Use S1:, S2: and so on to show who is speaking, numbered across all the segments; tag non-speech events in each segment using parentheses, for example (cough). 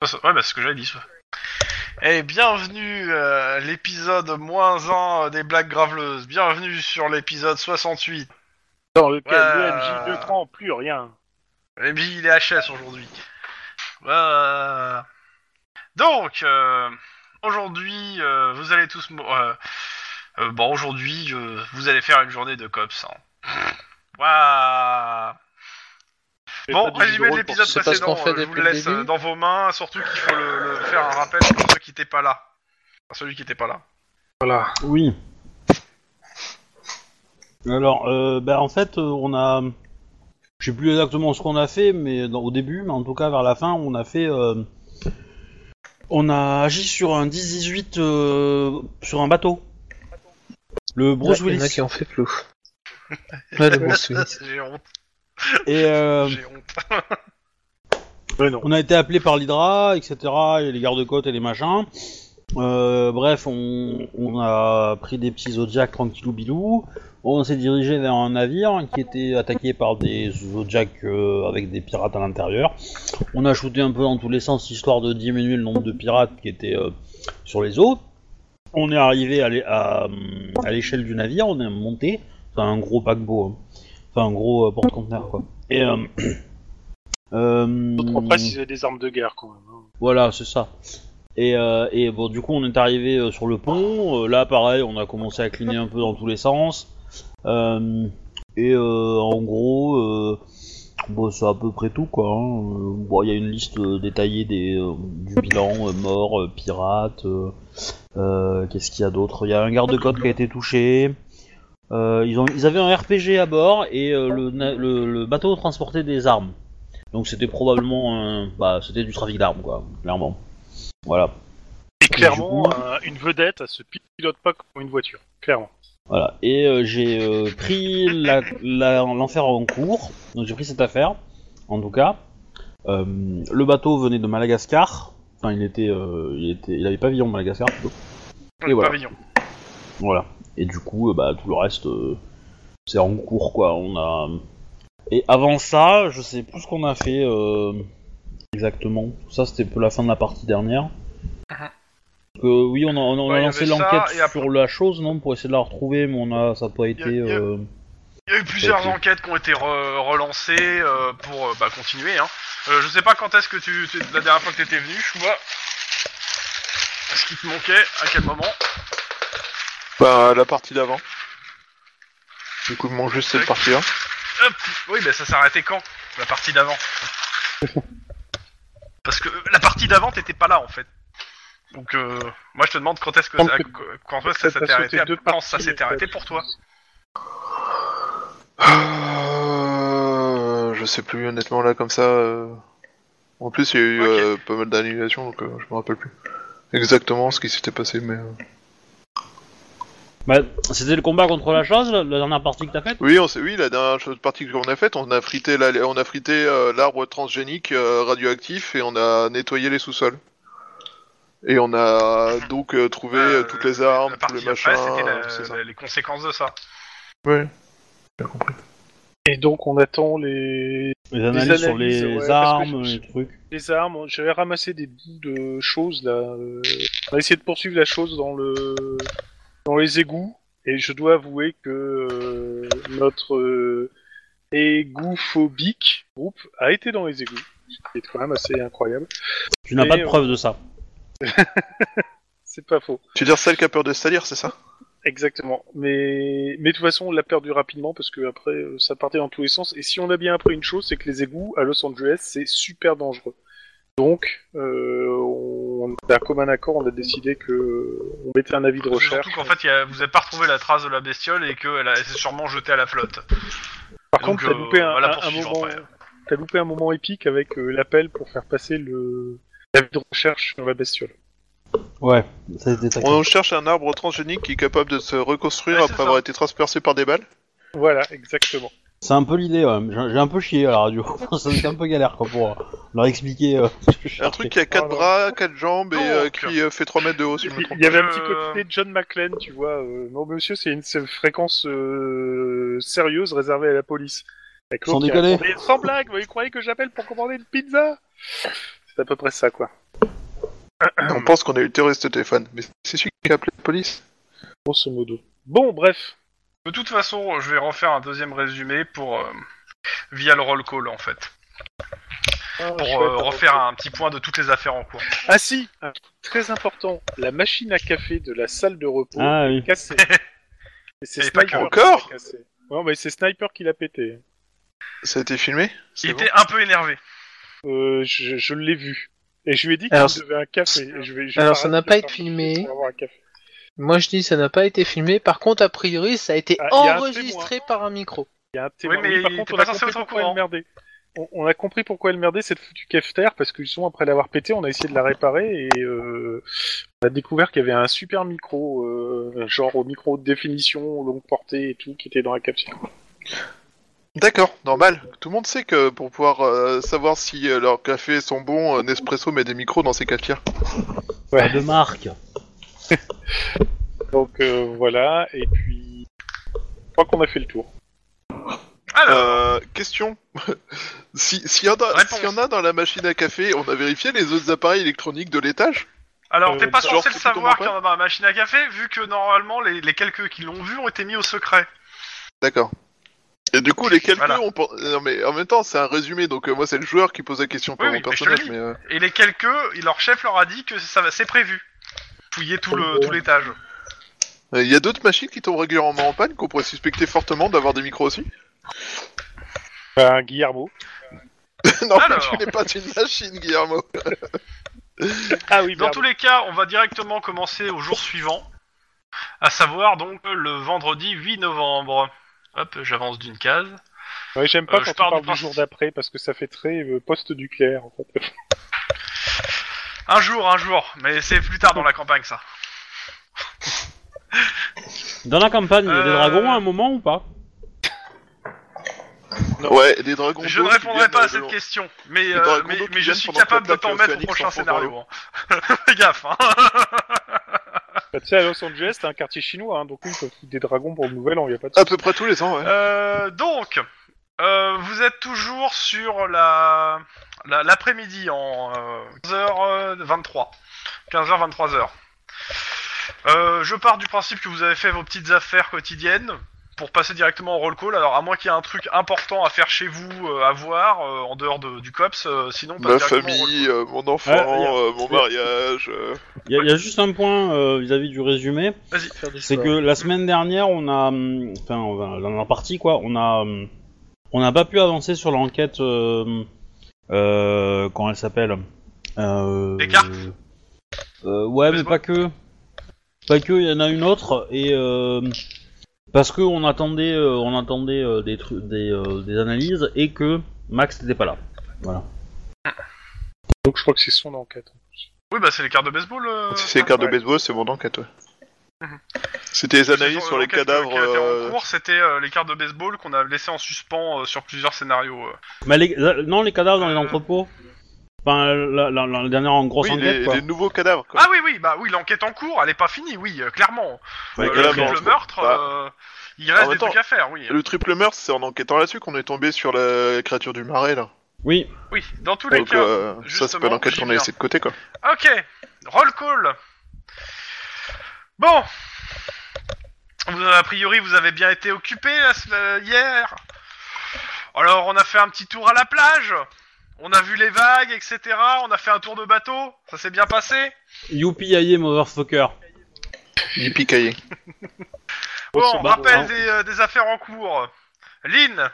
S1: Ouais, bah c'est ce que j'avais dit. ça. Et bienvenue euh, l'épisode moins 1 des blagues graveleuses. Bienvenue sur l'épisode 68.
S2: Dans lequel
S1: Ouais.
S2: le MJ ne prend plus rien.
S1: Et puis il est HS aujourd'hui. Euh, Donc, euh, aujourd'hui, euh, vous allez tous... mou- euh, euh, bon, aujourd'hui, euh, vous allez faire une journée de cops. hein. Waouh
S2: Fais
S1: Bon,
S2: pas du jeu
S1: résumé de
S2: rôle pour
S1: l'épisode
S2: ça.
S3: c'est pas ce
S1: précédent,
S3: qu'on fait
S1: euh, je
S3: depuis
S1: vous
S3: le
S1: le laisse
S3: début
S1: euh, dans vos mains, surtout qu'il faut le, le- faire un rappel pour ceux qui n'étaient pas là. Enfin, celui qui n'était pas là.
S2: Voilà.
S4: Oui. Alors, euh, bah, en fait, euh, on a. Je sais plus exactement ce qu'on a fait, mais dans- au début, mais en tout cas vers la fin, on a fait. euh, On a agi sur un 10-18 euh, sur un bateau. Le Bruce
S3: Ouais, Il y en a
S4: Willis.
S3: qui en fait plus. (laughs) Là, le Bruce Willis.
S1: (laughs) J'ai honte,
S4: Et euh,
S1: j'ai honte.
S2: Mais non.
S4: on a été appelé par l'Hydra, etc. Et les gardes-côtes et les machins. Euh, bref, on, on a pris des petits Zodiacs tranquillou bilou. On s'est dirigé vers un navire qui était attaqué par des Zodiacs euh, avec des pirates à l'intérieur. On a shooté un peu dans tous les sens histoire de diminuer le nombre de pirates qui étaient euh, sur les eaux. On est arrivé à l'é- à, hum, à l'échelle du navire, on est monté. C'est un gros paquebot, hein. enfin un gros euh, porte-conteneur quoi. Et euh, (clears throat) euh,
S2: D'autres après, ils avaient des armes de guerre quand même. hein.
S4: voilà, c'est ça. Et, euh, et bon, du coup, on est arrivé euh, sur le pont. Euh, là, pareil, on a commencé à cligner un peu dans tous les sens. Euh, et euh, en gros, euh, bon, c'est à peu près tout, quoi. hein. Euh, Bon, il y a une liste euh, détaillée des, euh, du bilan, euh, morts, euh, pirates. euh, euh, Qu'est-ce qu'il y a d'autre Il y a un garde-côte qui a été touché. Euh, ils, ont, ils avaient un RPG à bord et euh, le, na- le- le bateau transportait des armes. Donc c'était probablement un... bah c'était du trafic d'armes quoi, clairement. Voilà,
S2: Et clairement,
S4: coup-
S2: un- une vedette, elle se pilote pas comme une voiture. Clairement.
S4: voilà. Et euh, j'ai euh, pris la- la- l'enfer en cours, donc j'ai pris cette affaire, en tout cas. Euh, le bateau venait de Madagascar, enfin il était, euh, il était, il avait pavillon de Madagascar plutôt. Et voilà.
S1: Pavillon.
S4: Voilà. Et du coup, euh, bah, tout le reste, euh, c'est en cours, quoi. On a. Et avant ça, je sais plus ce qu'on a fait euh, exactement. Ça, c'était peu la fin de la partie dernière. Que, oui, on a, on a- on a
S1: Ouais, il y
S4: lancé
S1: avait ça,
S4: l'enquête
S1: et après-
S4: sur la chose, non, pour essayer de la retrouver, mais on a, ça n'a pas été.
S1: il y a-
S4: euh,
S1: Il y a eu plusieurs
S4: Ok.
S1: enquêtes qui ont été re- relancées euh, pour euh, bah, continuer. Hein. Euh, je sais pas quand est-ce que tu, tu- la dernière fois que t'étais venu, je vois. Ce qui te manquait, à quel moment
S5: Bah la partie d'avant. Du coup, mange juste cette
S1: Ouais.
S5: partie là.
S1: Hop. Oui, bah ça s'arrêtait quand La partie d'avant. Parce que euh, la partie d'avant, t'étais pas là en fait. Donc euh, moi je te demande quand est-ce que
S2: Donc,
S1: ça- quand est-ce que ça
S2: T'as
S1: s'était
S2: sauté
S1: arrêté,
S2: deux
S1: quand ça
S2: parties,
S1: s'était
S2: euh,
S1: arrêté pour toi.
S5: Euh, je sais plus honnêtement là comme ça. euh. En plus, il y a eu
S1: Ok.
S5: euh, pas mal d'annulations, donc euh, je me rappelle plus exactement ce qui s'était passé, mais. euh.
S4: bah, c'était le combat contre la chose, la, la dernière partie que t'as faite
S5: Oui, on sait, oui, la dernière chose- partie qu'on a faite, on a frité la- on a frité euh, l'arbre transgénique euh, radioactif et on a nettoyé les sous-sols. Et on
S1: (laughs)
S5: a donc euh, trouvé
S1: Euh,
S5: euh, toutes les armes,
S1: la
S5: tous
S1: partie
S5: les
S1: d'après,
S5: machins.
S1: c'était la-
S5: c'est ça.
S1: la- les conséquences de ça.
S5: Ouais.
S2: Et donc, on attend les,
S4: Les analyses sur
S2: analyses,
S4: les
S2: ouais, parce que
S4: armes,
S2: je-
S4: les trucs.
S2: les armes. J'avais ramassé des bouts de choses là. euh, On a essayé de poursuivre la chose dans le dans les égouts. Et je dois avouer que euh, notre euh, égouphobique groupe a été dans les égouts. C'est quand même assez incroyable.
S4: Tu n'as
S2: Et
S4: pas de
S2: on-
S4: preuve de ça.
S2: C'est pas faux.
S5: Tu veux dire celle qui a peur de se salir, c'est ça
S2: Exactement. Mais, mais de toute façon, on l'a perdu rapidement parce que après, euh, ça partait dans tous les sens. Et si on a bien appris une chose, c'est que les égouts à Los Angeles, c'est super dangereux. Donc, euh, on, d'un commun accord, on a décidé que euh, on mettait un avis de recherche.
S1: Surtout qu'en fait, il y a- vous n'avez pas retrouvé la trace de la bestiole et qu'elle s'est sûrement jetée à la flotte.
S2: Par
S1: donc,
S2: contre, t'as
S1: euh,
S2: loupé un,
S1: on va la
S2: un- un
S1: poursuivre
S2: moment,
S1: après.
S2: t'as loupé un moment épique avec euh, l'appel pour faire passer le l'avis de recherche sur la bestiole.
S4: Ouais, ça a été taquin.
S5: On cherche un arbre transgénique qui est capable de se reconstruire
S1: Ouais, c'est
S5: après
S1: ça.
S5: avoir été transpercé par des balles.
S2: Voilà, exactement.
S4: C'est un peu l'idée, ouais. J'ai j'ai un peu chié à la radio. (laughs) ça a été un peu galère quoi pour euh, leur expliquer. euh, ce que je
S5: Un
S4: cherchais.
S5: truc qui a 4
S2: Oh, non.
S5: bras, 4 jambes et euh,
S1: Donc.
S5: qui euh, fait 3 mètres de haut, si je me trompe.
S2: Il y avait un
S1: Euh,
S2: petit côté John McClane, tu vois. euh, non, monsieur, c'est une c'est une fréquence euh, sérieuse réservée à la police. Avec
S4: Sans
S2: l'autre qui
S4: déconner.
S2: a- Mais sans blague, vous croyez que j'appelle pour commander une pizza C'est à peu près ça, quoi.
S1: (clears throat)
S5: On pense qu'on a eu le terroriste au téléphone, mais c'est celui qui a appelé la police.
S2: Grosso modo. Bon, bref.
S1: De toute façon, je vais refaire un deuxième résumé pour euh, via le roll call en fait,
S2: Ah,
S5: Oh,
S1: pour
S2: chouette,
S1: euh,
S2: hein.
S1: refaire un petit point de toutes les affaires en cours.
S2: Ah si, un truc très important, la machine à café de la salle de repos
S4: Ah
S2: est
S4: oui.
S1: (laughs)
S2: cassée. Et c'est
S1: Et pas
S2: Sniper
S5: que- encore
S2: qui l'a cassée. Non, mais c'est Sniper qui l'a pété.
S5: Ça a été filmé
S1: Il
S5: C'est bon
S1: était un peu énervé.
S2: Euh, je je l'ai vu. Et je lui ai dit qu'il
S3: Alors,
S2: me devait un café. Et je vais- je vais
S3: alors,
S2: arrêter
S3: ça n'a
S2: de
S3: pas
S2: faire
S3: été
S2: chier
S3: filmé.
S2: pour avoir un café.
S3: Moi je dis ça n'a pas été filmé, par contre a priori ça a été
S2: Ah, y a un
S3: enregistré par un micro.
S2: Il y a un témoin.
S1: Oui, mais
S2: par
S1: il
S2: contre,
S1: était
S2: on a
S1: pas censé
S2: compris
S1: être au
S2: pourquoi elle
S1: courant.
S2: merdait. On, on a compris pourquoi elle merdait cette foutue cafetière, parce que justement, après l'avoir pété, on a essayé de la réparer et euh, on a découvert qu'il y avait un super micro, euh, genre au micro haute définition, longue portée et tout, qui était dans la capsule.
S5: D'accord, normal. Tout le monde sait que pour pouvoir euh, savoir si euh, leurs cafés sont bons, euh, Nespresso met des micros dans ses cafetières.
S4: Pas de marque.
S2: Donc euh, voilà, et puis je crois qu'on a fait le tour.
S1: Alors,
S5: Euh, question. (laughs) si- S'il y, en a-
S1: Réponse.
S5: s'il y en a dans la machine à café, on a vérifié les autres appareils électroniques de l'étage
S1: alors
S2: euh,
S1: t'es pas
S5: genre,
S1: censé le
S5: c'est plutôt
S1: savoir
S5: bon,
S1: qu'il y en a dans la machine à café, vu que normalement les, les quelques qui l'ont vu ont été mis au secret.
S5: D'accord. Et du coup, les calculs,
S1: Voilà.
S5: on pense- euh, Non, mais en même temps, c'est un résumé, donc euh, moi, c'est le joueur qui pose la question, pas
S1: Oui,
S5: mon
S1: oui, mais je te
S5: personnage,
S1: le dis.
S5: mais... euh,
S1: Et les quelques, leur chef leur a dit que ça va- c'est prévu. Fouiller tout le tout l'étage.
S5: euh, Il y a d'autres machines qui tombent régulièrement en panne qu'on pourrait suspecter fortement d'avoir des micros aussi (laughs)
S2: Ben, Guillermo.
S5: Non, mais
S1: Alors.
S5: tu n'es pas une machine, Guillermo.
S2: Ah oui,
S1: Dans tous les cas, on va directement commencer au jour suivant, à savoir donc le vendredi 8 novembre. Hop, j'avance d'une case.
S2: j'aime pas
S1: euh, je
S2: quand
S1: pars
S2: on parle
S1: du
S2: du jour
S1: principe-
S2: d'après, parce que ça fait très euh, post-nucléaire, en fait.
S1: Un jour, un jour, mais c'est plus tard dans la campagne ça.
S4: Dans la campagne, il y a des
S1: Euh,
S4: dragons à un moment ou pas
S2: Non.
S5: Ouais, des dragons.
S1: Je ne
S5: d'eau qui
S1: répondrai
S5: viennent,
S1: pas
S5: euh,
S1: à
S5: de-
S1: cette question, mais,
S5: Les
S1: euh,
S5: dragons
S1: mais,
S5: d'eau qui
S1: mais je
S5: viennent
S1: suis
S5: pendant que
S1: capable de
S5: Black
S1: t'en
S5: Ops
S1: mettre au
S5: Phoenix
S1: prochain
S5: s'en font dans
S1: scénario. hein. (laughs) Fais gaffe, hein.
S2: Bah, tu sais, à Los Angeles, c'est un quartier chinois, hein, donc ils peuvent foutre des dragons pour le nouvel an, y a pas de
S5: À peu près tous les ans, ouais.
S1: Euh, donc, euh, vous êtes toujours sur la la- l'après-midi en euh, 15h23. 15h23h. Euh, je pars du principe que vous avez fait vos petites affaires quotidiennes pour passer directement au roll call. Alors à moins qu'il y ait un truc important à faire chez vous, euh, à voir euh, en dehors de- du cops, euh, sinon on passe
S5: Ma
S1: directement au roll
S5: famille, euh, mon enfant,
S1: Ah,
S4: Ouais, y a-
S5: euh, mon mariage. euh,
S4: Il y, a- il y a juste un point euh, vis-à-vis du résumé.
S3: Faire des
S4: C'est
S3: choix.
S4: que la semaine dernière, on a, hum, enfin, on va- dans la partie quoi, on a, hum, on n'a pas pu avancer sur l'enquête, euh, euh, comment elle s'appelle euh,
S1: Descartes
S4: euh, Ouais, mais
S1: Baseball
S4: pas que, pas que. Il y en a une autre et euh, parce que on attendait, euh, on attendait euh, des trucs, des, euh, des analyses et que Max n'était pas là. Voilà.
S2: Donc je crois que c'est son enquête.
S1: Oui, bah c'est les cartes de baseball. euh,
S5: Si c'est les cartes
S2: ouais.
S5: de baseball, c'est mon enquête, ouais.
S1: Mhm.
S5: C'était les analyses
S1: C'est
S5: sur les
S1: l'enquête
S5: cadavres.
S1: qui a été en
S5: euh,
S1: cours, c'était euh, les cartes de baseball qu'on a laissées en suspens euh, sur plusieurs scénarios. euh.
S4: Mais les, la- non, les cadavres dans les
S1: Euh.
S4: entrepôts. Enfin, la, la- la- la dernière en grosse
S5: Oui,
S4: enquête
S5: les,
S4: quoi.
S5: les nouveaux cadavres, quoi.
S1: Ah oui, oui, bah oui, l'enquête en cours, elle est pas finie, oui, euh, clairement.
S5: Ouais,
S1: Euh, le
S5: clairement.
S1: triple meurtre,
S5: Bah.
S1: euh, il
S5: En
S1: reste
S5: même
S1: des
S5: temps,
S1: trucs à faire, oui.
S5: Le triple meurtre, c'est en enquêtant là-dessus qu'on est tombé sur la créature du marais, là.
S4: Oui.
S1: Oui, dans tous les
S5: Donc,
S1: cas.
S5: euh, ça, c'est pas
S1: justement,
S5: l'enquête
S1: j'y
S5: qu'on a
S1: viens.
S5: laissée de côté, quoi.
S1: Ok, roll call. Bon. Vous- a priori, vous avez bien été occupé la se- la- euh, hier. Alors, on a fait un petit tour à la plage. On a vu les vagues, etc. On a fait un tour de bateau. Ça s'est bien passé.
S4: Youpi motherfucker.
S5: Yippee caillé.
S1: Bon,
S2: Grosso modo,
S1: rappel
S2: hein.
S1: des, euh, des affaires en cours. Lynn,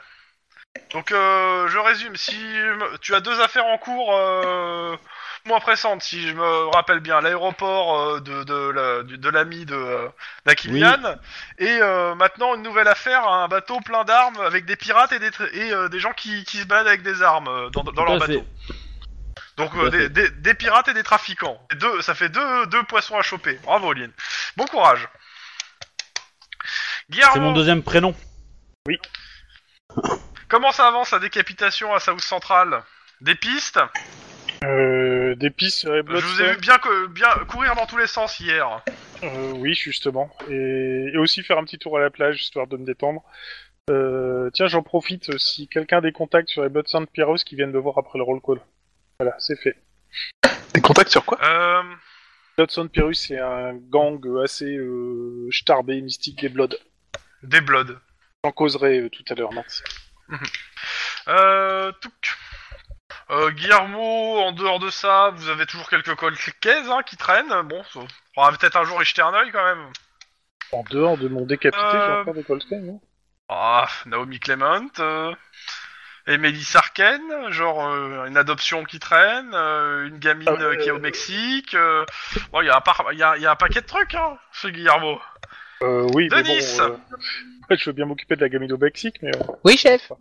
S1: donc euh, je résume, si je me- tu as deux affaires en cours euh, moins pressantes, si je me rappelle bien, l'aéroport euh, de, de, la- du- de l'ami de, euh, d'Akimian, et euh, maintenant une nouvelle affaire, un bateau plein d'armes avec des pirates et des, tr- et, euh, des gens qui, qui se baladent avec des armes euh, dans, dans leur
S4: Tout à
S1: bateau.
S4: fait.
S1: Donc
S4: Tout
S1: euh,
S4: à
S1: des,
S4: fait.
S1: des- des pirates et des trafiquants. Deux, ça fait deux, deux poissons à choper. Bravo Lynn. Bon courage.
S4: C'est mon
S1: Guillermo,
S4: deuxième prénom.
S1: Comment ça avance la décapitation à South Central Des pistes
S2: Euh, des pistes sur les
S1: Je vous ai vu
S2: Bloodstones,
S1: bien, co- bien courir dans tous les sens hier.
S2: euh, oui justement, et, et aussi faire un petit tour à la plage histoire de me détendre. Euh, tiens, j'en profite euh, si quelqu'un a des contacts sur les Bloodstones Pyros qui viennent me voir après le roll call. Voilà, c'est fait.
S5: Des contacts sur quoi
S1: Euh,
S2: Bloodstone Pyrrhus, c'est un gang euh, assez euh, starbé, mystique des Bloods.
S1: des Bloods.
S2: J'en causerai euh, tout à l'heure, merci.
S1: Euh, touc. Euh, Guillermo, en dehors de ça, vous avez toujours quelques cold cases hein, qui traînent. Bon, ça- on va peut-être un jour y jeter un oeil quand même.
S2: En dehors de mon décapité,
S1: Euh,
S2: j'ai encore des cold hein. cases, non
S1: Ah, Naomi Clement, euh, Emily Sarken, genre euh, une adoption qui traîne, euh, une gamine
S2: Ah,
S1: euh, qui est au
S2: euh,
S1: Mexique. euh, bon, il y, a un par- il y a- il y a un paquet de trucs, hein, ce Guillermo.
S2: Euh, oui, mais
S1: Denis
S2: bon, euh, ouais, je veux bien m'occuper de la gamine au Mexique, mais... euh,
S3: Oui, chef.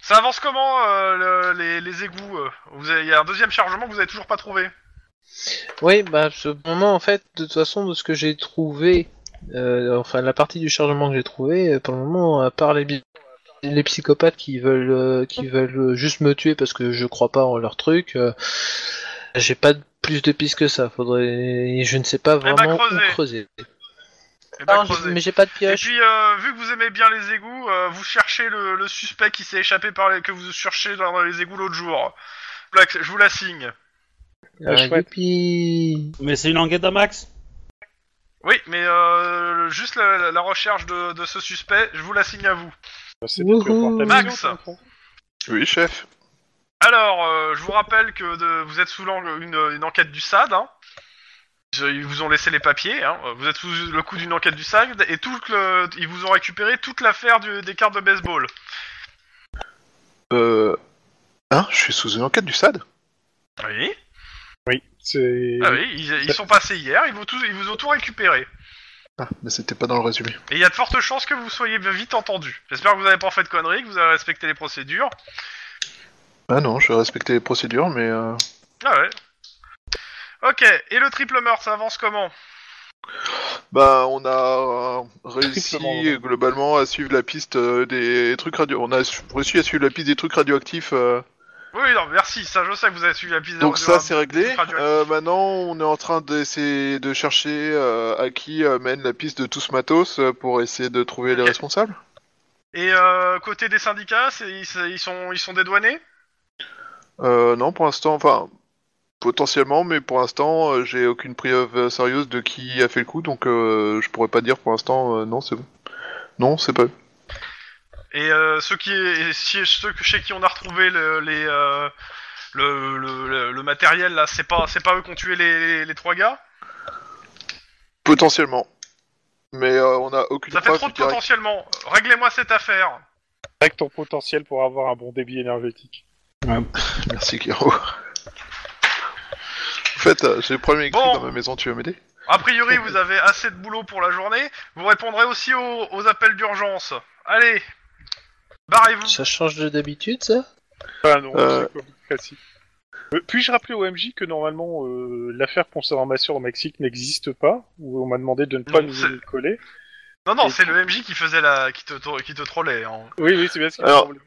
S1: Ça avance comment euh, le- les, les égouts euh Vous avez- Il y a un deuxième chargement que vous avez toujours pas trouvé.
S3: Oui, bah, ce moment, en fait, de toute façon, de ce que j'ai trouvé, euh, enfin, la partie du chargement que j'ai trouvé, euh, pour le moment, à part les, bi- les psychopathes qui veulent, euh, qui veulent euh, juste me tuer parce que je crois pas en leur truc, euh, j'ai pas de- plus de pistes que ça. Faudrait, je ne sais
S2: Eh,
S3: pas
S1: ben,
S2: bah,
S3: vraiment
S1: creusez.
S3: où creuser.
S1: Eh ben,
S6: Ah,
S3: Non, j'ai-
S1: creusez.
S3: mais j'ai pas de
S1: Et
S3: pioche.
S1: puis, euh, vu que vous aimez bien les égouts, euh, vous cherchez le, le suspect qui s'est échappé par les, que vous cherchez dans les égouts l'autre jour. Je vous la- Je vous la signe.
S2: Ah,
S3: Ah,
S2: chouette.
S3: youpi.
S4: Mais c'est une enquête à max
S1: Oui, mais euh, juste la, la- la recherche de, de ce suspect, je vous la signe à vous.
S2: bah, C'est peut-être que
S3: Wouhou.
S2: on porte la
S1: Max.
S2: vision, par contre.
S5: Oui, chef.
S1: Alors, euh, je vous rappelle que de- vous êtes sous l'en- une, une enquête du SAD. Hein. Ils ils vous ont laissé les papiers. Hein. Vous êtes sous le coup d'une enquête du SAD et tout le, ils vous ont récupéré toute l'affaire du- des cartes de baseball.
S5: Euh... Hein Je suis sous une enquête du SAD
S1: Oui.
S2: Oui, c'est...
S1: Ah oui, ils, ils sont passés hier. Ils vous, tous- ils vous ont tout récupéré.
S5: Ah, mais c'était pas dans le résumé.
S1: Et il y a de fortes chances que vous soyez vite entendus. J'espère que vous n'avez pas fait de conneries, que vous avez respecté les procédures.
S5: Ah non, je vais respecter les procédures, mais... euh,
S1: Ah ouais. Ok. Et le triple meurtre, ça avance comment
S5: Bah, on a euh, réussi
S2: Triplement.
S5: euh, globalement à suivre la piste euh, des trucs radio. On a su- réussi à suivre la piste des trucs radioactifs. euh.
S1: Oui, non, merci. Ça, je sais que vous avez suivi la piste.
S5: Donc
S1: de-
S5: ça, c'est réglé.
S1: trucs radioactifs.
S5: Euh, maintenant, on est en train d'essayer de chercher euh, à qui euh, mène la piste de tous matos euh, pour essayer de trouver les
S1: Ok.
S5: responsables.
S1: Et euh, côté des syndicats, c'est- ils, c'est- ils sont ils sont dédouanés.
S5: Euh, non, pour l'instant, enfin potentiellement, mais pour l'instant, euh, j'ai aucune preuve euh, sérieuse de qui a fait le coup, donc euh, je pourrais pas dire pour l'instant. euh, non, c'est bon. Non, c'est pas. eux.
S1: Et euh, ceux qui et si- ceux que- chez qui on a retrouvé le, les euh, le, le, le- le matériel là, c'est pas c'est pas eux qui ont tué les, les, les trois gars.
S5: Potentiellement. Mais euh, on a aucune
S1: Ça fait
S5: preuve
S1: trop de
S5: directe.
S1: potentiellement. Réglez-moi cette affaire.
S2: Avec ton potentiel pour avoir un bon débit énergétique.
S5: Merci (laughs) Guillaume. en fait, euh, j'ai le premier écrit
S1: Bon.
S5: dans ma maison, tu veux m'aider
S1: A priori, vous avez assez de boulot pour la journée. Vous répondrez aussi aux, aux appels d'urgence. Allez, barrez-vous.
S3: Ça change de d'habitude, ça
S2: Ah non,
S5: Euh.
S2: c'est comme classique. Euh, Puis-je rappeler au MJ que normalement euh, l'affaire concernant ma sœur au Mexique n'existe pas, où on m'a demandé de ne pas
S1: Non,
S2: nous
S1: c'est-
S2: y coller
S1: Non, non, c'est le MJ qui faisait la qui te qui te trollait. hein.
S2: Oui, oui, c'est bien ce qui me
S5: Alors.
S2: semblait.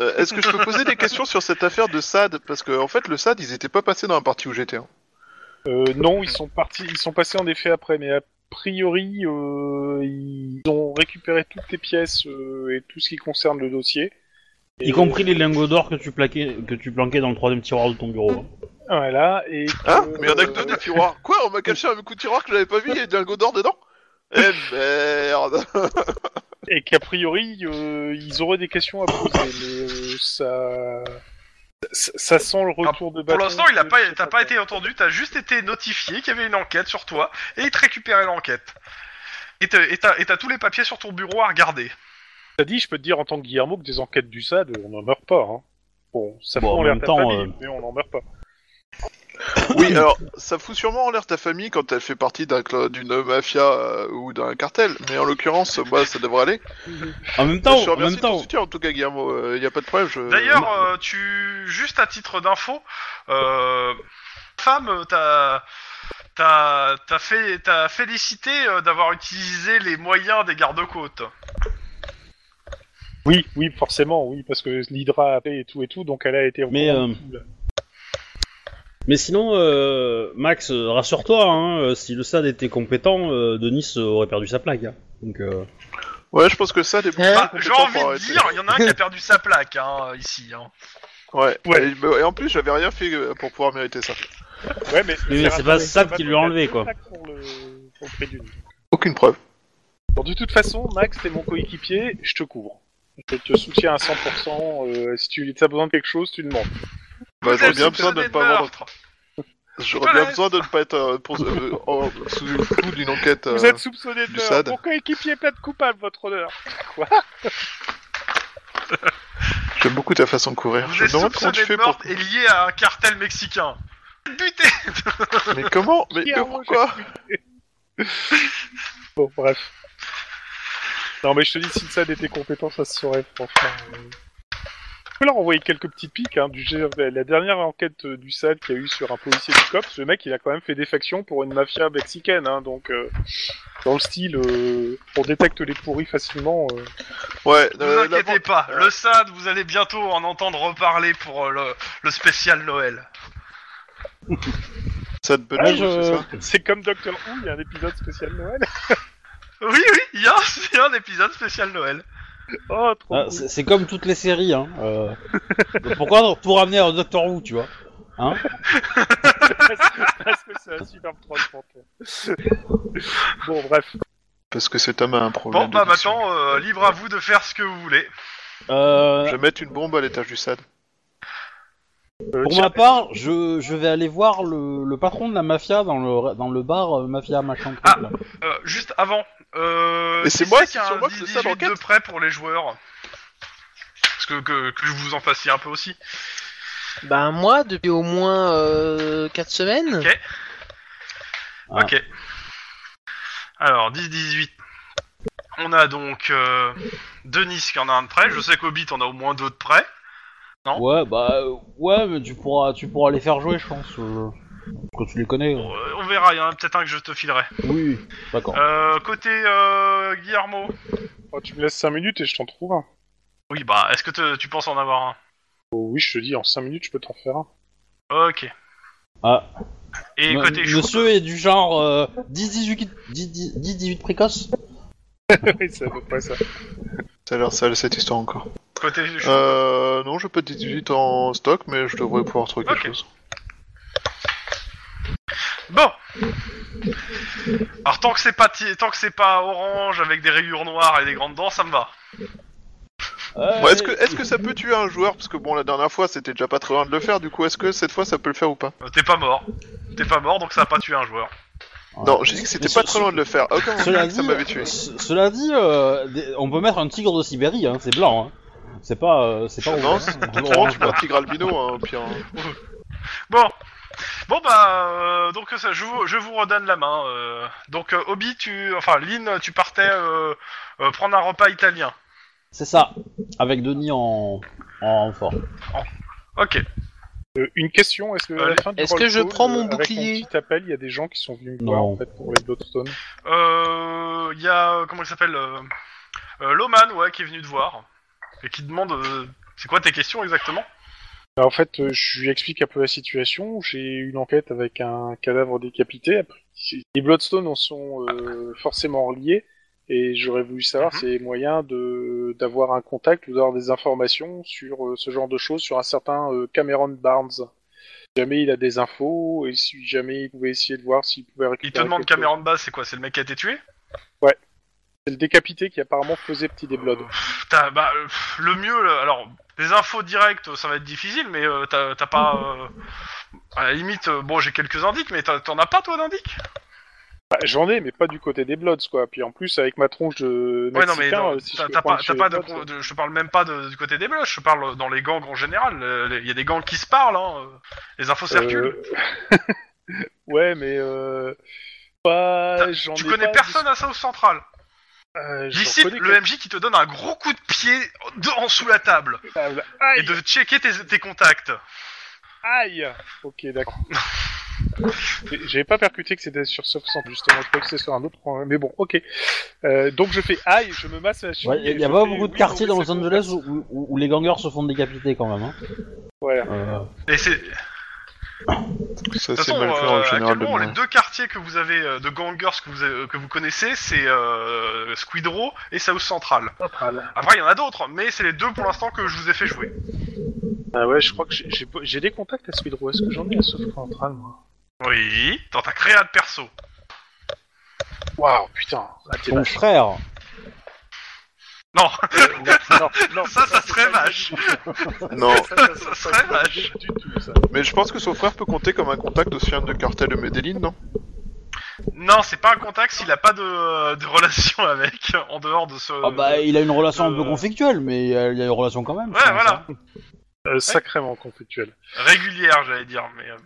S5: Euh, Est-ce que je peux poser des questions sur cette affaire de SAD Parce que en fait, le SAD, ils étaient pas passés dans la partie où j'étais. hein.
S2: Euh, non, ils sont partis, ils sont passés en effet après, mais a priori, euh, ils ont récupéré toutes les pièces euh, et tout ce qui concerne le dossier. Et-
S4: Y compris les lingots d'or que tu plaquais, que tu planquais dans le troisième tiroir de ton bureau. hein.
S2: Voilà, et.
S5: Hein
S2: que-
S5: Mais il y en a que deux des tiroirs. Quoi On m'a caché un coup de tiroir que j'avais pas vu, il y a un d'or dedans Eh merde
S2: Et qu'a priori, euh, ils auraient des questions à poser, mais euh, ça... ça. ça sent le retour de
S5: Bah,
S1: Pour
S2: bâton.
S1: l'instant, il a
S2: de-
S1: pas
S2: je sais
S1: t'as pas
S2: quoi.
S1: été entendu. T'as juste été notifié qu'il y avait une enquête sur toi et ils te récupéraient l'enquête. Et t'as- et t'as et t'as tous les papiers sur ton bureau à regarder.
S2: T'as dit, je peux te dire en tant que Guillermo que des enquêtes du SAD, on n'en meurt pas. Hein. Bon, ça
S4: Bon,
S2: fout
S4: en
S2: en l'air
S4: même
S2: ta
S4: temps,
S2: famille,
S4: euh,
S2: mais on n'en meurt pas.
S5: Oui, (laughs) alors, ça fout sûrement en l'air ta famille quand elle fait partie d'un cla- d'une mafia euh, ou d'un cartel. Mais en l'occurrence, moi, ça devrait aller.
S4: (laughs) En même
S5: je
S4: temps,
S5: te
S4: en
S5: remercie
S4: même
S5: de ton
S4: temps,
S5: soutien, en tout cas, Guillermo. Il y a pas de problème. je-
S1: D'ailleurs, euh, tu juste à titre d'info, euh, femme, euh, t'as t'as t'as fait t'as félicité euh, d'avoir utilisé les moyens des gardes-côtes.
S2: Oui, oui, forcément, oui, parce que l'Hydra a fait et tout et tout, donc elle a été.
S4: Mais,
S2: reprendre
S4: euh,
S2: tout, là.
S4: Mais sinon, euh, Max, euh, rassure-toi, hein, euh, si le SAD était compétent, euh, Denis euh, aurait perdu sa plaque. hein. Donc, euh,
S5: Ouais, je pense que ça, des
S1: Ah,
S3: Hein
S1: Bah, j'ai envie de dire, il y en a un qui a perdu sa plaque hein, ici. Hein.
S5: Ouais.
S2: Ouais.
S5: Et, bah, et en plus, j'avais rien fait euh, pour pouvoir mériter ça.
S2: Ouais, mais,
S4: mais c'est pas Sab qui lui a enlevé, quoi.
S2: Pour le... pour le prélude.
S5: Aucune preuve.
S2: Bon, de toute façon, Max, t'es mon coéquipier, je te couvre. Je te soutiens à 100%. euh, si tu as besoin de quelque chose, tu demandes.
S5: Bah, j'aurais
S1: Vous
S5: bien
S1: êtes
S5: besoin de ne
S1: soupçonné
S5: pas avoir.
S1: meurtre.
S5: J'aurais bien
S1: Voilà.
S5: besoin de ne pas être euh, pour- euh, en- sous le coup d'une enquête.
S2: Vous
S5: euh,
S2: êtes soupçonné de
S5: du
S2: meurtre.
S5: SAD.
S2: Mon coéquipier plaide coupable, votre honneur.
S5: J'aime beaucoup ta façon de courir.
S1: Vous
S5: Je me
S1: êtes
S5: demande comment tu
S1: soupçonné de
S5: fais pour.
S1: meurtre et lié à un cartel mexicain. Butez
S5: Mais
S1: (laughs)
S5: comment Mais,
S2: Qui
S5: mais
S2: a
S5: pourquoi
S2: Bon, Oh, bref. Non, mais je te dis, si le SAD était compétent, ça se saurait, franchement. euh. Je peux leur envoyer quelques petits pics. Hein, du... gé- La dernière enquête euh, du SAD qu'il y a eu sur un policier du COPS, le mec, il a quand même fait des factions pour une mafia mexicaine. Hein, donc, euh, dans le style, euh, on détecte les pourris facilement. euh.
S5: Ouais,
S1: Ne
S5: euh,
S1: vous
S5: la-
S1: inquiétez pas, le SAD, vous allez bientôt en entendre reparler pour euh, le, le spécial Noël.
S5: ça te bonne
S4: Ouais,
S5: chose,
S4: je-
S5: c'est ça
S2: C'est comme Doctor Who, il y a un épisode spécial Noël. (laughs)
S1: Oui, oui, il y a un, (laughs) il y a un épisode spécial Noël.
S2: Oh, trop
S4: Ah,
S2: cool.
S4: c'est c'est comme toutes les séries, hein. euh.
S5: (laughs)
S4: Donc pourquoi tout ramener à Doctor Who, tu vois
S2: (laughs) Parce que c'est un superbe troll pour toi. Bon, bref.
S5: Parce que cet homme a un problème.
S1: Bon, bah
S5: d'addiction.
S1: maintenant, euh, libre à vous de faire ce que vous voulez.
S4: euh,
S5: Je vais mettre une bombe à l'étage du SAD.
S2: Euh,
S4: Pour
S2: tiens,
S4: ma part, je, je vais aller voir le, le patron de la mafia dans le, dans le bar euh, Mafia Machin Truc.
S1: Ah.
S4: là.
S1: Euh, juste avant, euh,
S5: Mais c'est
S1: qui
S5: moi,
S1: c'est
S5: c'est
S1: qui a
S5: sur
S1: un
S5: moi que c'est ça,
S1: 18
S5: l'enquête
S1: de près pour les joueurs Parce que, que, que vous en fassiez un peu aussi.
S6: Ben,
S3: Bah moi, depuis au moins
S6: euh,
S3: 4 semaines.
S1: Ok.
S4: Ah.
S1: Ok. Alors, 10-18. On a donc euh, Denis qui en a un de près. Je sais qu'Obi, t'en as au moins deux de près.
S4: Ouais, bah euh, ouais, mais tu pourras, tu pourras les faire jouer, je pense. euh, parce que tu les connais. euh.
S1: Bon, euh, on verra, il y en a peut-être un que je te filerai.
S4: Oui, d'accord.
S1: Euh, côté euh, Guillermo.
S2: oh, tu me laisses 5 minutes et je t'en trouve un.
S1: Oui, bah, est-ce que te- tu penses en avoir un
S2: Oh, oui, je te dis, en 5 minutes, je peux t'en faire un. (laughs)
S1: Ok.
S4: Ah.
S1: Et
S4: M-
S1: côté Chou,
S4: Monsieur est du genre euh, 10-18 10 10-18 précoce
S2: oui, c'est à peu près ça.
S5: Ça a l'air sale cette histoire encore.
S1: côté Chou-
S5: Euh, non, je peux te 18 en stock, mais je devrais pouvoir trouver quelque
S1: Ok.
S5: chose.
S1: Bon. Alors tant que c'est pas ti- tant que c'est pas orange avec des rayures noires et des grandes dents, ça me va.
S5: Bon, est-ce que,
S4: Euh,
S5: est que ça peut tuer un joueur Parce que bon, la dernière fois c'était déjà pas très loin de le faire, du coup, est-ce que cette fois ça peut le faire ou pas
S1: Euh, T'es pas mort. T'es pas mort donc ça a pas tué un joueur.
S5: Non, j'ai dit que c'était
S4: Mais
S5: pas
S4: ce-
S5: très loin de le faire. Ah, aucun
S4: Cela
S5: moment,
S4: dit, euh,
S5: ça m'avait tué.
S4: ce- cela dit euh, des- on peut mettre un tigre de Sibérie, hein, c'est blanc. Hein. C'est pas, euh, c'est pas.
S5: Non,
S4: orange,
S5: c'est
S4: hein,
S5: vraiment
S4: orange,
S5: tu mets un tigre albino, hein, au pire. hein.
S1: Bon. Bon bah euh, donc ça, je vous je vous redonne la main. euh. Donc euh, Obi tu enfin Lynn tu partais euh, euh, prendre un repas italien.
S4: C'est ça, avec Denis en, en renfort.
S1: Ok.
S2: Euh, une question, est-ce que à la
S1: Allez.
S2: fin du
S3: Est-ce que
S2: roll
S3: je
S2: call,
S3: prends mon
S2: euh, avec
S3: bouclier
S2: petit appel, il y a des gens qui sont venus me
S4: Non.
S2: voir en fait, pour les Bloodstone.
S1: Euh, Il y a euh, comment il s'appelle euh, euh, Loman ouais qui est venu te voir et qui demande euh, c'est quoi tes questions exactement
S2: Alors, en fait, euh, je lui explique un peu la situation. J'ai une enquête avec un cadavre décapité. Après, les Bloodstone en sont euh, forcément reliés. Et j'aurais voulu savoir
S1: Mhm.
S2: s'il y a moyen de- d'avoir un contact ou d'avoir des informations sur euh, ce genre de choses, sur un certain euh, Cameron Barnes. Si jamais il a des infos, et si jamais il pouvait essayer de voir s'il pouvait
S1: Il
S2: récupérer.
S1: te demande
S2: quelque chose.
S1: caméra de base c'est quoi c'est le mec qui a été tué
S2: C'est le décapité qui apparemment faisait petit des Bloods.
S1: T'as- bah, euh, pff, le mieux, là, alors, des infos directes, ça va être difficile, mais euh, t'as t'as pas. euh, à la limite, euh, bon, j'ai quelques indices, mais t'as- t'en as pas, toi, d'indices
S2: Bah, J'en ai, mais pas du côté des Bloods, quoi. Puis en plus, avec ma tronche de
S1: Ouais, non, mais
S2: Mexicain,
S1: non,
S2: euh, si je
S1: t'as
S2: peux
S1: t'as pas,
S2: prendre chez
S1: t'as
S2: les
S1: pas de,
S2: Bloods, euh.
S1: con- de- Je te parle même pas de- du côté des blocs, je te parle dans les gangs en général. Il y a des gangs qui se parlent, hein, euh, les infos circulent.
S2: Euh, (laughs) ouais, mais euh... pas. J'en
S1: tu
S2: ai
S1: connais
S2: pas-
S1: personne à South Central.
S2: Euh, j'en
S1: D'ici,
S2: connais
S1: le MJ qui te donne un gros coup de pied de- en sous la table
S2: quelques- Aïe,
S1: et de checker tes, tes contacts.
S2: aïe. Ok, d'accord. (laughs) J'ai- J'avais pas percuté que c'était sur Soft Sand, justement. Je croyais que c'était sur un autre point. Mais bon, ok. Euh, donc je fais aïe, je me masse la
S4: Il
S2: cheville.
S4: y a pas beaucoup de quartiers dans Los Angeles où, où- où les gangers se font décapiter quand même. Hein.
S2: Voilà.
S4: Euh,
S1: Et c'est.
S5: Ça
S1: De toute
S5: c'est
S1: façon,
S5: mal fait
S1: euh,
S5: en général de
S1: actuellement, les
S5: moi.
S1: deux quartiers que vous avez euh, de gangers que vous, avez- que vous connaissez, c'est euh, Squid Row et South Central. Après, il y en a d'autres, mais c'est les deux pour l'instant que je vous ai fait jouer.
S2: Ah ouais, je crois que j'ai- j'ai pas- j'ai des contacts à Speedrow. Est-ce que j'en ai à Sofra moi
S1: Oui, dans ta créa de perso.
S2: Waouh, putain. Ah, t'es
S4: Ton
S2: vache.
S4: frère.
S1: Non, (laughs)
S2: Euh, non, non, non,
S1: ça, ça
S2: c'est
S1: serait
S2: pas
S1: vache.
S5: Non,
S2: Ça,
S1: Ça serait vache.
S2: Du tout, ça.
S5: mais je pense que son frère peut compter comme un contact au sein de cartel de Medellin, non
S1: Non, c'est pas un contact s'il a pas de, de relation (laughs) avec, en dehors de ce...
S4: Ah bah, il a une relation un peu
S1: euh,
S4: conflictuelle, mais il y a il y a une relation quand même.
S1: Ouais,
S4: je pense,
S1: voilà.
S4: hein.
S2: Euh, sacrément conflictuel.
S1: Régulière, j'allais dire, mais... euh,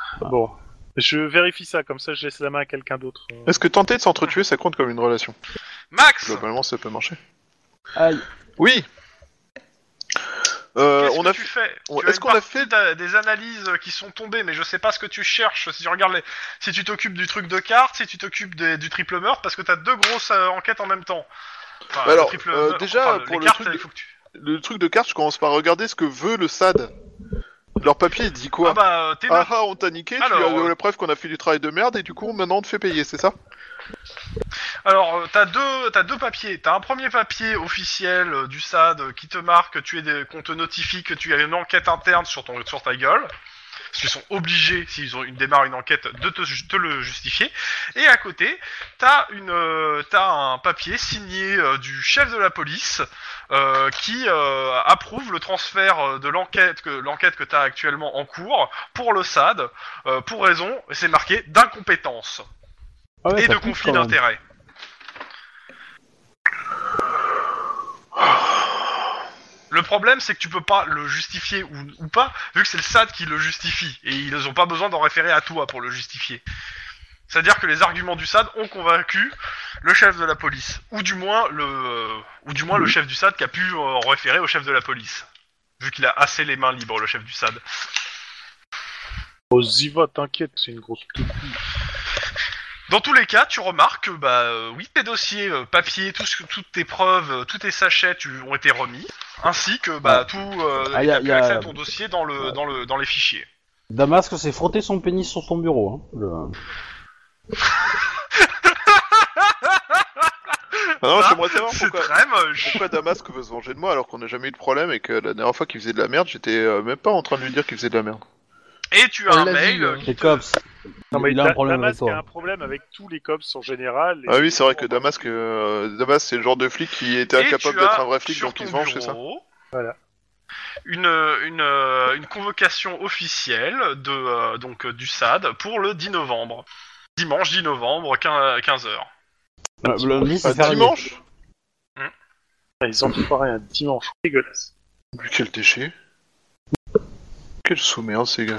S4: Ah.
S2: Bon. Je vérifie ça, comme ça je laisse la main à quelqu'un d'autre. Euh,
S5: Est-ce que tenter de s'entretuer, ça compte comme une relation
S1: Max
S5: Globalement, ça peut marcher.
S4: Aïe.
S5: Oui Euh,
S1: Qu'est-ce
S5: on
S1: que
S5: a
S1: tu
S5: fait-
S1: fais
S5: on-
S1: Tu as
S5: est-ce
S1: une
S5: qu'on a
S1: partie
S5: fait-
S1: d'a- des analyses qui sont tombées, mais je sais pas ce que tu cherches. Si tu regardes, les... si tu t'occupes du truc de cartes, si tu t'occupes des- du triple meurtre, parce que t'as deux grosses euh, enquêtes en même temps. Enfin,
S5: Bah alors,
S1: le triple
S5: euh,
S1: meurtre-
S5: déjà,
S1: enfin,
S5: pour
S1: les
S5: le
S1: cartes,
S5: truc de-
S1: il faut que tu.
S5: le truc de cartes, je commence par regarder ce que veut le SAD. Leur papier il dit quoi
S1: Ah bah, euh, t'es
S5: Ah
S1: notes.
S5: ah, on t'a niqué, tu
S1: Alors,
S5: as
S1: euh,
S5: la preuve qu'on a fait du travail de merde et du coup maintenant on te fait payer, c'est ça
S1: Alors, euh, t'as deux, t'as deux papiers. T'as un premier papier officiel euh, du SAD euh, qui te marque, que tu es des... qu'on te notifie que tu as une enquête interne sur ton, sur ta gueule. Parce qu'ils sont obligés, s'ils ont une démarre une enquête, de te, ju- te le justifier. Et à côté, t'as une, euh, t'as un papier signé euh, du chef de la police euh, qui euh, approuve le transfert euh, de l'enquête que l'enquête que t'as actuellement en cours pour le SAD euh, pour raison, et c'est marqué d'incompétence
S4: Ah ouais,
S1: et de
S4: ça pique,
S1: conflit
S4: quand même.
S1: d'intérêt. Le problème, c'est que tu peux pas le justifier ou, ou pas, vu que c'est le SAD qui le justifie, et ils ont pas besoin d'en référer à toi pour le justifier. C'est-à-dire que les arguments du SAD ont convaincu le chef de la police, ou du moins le, ou du moins le chef du SAD qui a pu euh, en référer au chef de la police, vu qu'il a assez les mains libres, le chef du SAD.
S2: Oh, Ziva, t'inquiète, c'est une grosse pute.
S1: Dans tous les cas, tu remarques que bah euh, oui, tes dossiers, euh, papier, tout ce que- toutes tes preuves, euh, tous tes sachets tu- ont été remis, ainsi que bah tout euh,
S4: Ah,
S1: et
S4: y a-
S1: t'as pu
S4: y a-
S1: accès à ton dossier dans le dans le dans les fichiers.
S4: Damasque s'est frotté son pénis sur son bureau. Hein. Le-
S5: Ah non,
S1: Ça,
S5: j'aimerais savoir
S1: C'est
S5: pourquoi,
S1: très moche.
S5: pourquoi Damasque veut se venger de moi alors qu'on n'a jamais eu de problème et que la dernière fois qu'il faisait de la merde, j'étais euh, même pas en train de lui dire qu'il faisait de la merde.
S1: Et tu as
S3: On
S1: un
S3: l'a
S1: mail.
S3: vu, hein.
S1: qui
S4: Les
S1: te-
S4: cops. il a un
S2: Da-
S4: problème avec
S2: Damasque
S4: toi.
S2: a un problème avec tous les cops en général. et-
S5: Ah oui, c'est vrai que Damasque, euh, Damas, c'est le genre de flic qui était
S1: Et
S5: incapable
S1: tu as
S5: d'être un vrai flic,
S1: sur
S5: donc il
S1: ton
S5: se venge, c'est ça
S1: bureau
S2: Voilà.
S1: Une, euh, une, euh, une convocation officielle de euh, donc euh, du SAD pour le 10 novembre. Dimanche 10 novembre, 15h.
S4: Le- le lundi, c'est
S5: Un
S4: férié.
S5: dimanche
S2: Ah, Ils ont foiré un dimanche. Dégueulasse.
S5: Mais quel déchet Quel sous-merde, ces gars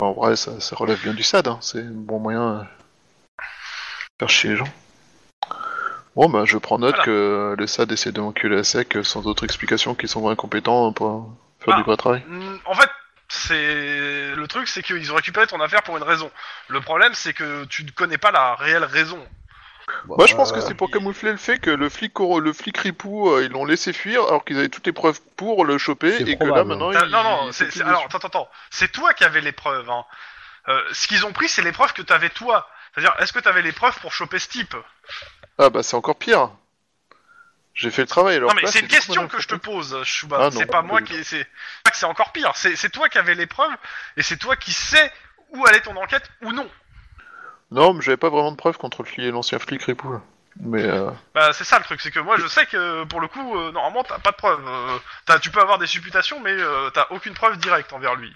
S5: En vrai, ça, ça relève bien du SAD, hein. c'est un bon moyen euh, de faire chier les gens. Bon, bah, je prends note
S1: Voilà.
S5: que le SAD essaie de m'enculer à sec euh, sans autre explication qu'ils sont incompétents pour faire
S1: Ah.
S5: du vrai travail.
S1: Mm, En fait, c'est le truc, c'est qu'ils ont récupéré ton affaire pour une raison. Le problème, c'est que tu ne connais pas la réelle raison.
S4: Bah,
S5: Moi, je pense que
S4: euh,
S5: c'est pour camoufler le fait que le flic, cor- le flic ripou, euh, ils l'ont laissé fuir alors qu'ils avaient toutes les preuves pour le choper
S4: C'est
S5: et que là,
S4: probable.
S5: maintenant,
S1: T'as-
S5: ils.
S1: Ah, non, non,
S5: ils
S1: c'est,
S5: s'occupent
S1: c'est-
S5: de-
S1: alors attends, attends, attends. c'est toi qui avais les preuves. Hein. Euh, ce qu'ils ont pris, c'est les preuves que t'avais toi. C'est-à-dire, est-ce que t'avais les preuves pour choper ce type
S5: Ah, bah, c'est encore pire. J'ai fait le travail alors.
S1: Non, mais c'est une question que je te pose, Chouba.
S5: Ah, non,
S1: c'est pas
S5: pas
S1: moi
S5: du
S1: qui. C'est pas que c'est encore pire. C'est, c'est toi qui avais les preuves et c'est toi qui sais où allait ton enquête ou non.
S5: Non, mais j'avais pas vraiment de preuves contre le flic, l'ancien flic ripou. là. Mais euh,
S1: Bah, c'est ça le truc, c'est que moi je sais que euh, pour le coup, euh, normalement t'as pas de preuves. euh, t'as- tu peux avoir des supputations, mais euh, t'as aucune preuve directe envers lui.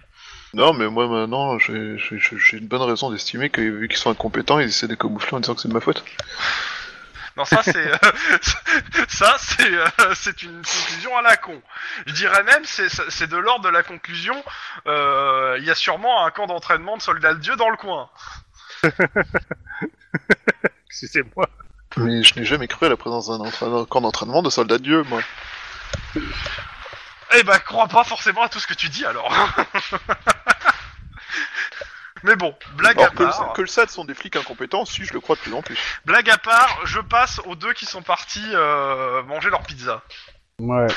S5: non, mais moi maintenant, j'ai- j'ai j'ai- j'ai une bonne raison d'estimer que vu qu'ils sont incompétents, ils essaient de camoufler en disant que c'est de ma faute.
S1: Non, ça c'est. euh, (laughs) ça c'est euh, c'est une conclusion à la con. Je dirais même, c'est- c'est c'est de l'ordre de la conclusion. euh, Il y a sûrement un camp d'entraînement de soldats de Dieu dans le coin.
S2: Excusez-moi.
S5: Mais je n'ai jamais cru à la présence d'un entraîneur- camp d'entraînement de soldats de Dieu, moi.
S1: Eh ben, crois pas forcément à tout ce que tu dis alors. (laughs) Mais bon, blague à
S5: Alors que,
S1: part.
S5: le- que le SAD sont des flics incompétents, si je le crois de plus en plus.
S1: Blague à part, je passe aux deux qui sont partis euh, manger leur pizza.
S4: Ouais.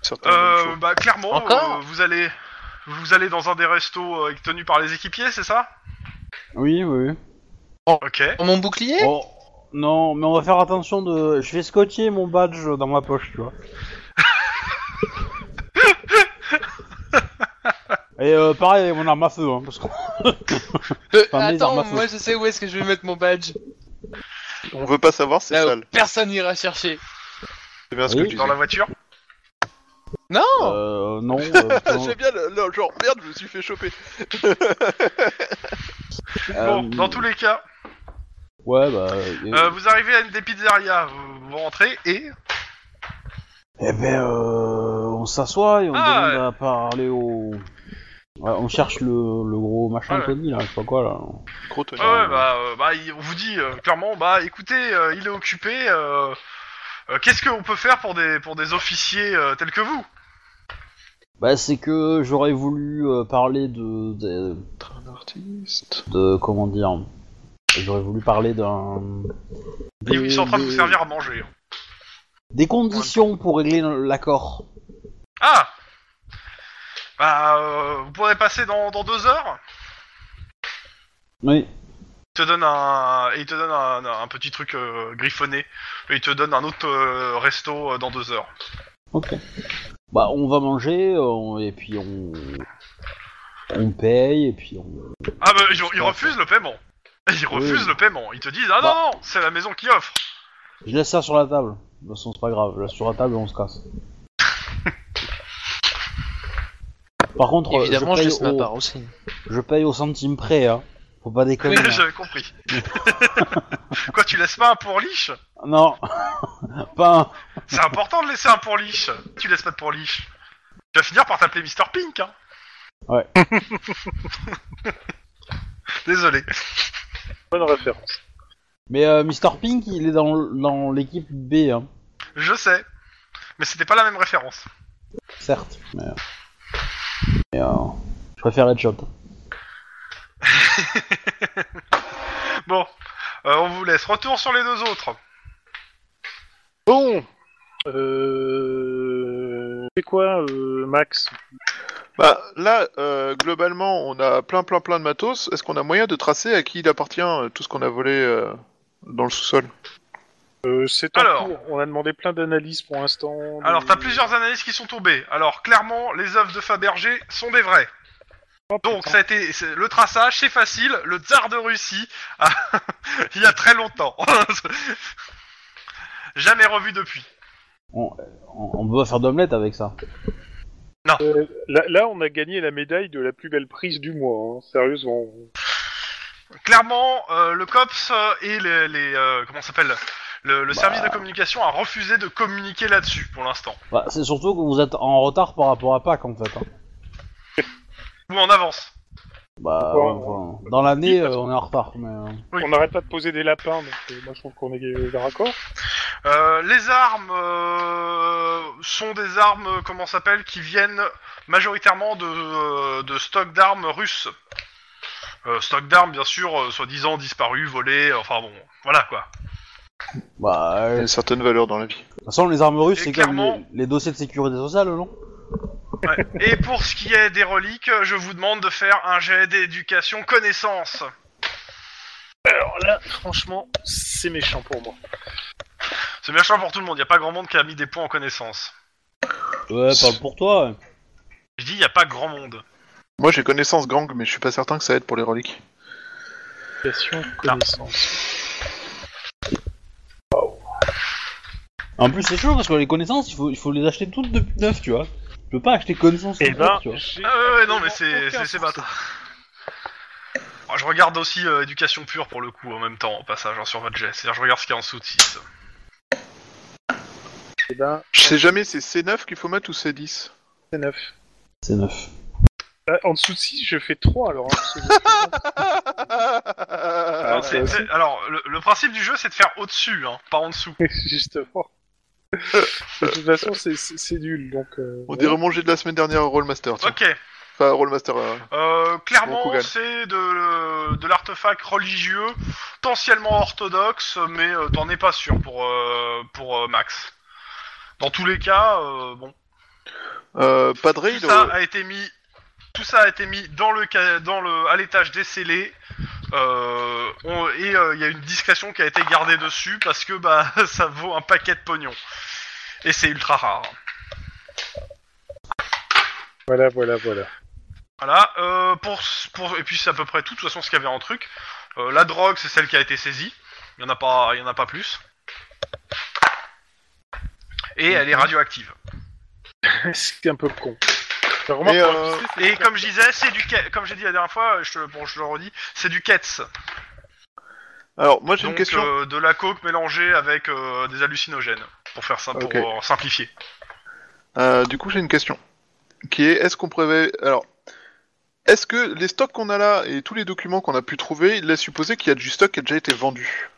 S5: Certains même
S1: Euh,
S5: chose.
S1: bah clairement,
S3: Encore
S1: euh, vous allez vous allez dans un des restos euh, tenus par les équipiers, c'est ça
S4: Oui, oui.
S1: Ok.
S3: Oh, Mon bouclier
S4: Oh, non, mais on va faire
S1: (laughs)
S4: attention de. Je vais scotcher mon badge dans ma poche, tu vois. Et euh, pareil, mon arme à feu, hein, parce que... Enfin, mes armes
S6: Euh,
S4: à
S6: Attends,
S4: feu.
S6: moi je sais où est-ce que je vais mettre mon badge.
S5: On veut pas savoir, c'est
S6: Là où
S5: sale.
S6: personne n'ira chercher.
S5: C'est bien ce
S4: Oui.
S5: que tu
S1: Dans
S5: dis.
S1: la voiture
S6: Non
S1: Oh.
S4: Euh,
S1: (laughs)
S4: non. euh, putain,
S5: J'aime Ah, bien le, le genre, merde, je me suis fait choper.
S1: Bon,
S4: euh,
S1: dans tous les cas,
S4: Ouais, bah... et-
S1: euh, vous arrivez à une des pizzerias, vous, vous rentrez et...
S4: Eh ben, euh, on s'assoit et on
S1: Ah,
S4: demande à parler au... Ouais, on cherche le, le gros machin
S1: Ouais.
S4: Tony, là, je sais pas quoi, là.
S5: Gros Tony.
S1: Ouais, ouais, bah, euh, bah, il- on vous dit euh, clairement, bah, écoutez, euh, il est occupé. euh, euh, Qu'est-ce qu'on peut faire pour des pour des officiers euh, tels que vous
S4: Bah, c'est que j'aurais voulu euh, parler de, de,
S5: Un artiste.
S4: de- Comment dire J'aurais voulu parler d'un...
S1: Ils, ils sont en train de
S4: des-
S1: vous servir à manger.
S4: Des conditions pour régler l'accord.
S1: Ah, bah, euh, vous pourrez passer dans, dans deux heures.
S4: Oui.
S1: Il te donne un, et il te donne un, un petit truc euh, griffonné. Et il te donne un autre euh, resto euh, dans deux heures.
S4: Ok. Bah, on va manger, euh, on- et puis on... On paye, et puis on...
S1: Ah, bah, ils, ils refusent le paiement. (laughs) Ils
S4: Oui.
S1: refusent le paiement. Ils te disent, ah
S4: Bah.
S1: non, non, c'est la maison qui offre.
S4: Je laisse ça sur la table. De toute façon, c'est pas grave. Je laisse sur la table et on se
S1: (laughs)
S4: casse. Par contre, euh,
S3: Évidemment, je
S4: je,
S3: laisse
S4: paye
S3: ma
S4: au...
S3: part aussi.
S4: je paye au centime près, hein. Faut pas déconner. hein.
S1: (laughs) J'avais compris. Quoi, tu laisses pas un pour liche
S4: Non. (laughs) pas un...
S1: C'est important de laisser un pour liche. Tu laisses pas de pour liche. Tu vas finir par t'appeler Mr. Pink, hein
S4: Ouais.
S1: (laughs) Désolé.
S2: Bonne référence.
S4: Mais euh, Mr. Pink, il est dans, l- dans l'équipe B, hein.
S1: Je sais. Mais c'était pas la même référence.
S4: Certes. Mais... euh, mais, euh, Je préfère Headshot.
S1: Bon, euh, on vous laisse. Retour sur les deux autres.
S2: Bon Euh... C'est quoi, euh, Max
S5: Bah là, euh, globalement, on a plein, plein, plein de matos. Est-ce qu'on a moyen de tracer à qui il appartient euh, tout ce qu'on a volé euh, dans le sous-sol
S2: Euh, c'est en
S1: Alors.
S2: cours. On a demandé plein d'analyses pour l'instant.
S1: Alors,
S2: mais-
S1: t'as plusieurs analyses qui sont tombées. Alors, clairement, les œuvres de Fabergé sont des vraies.
S2: Oh, putain.
S1: Donc, ça a été, c'est- le traçage, c'est facile. Le tsar de Russie, (laughs) a- il y a très longtemps. (laughs) Jamais revu depuis.
S4: On, on peut pas faire d'omelette avec ça.
S2: Euh, là, là, on a gagné la médaille de la plus belle prise du mois. hein. Sérieusement.
S1: Clairement, euh, le COPS euh, et les. les, euh, comment ça s'appelle le, le service de communication a refusé de communiquer là-dessus pour l'instant.
S4: Bah, c'est surtout que vous êtes en retard par rapport à Pâques, en fait. hein.
S1: Ou en avance.
S4: Bah,
S2: Pourquoi
S4: ouais, enfin, dans l'année,
S2: Oui, parce
S4: euh, on est en retard, mais... euh,
S1: Oui.
S2: On n'arrête pas de poser des lapins, donc euh, moi je trouve qu'on est d'un raccord.
S1: Euh, les armes euh, sont des armes, euh, comment ça s'appelle, qui viennent majoritairement de, euh, de stocks d'armes russes. Euh, stocks d'armes, bien sûr, euh, soi-disant disparus, volés, euh, enfin bon, voilà quoi.
S4: Bah,
S5: Il y
S4: euh,
S5: a une certaine valeur dans la vie.
S4: De toute façon, les armes russes,
S1: Et
S4: c'est comme
S1: clairement-
S4: les, les dossiers de sécurité sociale, non
S1: Ouais. Et pour ce qui est des reliques, je vous demande de faire un jet d'éducation connaissance.
S2: Alors là, franchement, c'est méchant pour moi.
S1: C'est méchant pour tout le monde, y a pas grand monde qui a mis des points en connaissance.
S4: Ouais,
S5: parle
S4: pour toi.
S1: Je dis y a pas grand monde.
S5: Moi j'ai connaissance gang, mais je suis pas certain que ça aide pour les reliques.
S2: Éducation, connaissance.
S4: En plus, c'est chaud parce que les connaissances, il faut, il faut les acheter toutes depuis neuf, tu vois. Je peux pas acheter connaissances
S2: Eh
S4: toutes
S2: ben,
S4: neuves, tu vois.
S2: j'ai
S1: Ah ouais, ouais, non mais
S2: absolument
S1: c'est
S2: aucun
S1: c'est c'est bâtard. Bon, Je regarde aussi euh, éducation pure pour le coup en même temps, au passage, hein, sur votre jet. C'est-à-dire je regarde ce qu'il y a en dessous de 6.
S2: Eh ben,
S5: Je sais jamais, c'est C9 qu'il faut mettre ou C10 (laughs)
S2: c'est 9.
S4: C'est neuf.
S2: en dessous de 6, je fais 3 alors. hein, parce que je-
S5: Ah,
S1: Alors, c'est-
S2: ouais.
S1: c'est- alors, le, le principe du jeu, c'est de faire au-dessus, hein, pas en dessous.
S2: (laughs) Justement. De toute façon, c'est- c'est c'est nul. Donc, euh,
S5: On dirait mon jet de la semaine dernière au Rollmaster. tiens.
S1: Ok,
S5: Enfin, Rollmaster. euh,
S1: euh, clairement,
S5: Rokugan.
S1: c'est de, de l'artefact religieux, potentiellement orthodoxe, mais euh, t'en es pas sûr pour, euh, pour euh, Max. Dans tous les cas, euh, bon,
S5: euh, Padre, il
S1: tout ça
S5: doit-
S1: a été mis, tout ça a été mis dans le, ca- dans le, à l'étage des scellés, euh, on- et euh, il y a une discrétion qui a été gardée dessus parce que bah (laughs) ça vaut un paquet de pognon, et c'est ultra rare.
S2: voilà, voilà, voilà.
S1: Voilà. euh, pour, pour, et puis c'est à peu près tout, de toute façon, ce qu'il y avait en truc. Euh, la drogue, c'est celle qui a été saisie. Il n'y en, a pas- il y en a pas plus. Et elle est radioactive.
S2: C'est un peu con. Enfin,
S5: Et,
S2: remarque,
S5: euh,
S1: Et comme je disais, c'est du... ke- Comme j'ai dit la dernière fois, je, te- bon, je le redis, c'est du E Ketz.
S5: Alors, moi j'ai une
S1: Donc
S5: question.
S1: euh, de la coke mélangée avec euh, des hallucinogènes. Pour faire ça, pour
S5: Ok.
S1: euh, simplifier.
S5: Euh, du coup, j'ai une question. Qui est est-ce qu'on prévait. Alors, est-ce que les stocks qu'on a là et tous les documents qu'on a pu trouver, il laisse supposer qu'il y a du stock qui a déjà été vendu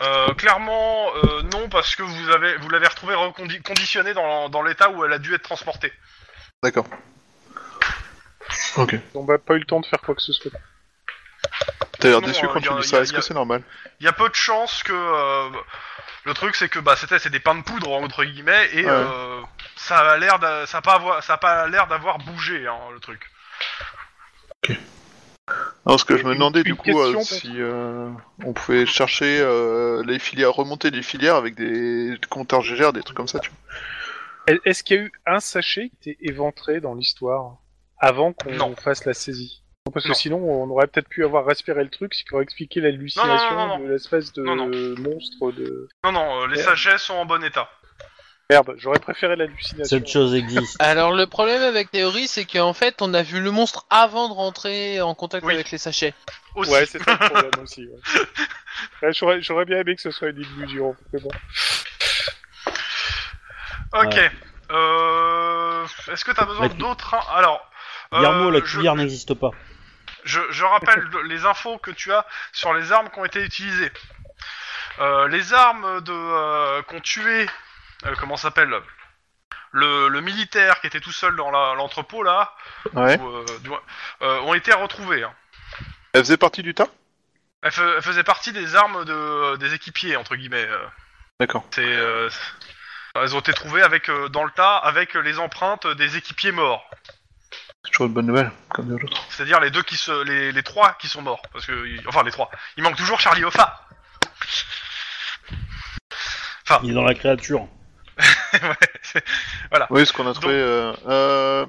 S1: Euh, clairement, euh, non, parce que vous avez, vous l'avez retrouvée recondi- conditionnée dans, dans l'état où elle a dû être transportée.
S5: D'accord. Ok.
S2: On n'a pas eu le temps de faire quoi que ce soit.
S5: T'as l'air
S1: Non,
S5: déçu
S1: euh,
S5: quand
S1: y
S5: tu
S1: a-
S5: dis
S1: y
S5: ça,
S1: a-
S5: est-ce
S1: y a-
S5: que c'est normal
S1: Il y a peu de chances que euh, le truc, c'est que bah c'était c'est des pains de poudre entre guillemets et
S5: Ouais.
S1: euh, ça a l'air d'a- ça a pas avoir- ça a pas l'air d'avoir bougé hein, le truc.
S5: Non, parce que je
S2: Une-
S5: me demandais du
S2: une
S5: coup euh,
S2: question,
S5: si euh, on pouvait chercher euh, les filières, remonter les filières avec des compteurs GGR, des trucs comme ça, tu vois.
S2: Est- Est-ce qu'il y a eu un sachet qui était éventré dans l'histoire avant
S1: Non.
S2: qu'on fasse la saisie Non, Parce que
S1: Non.
S2: sinon, on aurait peut-être pu avoir respiré le truc, ce qui aurait expliqué
S1: Non, non, non,
S2: l'hallucination
S1: non, non.
S2: de l'espèce de
S1: Non, non.
S2: monstre de...
S1: Non non, euh, les
S2: Ouais.
S1: sachets sont en bon état.
S2: Merde, j'aurais préféré l'hallucination.
S4: Cette chose existe.
S6: Alors le problème avec Théorie, c'est qu'en fait, on a vu le monstre avant de rentrer en contact
S1: Oui.
S6: avec les sachets.
S1: Aussi.
S2: Ouais, c'est ça le problème aussi. ouais. Ouais, j'aurais, j'aurais bien aimé que ce soit une illusion. mais bon.
S1: ok.
S4: Ouais.
S1: Euh, Est-ce que t'as besoin
S4: La cu-
S1: d'autres hein Alors. euh,
S4: Guillermo, la
S1: je-
S4: cuillère n'existe pas.
S1: Je, je
S4: (laughs)
S1: rappelle le- les infos que tu as sur les armes qui ont été utilisées. Euh, les armes de euh, qu'ont tué, euh, comment ça s'appelle le, le militaire qui était tout seul dans la- l'entrepôt là,
S5: Ouais.
S1: ou, euh, du moins, euh, ont été retrouvées. hein.
S5: Elle faisait partie du tas
S1: Elles, fe- elles faisaient partie des armes de, des équipiers entre guillemets. euh.
S5: D'accord.
S1: C'est, euh, elles ont été trouvées avec euh, dans le tas avec les empreintes des équipiers morts,
S5: C'est toujours une bonne nouvelle, comme de l'autre.
S1: c'est-à-dire les deux qui se, les, les trois qui sont morts, parce que enfin les trois. Il manque toujours Charlie Hoffa.
S4: Il est dans la créature.
S1: Ouais, c'est-
S5: Oui, ce qu'on a trouvé.
S1: Donc-
S5: euh, euh,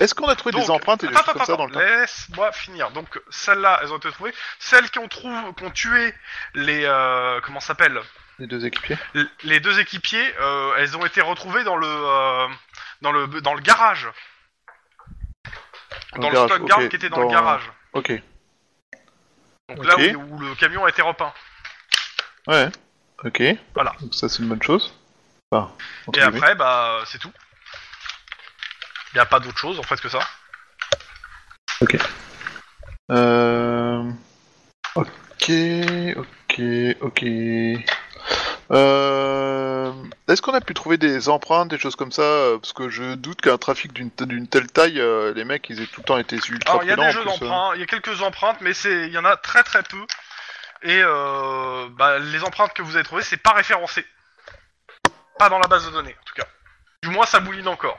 S5: Est-ce qu'on a trouvé des
S1: Donc-
S5: empreintes et des
S1: Attends,
S5: choses
S1: attends,
S5: comme ça
S1: attends,
S5: dans le tas
S1: laisse-moi finir. Donc, celles-là, elles ont été trouvées. Celles qui ont, trouvé, qui ont tué les. euh, comment ça s'appelle
S5: Les deux équipiers
S1: L- Les deux équipiers, euh, elles ont été retrouvées dans le. euh, dans, le dans le garage. Dans,
S5: Dans
S1: le
S5: le garage,
S1: stock garde
S5: ok,
S1: qui était dans,
S5: dans-
S1: le garage.
S5: Ok.
S1: Donc là
S5: ok.
S1: où, où le camion a été repeint.
S5: Ouais. Ok.
S1: Voilà.
S5: Donc ça, c'est une bonne chose. Enfin, entre
S1: Et
S5: guillemets.
S1: après, bah, c'est tout. Il n'y a pas d'autre chose en fait que ça.
S5: Euh... Ok, ok, ok. Euh... Est-ce qu'on a pu trouver des empreintes, des choses comme ça euh, Parce que je doute qu'un trafic d'une d'une telle taille, euh, les mecs, ils aient tout le temps été ultra
S1: Alors il y a des
S5: prudents, en
S1: jeux
S5: plus, euh.
S1: d'empreintes, il y a quelques empreintes, mais c'est il y en a très très peu. Et euh, bah, les empreintes que vous avez trouvées, c'est pas référencé, pas dans la base de données en tout cas. Du moins ça mouline encore.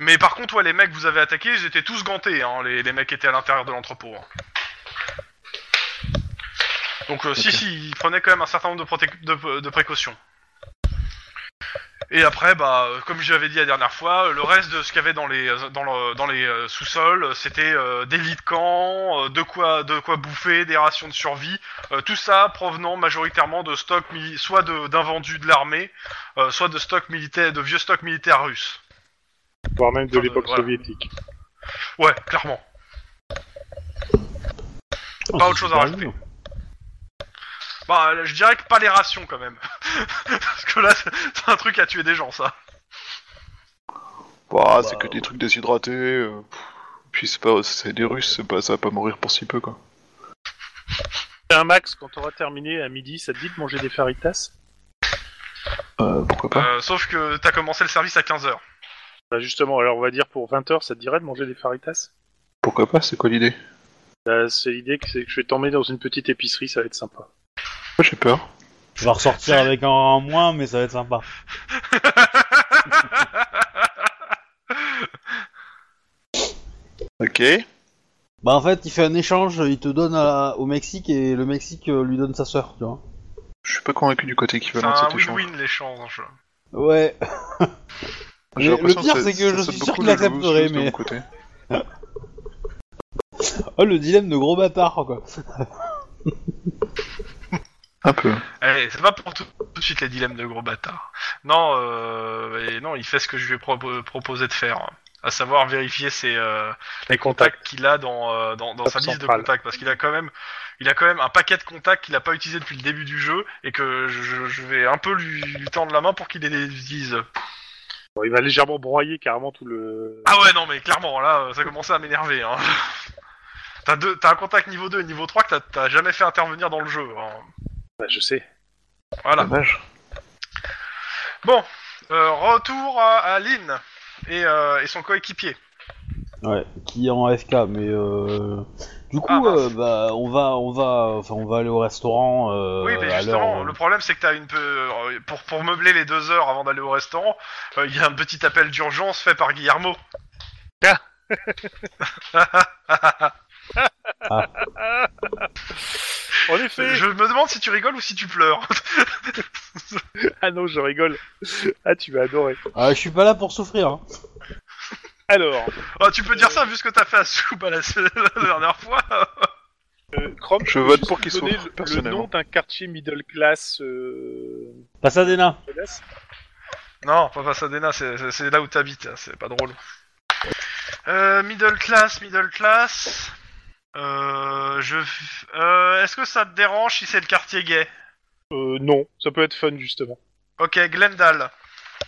S1: Mais par contre, ouais, les mecs que vous avez attaqués, ils étaient tous gantés, hein, les, les mecs qui étaient à l'intérieur de l'entrepôt. hein. Donc euh, si,
S5: Ok.
S1: si, ils prenaient quand même un certain nombre de, proté- de- de précautions. Et après, bah, euh, comme je l'avais dit la dernière fois, euh, le reste de ce qu'il y avait dans les euh, dans le- dans les euh, sous-sols, euh, c'était euh, des lits de camp, euh, de quoi de quoi bouffer, des rations de survie, euh, tout ça provenant majoritairement de stocks mili- soit de d'invendus de l'armée, euh, soit de stocks militaires, de vieux stocks militaires russes.
S2: Voire même de
S1: Enfin, de-
S2: l'époque
S1: voilà.
S2: soviétique.
S1: Ouais, clairement.
S4: Oh,
S1: Pas
S4: c'est
S1: autre chose à
S4: super
S1: rajouter.
S4: mignon.
S1: Bah, euh, je dirais que pas les rations quand même, (laughs) parce que là, c'est c'est un truc à tuer des gens, ça.
S5: Bah, c'est
S4: Bah,
S5: que des trucs déshydratés. euh, pff. Puis c'est pas, c'est des Russes, c'est pas, ça va pas mourir pour si peu quoi.
S2: Un max, quand t'auras terminé à midi, ça te dit de manger des faritas
S5: Euh, pourquoi pas
S1: Euh, sauf que t'as commencé le service à 15 h
S2: Bah justement, alors on va dire pour 20h, ça te dirait de manger des faritas
S5: Pourquoi pas C'est quoi l'idée
S2: Bah, C'est l'idée que, c'est que je vais t'emmener dans une petite épicerie, ça va être sympa.
S5: Moi j'ai peur.
S4: Je vais ressortir avec un, un moins, mais ça va être sympa.
S5: Ok.
S4: Bah en fait, il fait un échange, il te donne à- au Mexique et le Mexique euh, lui donne sa sœur, tu vois.
S5: Je suis pas convaincu du côté
S1: C'est
S5: équivalent de
S1: un
S5: cet
S4: (laughs)
S5: échange.
S1: win-win l'échange.
S4: Ouais.
S7: Mais
S5: J'ai l'impression
S7: le pire,
S5: ça-
S7: c'est que
S5: ça
S7: je
S5: sonne
S7: suis sûr
S5: beaucoup
S7: qu'il
S5: le loose,
S7: accepterait,
S5: loose de
S7: mais-
S5: mon côté.
S7: Oh, le dilemme de gros bâtard, quoi.
S5: Un peu.
S1: Allez, c'est pas pour tout, tout de suite les dilemmes de gros bâtard. Non, euh, et non, il fait ce que je lui ai propo- proposé de faire, hein. à savoir vérifier ses euh,
S2: Les contacts.
S1: contacts qu'il a dans, euh, dans, dans sa
S2: Top
S1: liste de
S2: central.
S1: contacts, parce qu'il a quand même, il a quand même un paquet de contacts qu'il a pas utilisé depuis le début du jeu et que je, je- je vais un peu lui, lui tendre la main pour qu'il les utilise.
S2: Bon, il va légèrement broyer carrément tout le.
S1: Ah ouais, non, mais clairement, là, euh, ça commençait à m'énerver. Hein. (laughs) T'as deux- t'as un contact niveau 2 et niveau 3 que t'as- t'as jamais fait intervenir dans le jeu. hein.
S2: Bah, je sais.
S1: Voilà.
S5: Dommage.
S1: Bon, euh, retour à, à Lynn et, euh, et son coéquipier.
S4: Ouais, qui est en AFK, mais euh... du coup,
S1: Ah, mince.
S4: euh, bah, on va, on va, enfin, on va aller au restaurant. euh,
S1: oui, mais
S4: à
S1: justement,
S4: l'heure, euh,
S1: le problème c'est que t'as une peu, euh, pour pour meubler les deux heures avant d'aller au restaurant, euh, il y a un petit appel d'urgence fait par Guillermo.
S2: En effet.
S1: Je me demande si tu rigoles ou si tu pleures. (laughs)
S2: Ah non, je rigole. Ah, tu vas adorer.
S4: ah, je suis pas là pour souffrir. Hein.
S2: Alors,
S1: Ah, tu peux dire ça vu ce que t'as fait à Soupe à la, (laughs) la dernière fois.
S2: euh, Chrome,
S5: Je
S2: tu peux
S5: vote
S2: juste
S5: pour qu'il
S2: me donner
S5: souffre,
S2: le- Le
S5: personnellement.
S2: nom d'un quartier middle class. euh,
S4: Pasadena.
S2: middle class
S1: Non, pas Pasadena, c'est- c'est c'est là où t'habites, hein, c'est pas drôle. Euh, middle class, middle class. Euh, je. f- euh, Est-ce que ça te dérange si c'est le quartier gay
S2: Euh, non, ça peut être fun justement.
S1: Ok, Glendale.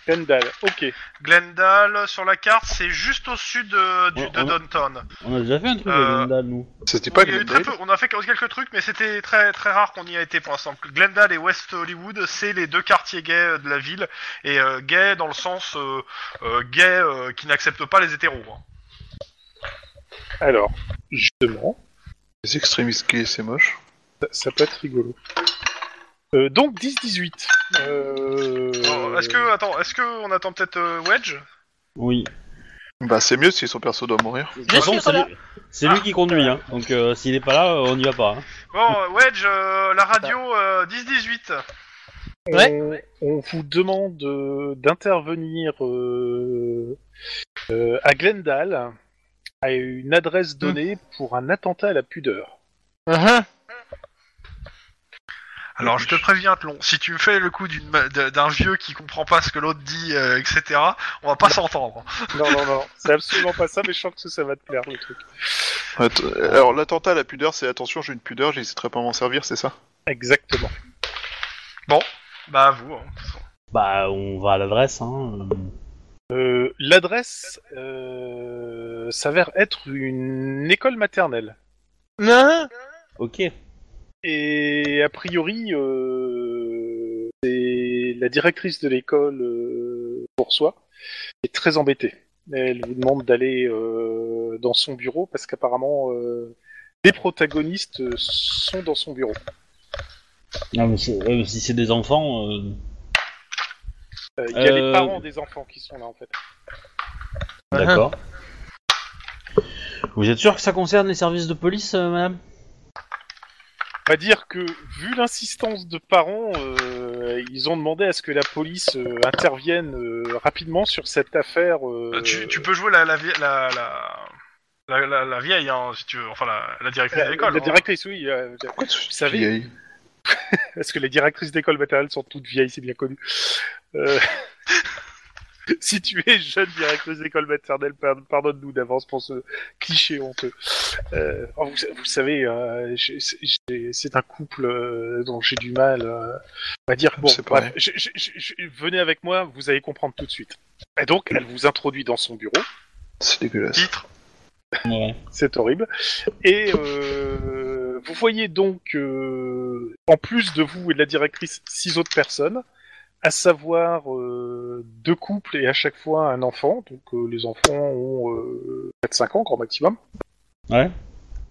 S2: Pendal, ok.
S1: Glendale, sur la carte, c'est juste au sud euh, du-
S4: Ouais,
S1: de
S4: on-
S1: Downtown.
S4: On a déjà fait un truc
S1: Euh,
S4: à Glendale, nous.
S5: C'était
S1: On,
S5: pas
S1: y a eu
S5: Glendale
S1: très peu- on a fait quelques trucs, mais c'était très très rare qu'on y ait été pour l'instant. Glendale et West Hollywood, c'est les deux quartiers gays euh, de la ville. Et euh, gays dans le sens euh, euh, gay euh, qui n'accepte pas les hétéros. hein.
S2: Alors, justement,
S5: Les extrémistes gays, c'est moche.
S2: ça, ça peut être rigolo. Euh, donc 10-18. Euh...
S1: Alors, Est-ce que attends, est-ce que on attend peut-être euh, Wedge
S4: Oui.
S5: Bah, c'est mieux si son perso doit mourir.
S4: De toute façon,
S6: suis
S4: c'est
S6: là.
S4: lui, c'est
S1: Ah.
S4: lui qui conduit, hein. Donc, euh, s'il est pas là, euh, on y va pas. hein.
S1: Bon, euh, Wedge, euh, la radio euh, 10-18.
S2: on,
S6: Ouais.
S2: on vous demande euh, d'intervenir euh, euh, à Glendale à une adresse donnée pour un attentat à la pudeur.
S6: Mhm.
S1: Alors je te préviens, Tlon, si tu me fais le coup d'une ma- de- d'un vieux qui comprend pas ce que l'autre dit, euh, etc., on va pas s'entendre.
S2: Non, non, non, c'est absolument pas ça, mais je sens que ça va te plaire le truc.
S5: Att- euh, Alors, l'attentat à la pudeur, c'est attention, j'ai une pudeur, j'hésiterai pas à m'en servir, c'est ça
S2: Exactement.
S1: Bah à vous. hein.
S4: Bah, on va à l'adresse, hein. euh.
S2: Euh, L'adresse euh, s'avère être une école maternelle.
S6: Mhm.
S4: Ok.
S2: Et a priori, euh, c'est la directrice de l'école euh, pour soi est très embêtée. Elle vous demande d'aller euh, dans son bureau parce qu'apparemment euh, les protagonistes euh, sont dans son bureau.
S4: Non, mais c'est- euh, si c'est des enfants. euh,
S2: Euh, Il y a les
S4: Euh,
S2: parents des enfants qui sont là en fait. Ah,
S4: D'accord. Vous êtes sûr que ça concerne les services de police, euh, madame
S2: On va dire que, vu l'insistance de parents, euh, ils ont demandé à ce que la police euh, intervienne euh, rapidement sur cette affaire. euh,
S1: Euh, tu, tu peux jouer la la vie- la, la, la, la- la vieille, hein, si tu veux. Enfin la, la directrice
S2: la,
S1: de l'école.
S2: la
S1: hein.
S2: directrice, oui. euh,
S5: Pourquoi tu
S2: Vous savez-
S5: vieille
S2: (laughs) parce que les directrices d'école maternelle sont toutes vieilles, c'est bien connu. Euh, (laughs) si tu es jeune directrice d'école maternelle, par- pardonne-nous d'avance pour ce cliché honteux. Euh, oh, vous, vous savez, euh, j'ai- j'ai- c'est un couple euh, dont j'ai du mal euh, à dire. Bon,
S5: C'est pareil.
S2: bref, je- je- je- je- venez avec moi, vous allez comprendre tout de suite. Et donc, elle vous introduit dans son bureau.
S5: C'est dégueulasse.
S1: Titre.
S4: Ouais.
S2: C'est horrible. Et euh, vous voyez donc, euh, en plus de vous et de la directrice, six autres personnes, à savoir euh, deux couples et à chaque fois un enfant. Donc euh, les enfants ont euh, 4-5 ans, grand maximum.
S4: Ouais.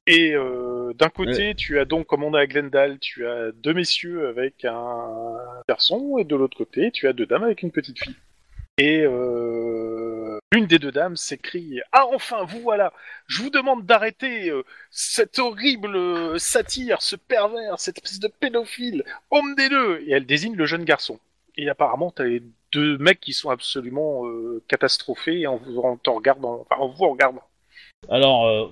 S2: Et euh, d'un côté, tu as donc, comme on est à Glendale, tu as deux messieurs avec un garçon, et de l'autre côté, tu as deux dames avec une petite fille. Et euh, l'une des deux dames s'écrie Ah, enfin, vous voilà Je vous demande d'arrêter euh, cette horrible euh, satire, ce pervers, cette espèce de pédophile Emmenez-le Et elle désigne le jeune garçon. Et apparemment, t'as les deux mecs qui sont absolument euh, catastrophés en vous en te regardant, enfin, en vous regardant.
S4: Alors, euh,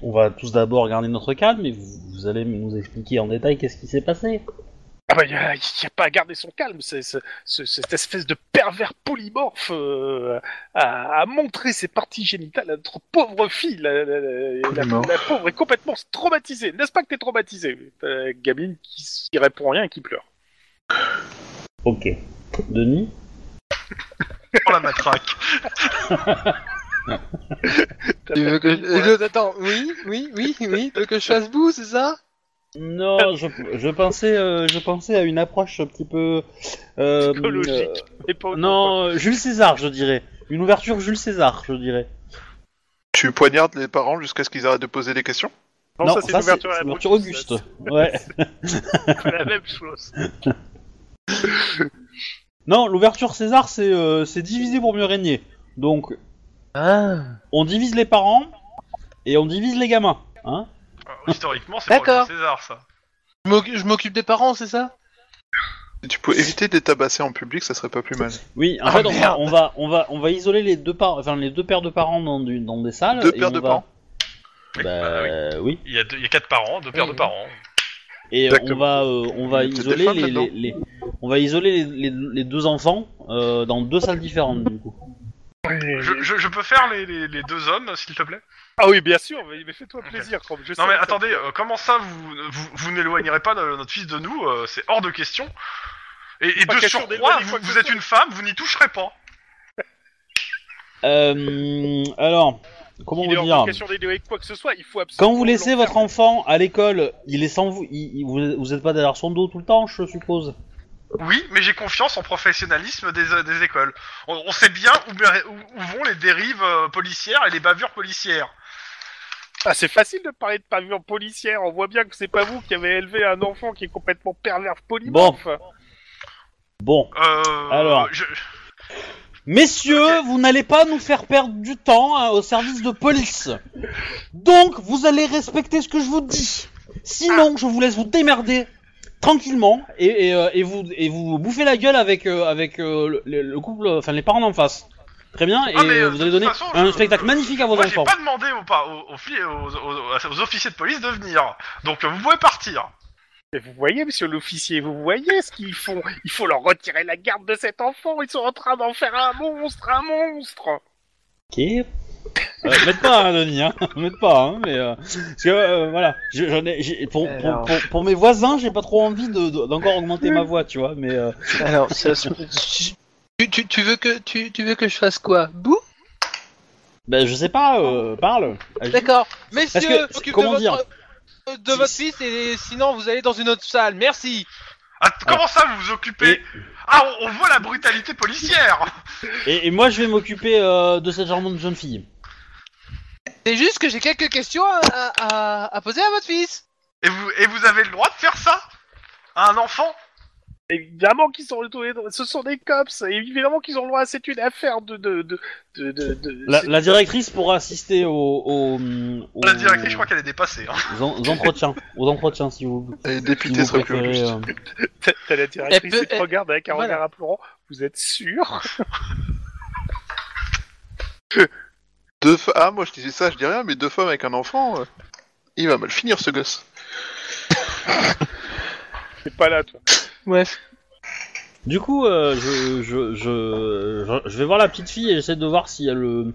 S4: on va tous d'abord garder notre calme et vous, vous allez nous expliquer en détail qu'est-ce qui s'est passé.
S2: Ah bah, il n'y a, y a pas à garder son calme, c'est, c'est- c'est- cette espèce de pervers polymorphe euh, a, a montré ses parties génitales à notre pauvre fille. La, la- la- la-
S5: Polymorphe.
S2: la pauvre est complètement traumatisée. N'est-ce pas que t'es traumatisée T'as la gamine qui, s- qui répond rien et qui pleure.
S4: Ok. Denis
S1: Oh la
S2: (laughs)
S1: matraque.
S2: T'as
S6: Tu
S2: pas
S6: veux que
S2: de
S6: je-
S2: vie, voilà.
S6: je- Attends, oui, oui, oui, oui, tu veux que je fasse boue, c'est ça
S2: Euh.
S4: Non, je, je pensais, euh, je pensais à une approche un petit peu. euh,
S2: Psychologique. Et pas
S4: euh,
S2: autre chose.
S4: non, euh, Jules César, je dirais. Une ouverture Jules César, je dirais.
S5: Tu poignardes les parents jusqu'à ce qu'ils arrêtent de poser des questions
S2: Non, ça, c'est une ouverture à la
S4: l'ouverture
S2: Brutus,
S4: Auguste.
S2: ça, (laughs)
S4: Ouais. (laughs)
S2: C'est la même chose.
S4: Non, l'ouverture César, c'est euh, c'est diviser pour mieux régner. Donc,
S3: Ah,
S4: on divise les parents et on divise les gamins. Hein
S1: Euh, Historiquement, c'est pour
S6: D'accord.
S1: Jules César ça.
S6: Je m'occu- je m'occupe des parents, c'est ça
S5: Si tu peux éviter de les tabasser en public, ça serait pas plus mal.
S4: oui, en
S6: Ah,
S4: fait, on va,
S6: merde.
S4: on, va, on, va, on va isoler les deux, par... enfin, les deux paires de parents dans, du- dans des salles.
S5: Deux
S4: et
S5: paires
S4: on
S5: de
S4: va-
S5: parents Ah
S4: Bah, oui.
S1: Il y, a deux- il y a quatre parents, deux paires de parents.
S4: Et euh, on
S5: Exactement.
S4: va, euh, on va
S5: Il y a peut-être
S4: isoler
S5: des femmes
S4: les,
S5: là-dedans.
S4: les- les- on va isoler les, les- les deux enfants euh, dans deux salles différentes du coup.
S1: Je, je- je peux faire les, les- les deux hommes, s'il te plaît
S2: Ah oui, bien sûr, mais, mais fais-toi plaisir. Chrome, je
S1: Non
S2: sais
S1: mais
S2: que ça-
S1: attendez, euh, comment ça vous vous, vous n'éloignerez pas de notre fils de nous euh, C'est hors de question. Et, et
S2: Pas
S1: de
S2: question
S1: surcroît,
S2: d'éloigner
S1: vous,
S2: quoi que ce
S1: vous êtes
S2: soit.
S1: une femme, vous n'y toucherez pas.
S4: Euh, alors, comment
S2: Il est
S4: vous
S2: hors
S4: dire
S2: de question d'éloigner quoi que ce soit, il faut absolument.
S4: Quand vous laissez votre
S2: l'enfermer.
S4: enfant à l'école, il est sans vous, il- il- vous, vous êtes pas derrière son dos tout le temps, je suppose.
S1: Oui, mais j'ai confiance en professionnalisme des, euh, des écoles. On, on sait bien où, où- où vont les dérives euh, policières et les bavures policières.
S2: Ah, c'est facile de parler de pavillon policière, on voit bien que c'est pas vous qui avez élevé un enfant qui est complètement pervers polymorphe.
S4: Bon,
S1: Euh,
S4: Alors.
S1: je-
S4: messieurs, vous n'allez pas nous faire perdre du temps hein, au service de police. Donc, vous allez respecter ce que je vous dis.
S1: Ah.
S4: Sinon, je vous laisse vous démerder tranquillement et, et, euh, et vous et vous bouffez la gueule avec euh, avec euh, le, le couple, enfin les parents d'en face. Très bien, et
S1: Ah, mais, euh,
S4: vous
S1: de
S4: allez
S1: toute
S4: donner
S1: façon,
S4: un
S1: je-
S4: spectacle magnifique à vos
S1: Moi, j'ai
S4: enfants.
S1: pas demandé aux, par- aux- aux filles- aux- aux- aux officiers de police de venir. Donc euh, vous pouvez partir.
S2: Mais vous voyez, monsieur l'officier, vous voyez ce qu'ils font Il faut leur retirer la garde de cet enfant, ils sont en train d'en faire un monstre, un monstre
S4: Ok. Euh, m'aide pas, hein, Denis, hein. (laughs) m'aide pas, hein, mais euh, parce que euh, voilà, je- j'en ai, j'ai- pour, pour,
S3: Alors.
S4: pour, pour mes voisins, j'ai pas trop envie de, de- d'encore augmenter
S1: Mm.
S4: ma voix, tu vois, mais euh,
S6: (laughs)
S3: alors, ça se...
S6: tu, tu, tu veux que tu, tu veux que je fasse quoi Boue
S4: ben, je sais pas,
S1: Ah.
S4: euh, parle. agis.
S1: (laughs)
S6: D'accord. Messieurs,
S4: que-
S6: occupez
S4: comment
S6: votre,
S4: dire
S6: euh, de votre fils et sinon vous allez dans une autre salle. Merci.
S1: Att- Ah, Comment ça vous vous occupez
S4: Ah. Et-
S1: Ah, on, on voit la brutalité policière.
S4: Et, et moi, je vais m'occuper euh, de cette charmante jeune fille.
S6: C'est juste que j'ai quelques questions à, à- à- à poser à votre fils.
S1: Et vous, et vous avez le droit de faire ça à un enfant
S2: Évidemment qu'ils sont retournés, dans- ce sont des cops, et évidemment qu'ils ont le droit, c'est une affaire de... de, de, de, de- de-
S4: La,
S2: c'est-
S4: la directrice pourra assister au, au, hum,
S1: La
S4: aux-
S1: directrice, je crois qu'elle est dépassée. hein.
S4: aux, en- aux entretiens, aux entretiens, si vous,
S5: Et
S4: si
S5: dépité
S4: vous
S5: serait plus
S4: préférez.
S5: juste.
S4: euh.
S2: T'as- T'as la directrice
S6: Elle
S2: qui
S6: peut-
S2: te regarde avec un
S6: voilà.
S2: regard implorant, vous êtes sûr
S5: Deux femmes. Ah, moi je disais ça, je dis rien, mais deux femmes avec un enfant, euh, il va mal finir ce gosse.
S2: T'es pas là, toi.
S3: Bref.
S4: Du coup, euh, je, je, je, je, je vais voir la petite fille et j'essaie de voir si elle, euh,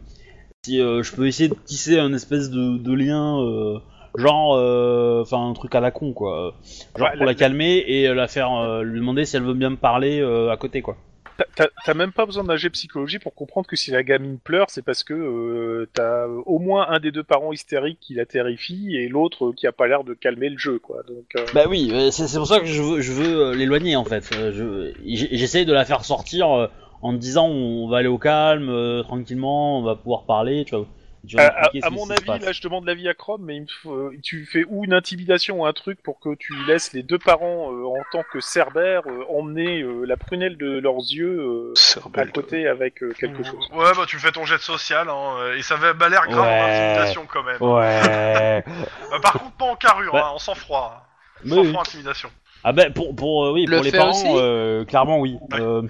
S4: si euh, je peux essayer de tisser un espèce de, de lien, euh, genre, euh, enfin un truc à la con quoi, genre
S2: Ouais,
S4: pour
S2: la-
S4: la, calmer et euh, la faire euh, lui demander si elle veut bien me parler euh, à côté quoi.
S2: T'as- T'as t'as même pas besoin d'un jet psychologie pour comprendre que si la gamine pleure, c'est parce que euh, t'as euh, au moins un des deux parents hystériques qui la terrifie et l'autre euh, qui a pas l'air de calmer le jeu, quoi. Donc, euh,
S4: Bah oui, euh, c'est c'est pour ça que je veux, je veux euh, l'éloigner en fait. Euh, je- j'ai- J'essaie de la faire sortir euh, en te disant on va aller au calme, euh, tranquillement, on va pouvoir parler, tu vois. tu vas
S2: à, à-
S4: m'expliquer
S2: Euh, à
S4: ce qui
S2: mon
S4: se
S2: avis,
S4: passe.
S2: là, je demande l'avis à Chrome, mais il me faut- euh, tu fais ou une intimidation ou un truc pour que tu laisses les deux parents, euh, en tant que cerbères, euh, emmener euh, la prunelle de leurs yeux euh, à
S4: Ah.
S5: Cerbelle.
S2: côté avec euh,
S6: Mmh.
S2: quelque chose.
S1: Ouais, bah tu me fais ton jet de social, hein, et ça va m'a l'air grave
S4: Ouais. Oh.
S1: en intimidation quand même.
S4: Ouais.
S1: Euh, par contre, pas en carrure,
S4: Ouais.
S1: hein, en sang-froid. hein.
S4: Bah. Mais
S1: Sang-froid
S4: (laughs) oui.
S1: intimidation.
S4: Ah ben pour pour euh, oui
S6: Le
S4: pour les
S6: fait aussi
S4: parents euh, clairement oui.
S1: Ouais.
S4: Euh,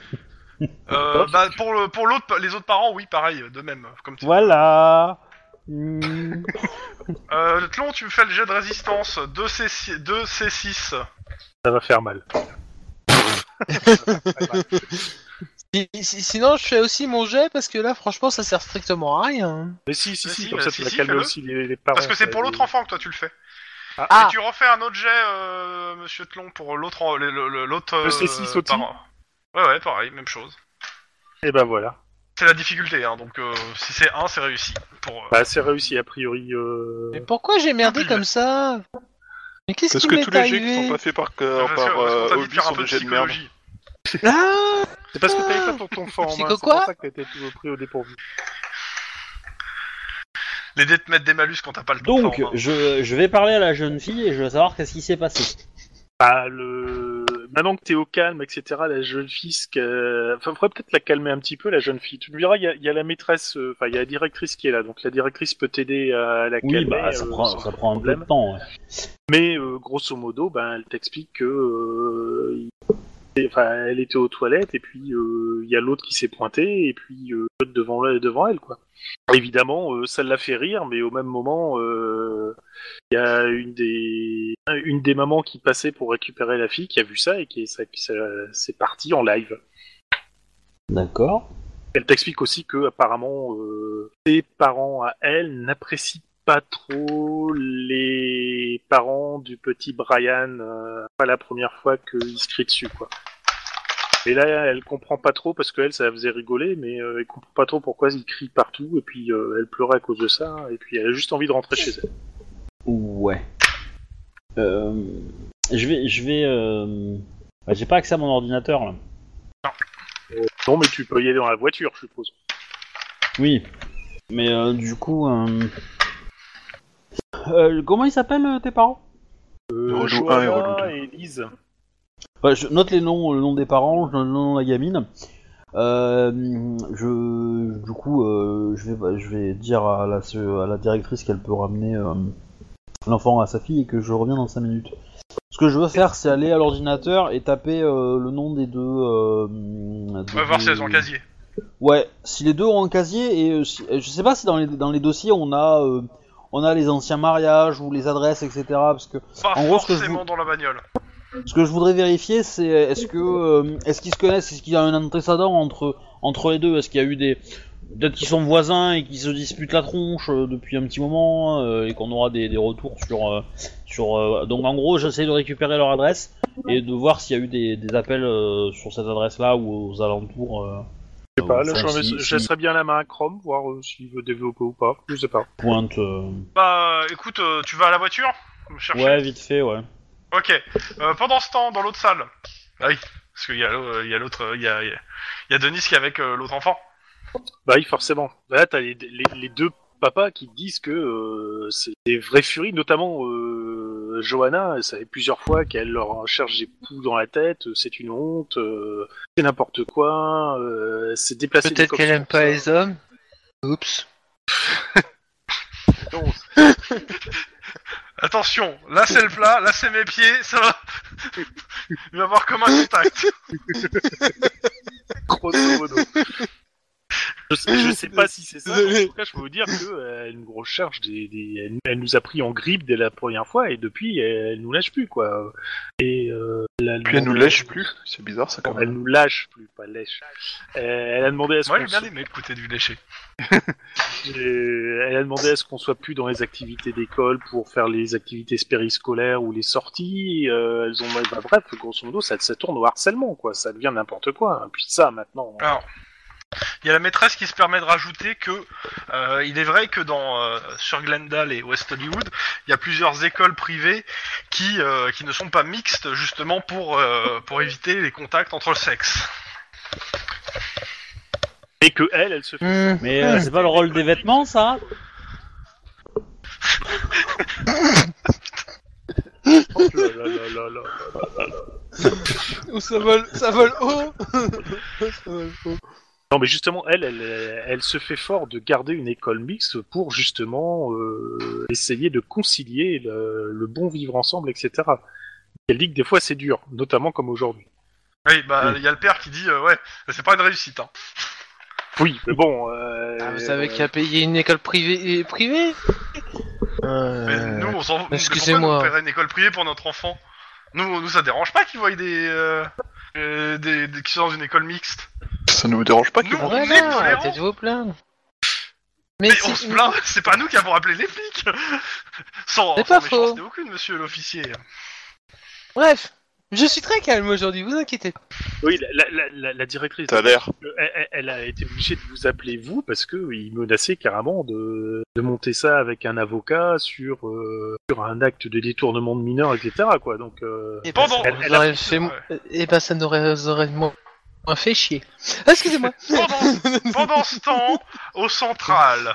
S1: Euh, bah, pour le, pour l'autre, les autres parents, oui, pareil, de même. Comme tu-
S4: Voilà. Hmm.
S1: euh, Tlon, tu me fais le jet de résistance 2C6. 2C6.
S4: Ah
S2: Ça va
S1: (laughs)
S2: faire mal.
S6: Si- si- Sinon, je fais aussi mon jet parce que là, franchement, ça sert strictement à rien.
S2: Mais si, si,
S1: Mais
S2: si,
S1: si,
S2: comme
S1: bah,
S2: ça,
S1: si,
S2: tu vas
S1: si,
S2: calmer
S1: fais-le.
S2: aussi les, les parents.
S1: Parce que c'est
S2: ça,
S4: bah,
S1: pour
S2: les-
S1: l'autre enfant que toi tu le fais.
S2: Ah.
S1: Et
S6: Ah.
S1: tu refais un autre jet, euh, monsieur Tlon, pour l'autre. en- le- le- le- l'autre
S2: Le C6
S1: euh,
S2: aussi
S1: parent. Ouais, ouais, pareil, même chose.
S2: Et ben voilà.
S1: C'est la difficulté, hein, donc euh, si c'est 1, c'est réussi. Pour, euh,
S2: Bah, c'est réussi, a priori. euh,
S6: Mais pourquoi j'ai merdé
S1: Plus.
S6: comme ça Mais
S5: (laughs)
S6: qu'est-ce
S5: Parce
S6: qui
S5: que
S6: m'est
S5: tous les jets qui
S6: arrivé
S5: sont pas faits par, euh,
S1: parce que-
S5: par
S1: parce qu'on
S5: euh,
S1: t'a dit de
S5: Obi
S1: faire un
S5: sont
S1: peu
S5: des
S1: de
S5: jets de merde.
S1: psychologie.
S6: Ah
S2: C'est parce que t'avais pas ton ton fort en main,
S6: Psycho
S2: c'est
S6: quoi
S2: pour ça que t'étais tout pris au dépourvu.
S1: Les dés te mettent des malus quand t'as pas le temps. hein.
S4: Donc,
S2: hein.
S4: euh, je, je vais parler à la jeune fille et je veux savoir qu'est-ce qui s'est passé.
S2: Bah, le... Maintenant que t'es au calme, etc., la jeune fille, ce que- enfin, faudrait peut-être la calmer un petit peu, la jeune fille. Tu me diras, il y a, il y a la maîtresse, euh, enfin, il y a la directrice qui est là, donc la directrice peut t'aider à la calmer.
S4: Oui, bah, ça
S2: euh,
S4: prend,
S2: sans
S4: ça prend un peu
S2: problème.
S4: de temps. ouais.
S2: Mais euh, grosso modo, ben, elle t'explique que euh, il- enfin, elle était aux toilettes et puis euh, il y a l'autre qui s'est pointé et puis euh, l'autre devant elle, devant elle quoi. Évidemment, euh, ça l'a fait rire, mais au même moment, euh, il y a une des une des mamans qui passait pour récupérer la fille qui a vu ça et qui ça, qui ça- c'est parti en live.
S4: D'accord.
S2: Elle t'explique aussi que apparemment euh, ses parents à elle n'apprécient pas trop les parents du petit Brian. euh, pas la première fois qu'il se crie dessus quoi. Et là, elle comprend pas trop parce qu'elle, ça la faisait rigoler, mais euh, elle comprend pas trop pourquoi il crie partout et puis euh, elle pleurait à cause de ça et puis elle a juste envie de rentrer chez elle.
S4: Ouais. Euh, je vais. Je vais euh, bah, J'ai pas accès à mon ordinateur là.
S2: Non, mais tu peux y aller dans la voiture, je suppose.
S4: Oui. Mais euh, du coup. euh, euh, comment ils s'appellent euh, tes parents
S2: Euh,
S5: Relou un et
S2: Johanna
S5: relou deux.
S2: et Lise.
S4: Bah, Je note les noms, le nom des parents, je note le nom de la gamine. Euh, je, du coup, euh, je, vais, bah, je vais dire à la, ce- à la directrice qu'elle peut ramener euh, l'enfant à sa fille et que je reviens dans 5 minutes. Ce que je veux faire, c'est aller à l'ordinateur et taper euh, le nom des deux. euh,
S1: On va voir
S4: des-
S1: si elles ont le casier.
S4: Ouais, si les deux ont un casier et euh, si- euh, je sais pas si dans les, dans les dossiers on a euh, on a les anciens mariages ou les adresses etc. Parce que
S1: Pas
S4: en gros, ce que je
S1: forcément
S4: vous-
S1: dans la bagnole.
S4: ce que je voudrais vérifier, c'est est-ce que euh, est-ce qu'ils se connaissent, est-ce qu'il y a un antécédent entre entre les deux, est-ce qu'il y a eu des peut-être qu'ils sont voisins et qu'ils se disputent la tronche euh, depuis un petit moment euh, et qu'on aura des, des retours sur euh, sur euh, donc en gros j'essaie de récupérer leur adresse et de voir s'il y a eu des, des appels euh, sur cette adresse-là ou aux alentours. euh,
S2: Je sais pas, là,
S4: Enfin,
S2: je, remets-
S4: si-
S2: je
S4: si-
S2: laisserai bien la main à Chrome, voir euh, s'il veut développer ou pas. Je sais pas.
S4: pointe. euh,
S1: Bah, écoute, euh, tu vas à la voiture me chercher
S4: Ouais, vite fait, ouais.
S1: Ok. Euh, pendant ce temps, dans l'autre salle. Ah oui, parce qu'il y a l'au- il y a l'autre, euh, il y a, il y a- il y a Denis qui est avec euh, l'autre enfant.
S2: Bah oui, forcément. Là, t'as les, les, les deux papas qui te disent que euh, c'est des vraies furies, notamment euh, Johanna, ça fait plusieurs fois qu'elle leur cherche des poux dans la tête, euh, c'est une honte, euh, c'est n'importe quoi, euh, c'est déplacé.
S6: Peut-être qu'elle aime pas les hommes. Oups.
S1: Attention, là c'est le plat, là c'est mes pieds, ça va. Il va y avoir comme un contact.
S2: grosso modo. Je sais, je sais pas si c'est ça, mais en tout cas, je peux vous dire qu'elle nous recherche des, des- elle, elle nous a pris en grippe dès la première fois et depuis, elle nous lâche plus, quoi. Et, euh, a
S5: Puis elle nous
S2: demandé-
S5: lèche plus. C'est bizarre ça quand
S2: Bon,
S5: même.
S2: elle nous lâche plus, pas lèche. Euh, elle a demandé à ce
S1: Moi
S2: qu'on
S1: j'ai bien
S2: se-
S1: aimé écouter du lécher.
S2: euh, elle a demandé à ce qu'on soit plus dans les activités d'école pour faire les activités périscolaires ou les sorties. euh, elles ont, bah, bref, grosso modo, ça, ça tourne au harcèlement, quoi. Ça devient n'importe quoi. Puis ça, maintenant.
S1: Alors, il y a la maîtresse qui se permet de rajouter que euh, il est vrai que dans euh, sur Glendale et West Hollywood, il y a plusieurs écoles privées qui euh, qui ne sont pas mixtes justement pour euh, pour éviter les contacts entre le sexe.
S2: Et que elle, elle se fait.
S6: Hmm.
S4: Mais euh, c'est pas le rôle des vêtements, ça
S2: Oh là là là là là.
S6: Oh, ça vole, ça vole haut. ça vole haut.
S2: Non, mais justement, elle, elle, elle se fait fort de garder une école mixte pour justement euh, essayer de concilier le, le bon vivre ensemble, etc. Elle dit que des fois c'est dur, notamment comme aujourd'hui.
S1: Oui, bah, il
S4: Oui.
S1: y a le père qui dit, euh, ouais, c'est pas une réussite, hein.
S2: Oui, mais bon. euh,
S6: Ah, vous savez
S2: euh,
S6: qu'il a payé une école privée. privée Euh,
S1: Mais
S3: Ben,
S1: nous, on s'en fout.
S6: excusez-moi.
S1: On paierait une école privée pour notre enfant. Nous, nous ça dérange pas qu'ils voient des, euh, euh, des, des- qui sont dans une école mixte.
S5: Ça ne vous dérange pas que
S1: Nous, on est
S6: Voilà, arrêtez
S1: tolérants.
S6: de vous plaindre.
S1: Mais
S6: si-
S1: on se plaint, (laughs) c'est pas nous qui avons appelé les flics (laughs) Sans,
S6: C'est
S1: sans
S6: pas faux.
S1: méchanceté aucune, monsieur l'officier.
S6: Bref, je suis très calme aujourd'hui, vous inquiétez pas.
S2: euh, Oui, la, la- la- la- la directrice.
S5: T'as l'air.
S2: euh, Elle, elle- elle a été obligée de vous appeler vous parce que oui, il menaçait carrément de, de monter ça avec un avocat sur, euh, sur un acte de détournement de mineurs, etc. Quoi. Donc, euh,
S6: Et
S1: Pendant-
S6: ça,
S1: elle-
S6: nous
S1: elle a-
S6: aurait
S1: (laughs)
S6: fait mo- eh ben, ça n'aurait ça aurait moins moins fait chier. Ah, Excusez-moi.
S1: Pendant, pendant ce temps, au central.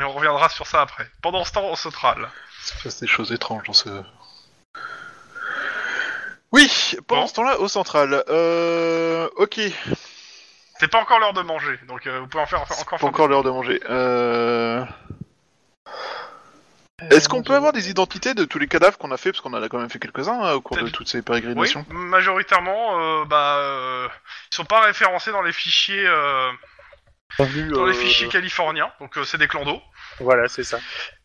S1: Et on reviendra sur ça après. Pendant ce temps, au central.
S5: Il se passe des choses étranges dans ce. Oui, pendant
S1: Bon.
S5: ce temps-là, au central. Euh... Ok,
S1: C'est pas encore l'heure de manger, donc euh, vous pouvez en faire, faire-
S5: c'est
S1: encore
S5: pas
S1: faire-
S5: encore l'heure de manger. Euh... Est-ce qu'on peut avoir des identités de tous les cadavres qu'on a fait Parce qu'on en a quand même fait quelques-uns hein, au cours de
S1: Peut-être.
S5: toutes ces
S1: Oui,
S5: pérégrinations.
S1: majoritairement, euh, bah, euh, ils sont pas référencés dans les fichiers, euh, dans les fichiers californiens, donc euh, c'est des clans d'eau.
S2: voilà, c'est ça.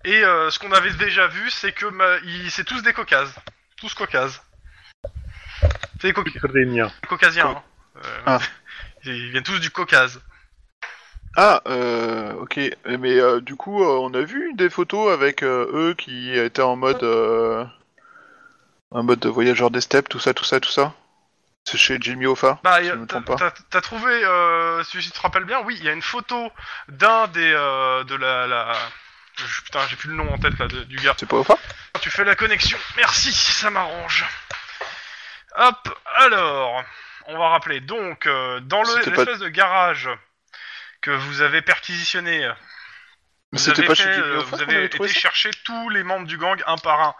S1: Et euh, ce qu'on avait déjà vu, c'est que ma- ils- c'est tous des caucases, tous caucases. C'est des cauc-
S2: Prévenir.
S1: caucasiens. hein. Euh,
S5: Ah.
S1: (laughs) Ils viennent tous du Caucase.
S5: Ah, euh, ok. Mais euh, du coup, euh, on a vu des photos avec euh, eux qui étaient en mode. Euh... Un mode de voyageur des steppes, tout ça, tout ça, tout ça. C'est chez Jimmy Hoffa.
S1: Bah,
S5: si
S1: y
S5: je
S1: a-
S5: me
S1: t'as
S5: trompe pas.
S1: t'as- t'as trouvé, euh, si je te rappelle bien, oui, il y a une photo d'un des, euh, de la, la- je- putain, j'ai plus le nom en tête là, de- du gars.
S5: C'est pas Hoffa
S1: Tu fais la connexion. Merci, ça m'arrange. Hop, alors, on va rappeler. Donc, euh, dans le-
S5: C'était pas-
S1: l'espèce de garage que vous avez perquisitionné, euh,
S5: Mais
S1: vous
S5: c'était
S1: avez,
S5: pas
S1: fait,
S5: chez Jimmy
S1: euh,
S5: Hoffa
S1: vous
S5: qu'on
S1: avez
S5: avait
S1: été
S5: trouvé ça
S1: chercher tous les membres du gang un par un.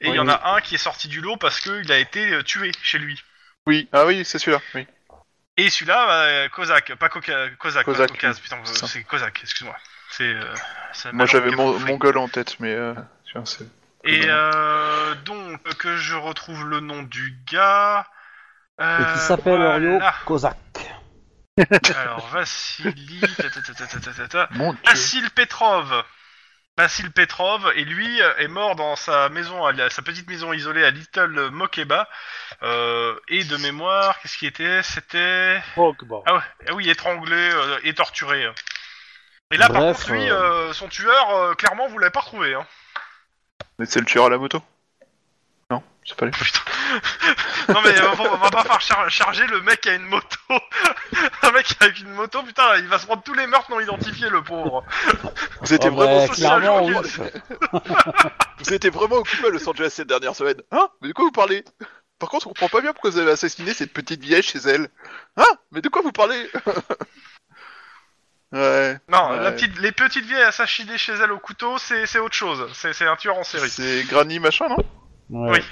S1: Et il y en a un qui est sorti du lot parce qu'il a été euh, tué chez lui.
S5: Oui, ah oui, c'est celui-là, oui.
S1: Et celui-là, euh, Kozak, pas Coca- Kozak,
S5: Kozak,
S1: pas Caucase,
S5: oui.
S1: putain,
S5: C'est ça.
S1: c'est Kozak, excuse-moi. C'est, euh, c'est ma
S5: Moi
S1: langue
S5: j'avais
S1: qui a
S5: mon,
S1: bouffé.
S5: mon gueule en tête, mais. Euh... tiens, c'est-
S1: Et
S5: Dommage.
S1: euh, donc, que je retrouve le nom du gars. Euh,
S4: Et qui s'appelle Orio
S1: voilà.
S4: Kozak.
S1: Alors,
S4: (laughs)
S1: Vassili. ta, ta, ta, ta, ta, ta, ta, ta.
S5: Mon dieu.
S1: Vassil Petrov. Vassil Petrov, et lui euh, est mort dans sa maison, à la- sa petite maison isolée à Little Mokeba. Euh, et de mémoire, qu'est-ce qui était C'était.
S2: Pogba.
S1: Ah, ouais, ah oui, étranglé euh, et torturé. Et là, par
S4: Bref,
S1: contre, lui,
S4: euh,
S1: euh, son tueur, euh, clairement, vous l'avez pas retrouvé. Hein.
S5: Mais c'est le tueur à la moto Non, c'est pas lui.
S1: Non mais euh, on va pas faire char- charger le mec à une moto. (laughs) un mec avec une moto, putain, il va se prendre tous les meurtres non identifiés, le pauvre.
S5: Vous étiez,
S4: Ah
S5: vraiment,
S4: bah,
S1: social,
S4: clairement,
S1: ok.
S4: oui.
S5: vous étiez vraiment occupé à Los Angeles cette dernière semaine. Hein Mais de quoi vous parlez Par contre, on comprend pas bien pourquoi vous avez assassiné cette petite vieille chez elle. Hein Mais de quoi vous parlez (laughs) Ouais.
S1: Non, la
S5: Ouais.
S1: petite, les petites vieilles assassinées chez elles au couteau, c'est c'est autre chose. C'est c'est un tueur en série.
S5: C'est Granny machin, non
S4: Ouais.
S1: Oui.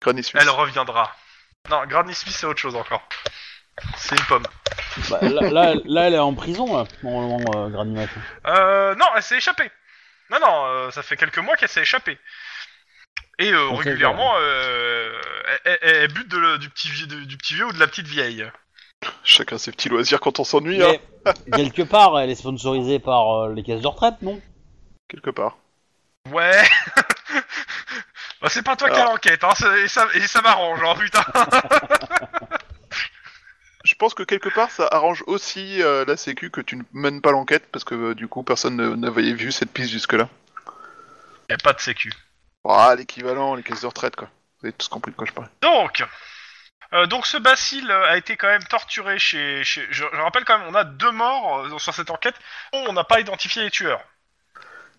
S5: Granny Smith.
S1: Elle reviendra. Non, Granny Smith, c'est autre chose encore. C'est une pomme.
S4: Bah, là, là, là, elle est en prison, là, normalement, euh, Granny
S5: (laughs)
S4: Mac.
S1: Euh, non, elle s'est échappée. Non, non, euh, ça fait quelques mois qu'elle s'est échappée. Et euh,
S4: Ok,
S1: régulièrement, euh, elle, elle- elle bute de le- du, petit vieux, du, du petit vieux ou de la petite vieille.
S5: Chacun ses petits loisirs quand on s'ennuie, hein,
S4: Mais, quelque part, elle est sponsorisée par euh, les caisses de retraite, non
S5: quelque part.
S1: Ouais. (laughs) bah, c'est pas toi qui as
S5: Alors.
S1: l'enquête, hein. c'est- Et ça, et ça m'arrange, hein, (laughs) putain.
S5: Je pense que quelque part, ça arrange aussi euh, la Sécu que tu ne mènes pas l'enquête, parce que euh, du coup, personne ne- n'avait vu cette piste jusque-là.
S1: Y'a pas de sécu.
S5: Ah, l'équivalent, les caisses de retraite, quoi. Vous avez tous compris de quoi je parle.
S1: Donc, euh, donc ce Basile euh, a été quand même torturé chez. chez- Je, je rappelle quand même, on a deux morts euh, sur cette enquête. dont On n'a pas identifié les tueurs.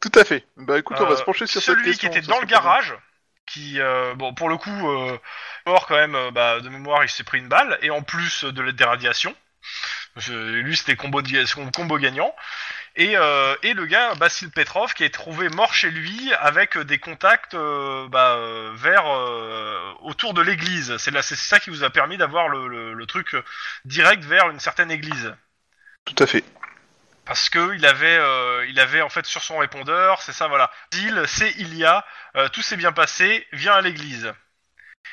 S5: Tout à fait. Bah écoute, on va
S1: Euh,
S5: se pencher sur
S1: celui
S5: cette question.
S1: qui était
S5: ça
S1: dans
S5: serait
S1: le
S5: pas mal.
S1: garage, qui, euh, bon, pour le coup, euh, mort quand même, euh, bah, de mémoire, il s'est pris une balle, et en plus euh, de la déradiation. Parce que Lui, c'était combo, di- son combo gagnant. Et, euh, et le gars, Basile Petrov, qui est trouvé mort chez lui avec des contacts euh, bah, euh, vers euh, autour de l'église. C'est là- c'est ça qui vous a permis d'avoir le, le- le truc euh, direct vers une certaine église.
S5: Tout à fait.
S1: Parce que il avait, euh, il avait en fait sur son répondeur, c'est ça, voilà. Basile, c'est Ilia, euh, tout s'est bien passé, viens à l'église.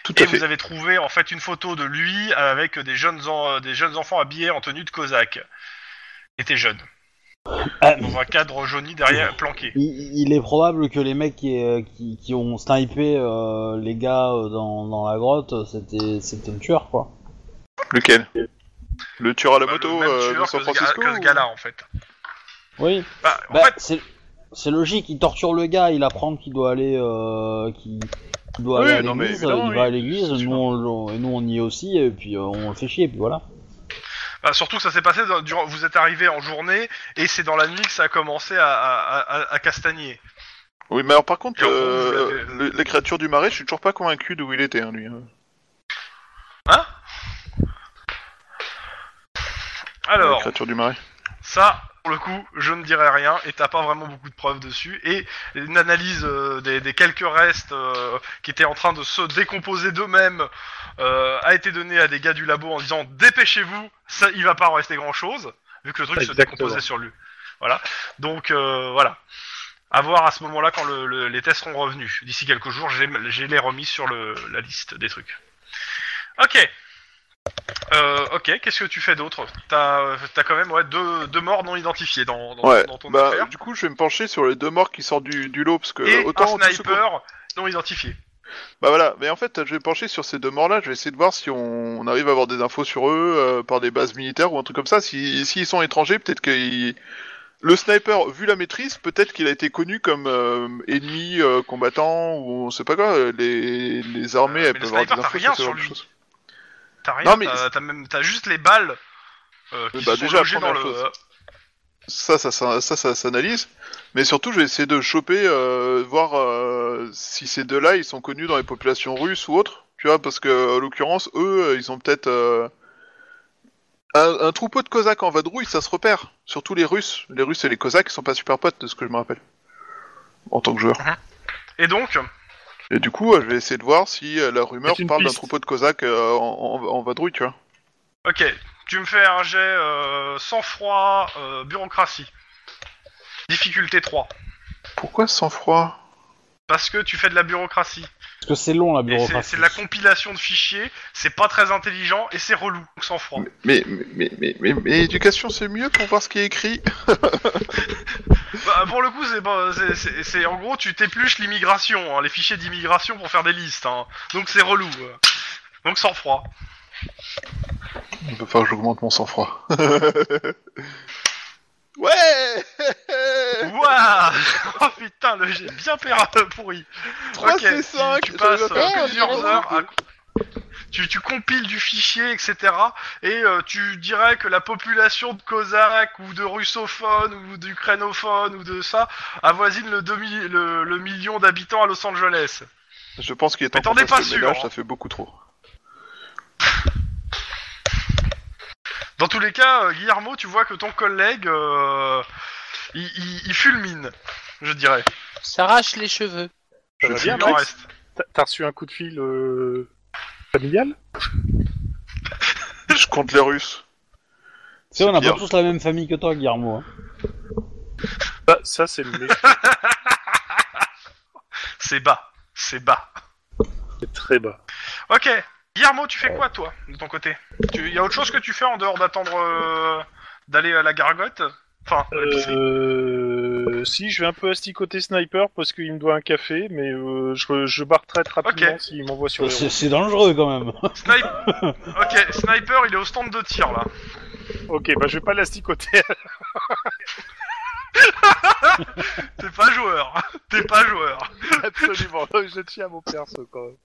S5: Tout
S1: Et
S5: à
S1: vous
S5: fait.
S1: avez trouvé en fait une photo de lui avec des jeunes, en- euh, des jeunes enfants habillés en tenue de cosaque. Il était jeune,
S4: Ah, mais
S1: dans un cadre jauni derrière, planqué.
S4: il, il est probable que les mecs qui, euh, qui, qui ont snipé euh, les gars euh, dans, dans la grotte, c'était c'était le tueur, quoi.
S5: Lequel Le tueur à la
S1: Bah, le
S5: moto
S1: même
S5: euh, de
S1: tueur
S5: San
S1: que ce gars-
S5: Francisco
S1: que ce
S5: ou-
S1: gars-là en fait.
S4: Oui.
S1: Bah, en
S4: Bah,
S1: fait,
S4: c'est- c'est logique, il torture le gars, il apprend qu'il doit aller, euh, qu'il qu'il doit
S5: Oui,
S4: aller à
S5: non, mais
S4: l'église, il
S5: évidemment,
S4: va
S5: oui,
S4: à l'église,
S5: c'est
S4: nous
S5: sûr.
S4: on, le- et nous on y est aussi, et puis euh, on le fait chier, et puis voilà.
S1: bah, surtout que ça s'est passé, dans- durant- vous êtes arrivé en journée et c'est dans la nuit que ça a commencé à, à- à- à castagner.
S5: Oui, mais alors par contre,
S1: Et en
S5: euh,
S1: gros, vous l'avez-
S5: le- les créatures du marais, je suis toujours pas convaincu d'où il était, hein, lui. hein.
S1: Hein Alors,
S5: Les créatures du marais.
S1: Ça, pour le coup, je ne dirais rien et t'as pas vraiment beaucoup de preuves dessus. Et une analyse euh, des, des quelques restes euh, qui étaient en train de se décomposer d'eux-mêmes euh, a été donnée à des gars du labo en disant dépêchez-vous, ça il va pas en rester grand-chose vu que le truc se
S2: Exactement.
S1: décomposait sur lui. Voilà. Donc euh, voilà. À voir à ce moment-là quand le- le- les tests seront revenus. D'ici quelques jours, j'ai j'ai les remis sur le- la liste des trucs. Ok. Euh, ok, qu'est-ce que tu fais d'autre T'as euh, t'as quand même ouais, deux, deux morts non identifiés dans, dans,
S5: Ouais,
S1: dans ton
S5: bah,
S1: affaire.
S5: du coup, je vais me pencher sur les deux morts qui sortent du, du lot, parce que
S1: Et
S5: autant.
S1: un
S5: tout ce qu'on-
S1: sniper non identifié.
S5: Bah voilà, mais en fait, je vais me pencher sur ces deux morts-là, je vais essayer de voir si on, on arrive à avoir des infos sur eux euh, par des bases militaires ou un truc comme ça. Si- S'ils sont étrangers, peut-être que ils- le sniper, vu la maîtrise, peut-être qu'il a été connu comme euh, ennemi, euh, combattant ou on sait pas quoi. euh, Les, les armées,
S1: Euh,
S5: elles
S1: mais le
S5: peuvent avoir des
S1: sniper, t'as
S5: infos
S1: rien
S5: ce genre
S1: sur
S5: de
S1: lui.
S5: choses.
S1: T'as rien,
S5: Non, mais-
S1: t'as- t'as même- t'as juste les balles euh, qui
S5: Oui, bah,
S1: sont
S5: déjà,
S1: logées dans
S5: première
S1: le...
S5: chose. Ça, ça, ça, ça, ça s'analyse. Mais surtout, je vais essayer de choper, euh, voir euh, si ces deux-là, ils sont connus dans les populations russes ou autres. Tu vois, parce que, en l'occurrence, eux, euh, ils ont peut-être. euh, un, un troupeau de Cosaques en vadrouille, ça se repère. Surtout les Russes. Les Russes et les Cosaques, ils sont pas super potes, de ce que je me rappelle. En tant que joueur.
S1: Et donc,
S5: Et du coup, euh, je vais essayer de voir si euh, la rumeur
S2: C'est une
S5: parle d'un
S2: piste.
S5: troupeau de Cosaques euh, en, en- en vadrouille, tu vois.
S1: ok, tu me fais un jet euh, sang-froid, euh, bureaucratie. Difficulté 3.
S5: Pourquoi sans froid
S1: Parce que tu fais de la bureaucratie.
S4: Parce que c'est long la
S1: Et c'est
S4: bureaucratie.
S1: c'est de la compilation de fichiers, c'est pas très intelligent et c'est relou, donc sang-froid.
S5: mais, mais, mais, mais, mais, mais éducation, c'est mieux pour voir ce qui est écrit.
S1: Bah, pour le coup, c'est pas- c'est- c'est- c'est- en gros, tu t'épluches l'immigration, hein, les fichiers d'immigration pour faire des listes. hein. Donc c'est relou. euh. Donc sans froid.
S5: Il va falloir que j'augmente
S1: (laughs)
S5: mon sang-froid. ouais
S1: Wouah (laughs) Oh putain, le jet bien péra- pourri.
S5: (laughs) Trois,
S1: Ok,
S5: c'est
S1: tu-
S5: cinq,
S1: Tu
S5: ça
S1: passes
S5: va faire hein.
S1: euh,
S5: un
S1: plusieurs heures à...
S5: zéro.
S1: Tu, tu compiles du fichier, etc. Et euh, tu dirais que la population de Cosaques ou de russophones ou d'ukrainophones ou de ça avoisine le, demi, le, le million d'habitants à Los Angeles.
S5: Je pense qu'il est temps
S1: Mais t'en es
S5: qu'on fasse
S1: pas
S5: le ménage,
S1: sûr, hein.
S5: ça fait
S1: (laughs)
S5: beaucoup trop.
S1: Dans tous les cas, euh, Guillermo, tu vois que ton collègue, euh, il, il- il fulmine, je dirais.
S6: S'arrache les cheveux.
S2: Ça
S5: Je
S2: va
S5: suis
S1: Il
S2: bien,
S1: en
S2: Max
S1: reste.
S2: T'as- T'as reçu un coup de fil euh, familial
S5: Je compte les Russes.
S4: Tu sais, on n'a
S5: Pierre.
S4: pas tous la même famille que toi, Guillermo. hein.
S2: Bah, ça, c'est le mec.
S1: C'est bas, c'est bas.
S2: C'est très bas.
S1: Ok, Guillermo, tu fais quoi, toi, de ton côté Il y a autre chose que tu fais en dehors d'attendre euh, d'aller à la gargote Enfin, à l'épicerie.
S2: Euh, si, je vais un peu asticoter sniper parce qu'il me doit un café, mais euh, je, je barre très rapidement
S1: Ok.
S2: s'il m'envoie sur
S4: Bah, C'est
S2: les roues.
S4: c'est dangereux quand (laughs) même.
S1: Snipe... Ok, Sniper, il est au stand de tir, là.
S2: Ok, bah je vais pas l'asticoter.
S1: T'es pas joueur, (laughs) t'es pas joueur.
S2: (laughs) Absolument, je tiens à mon perso quand même.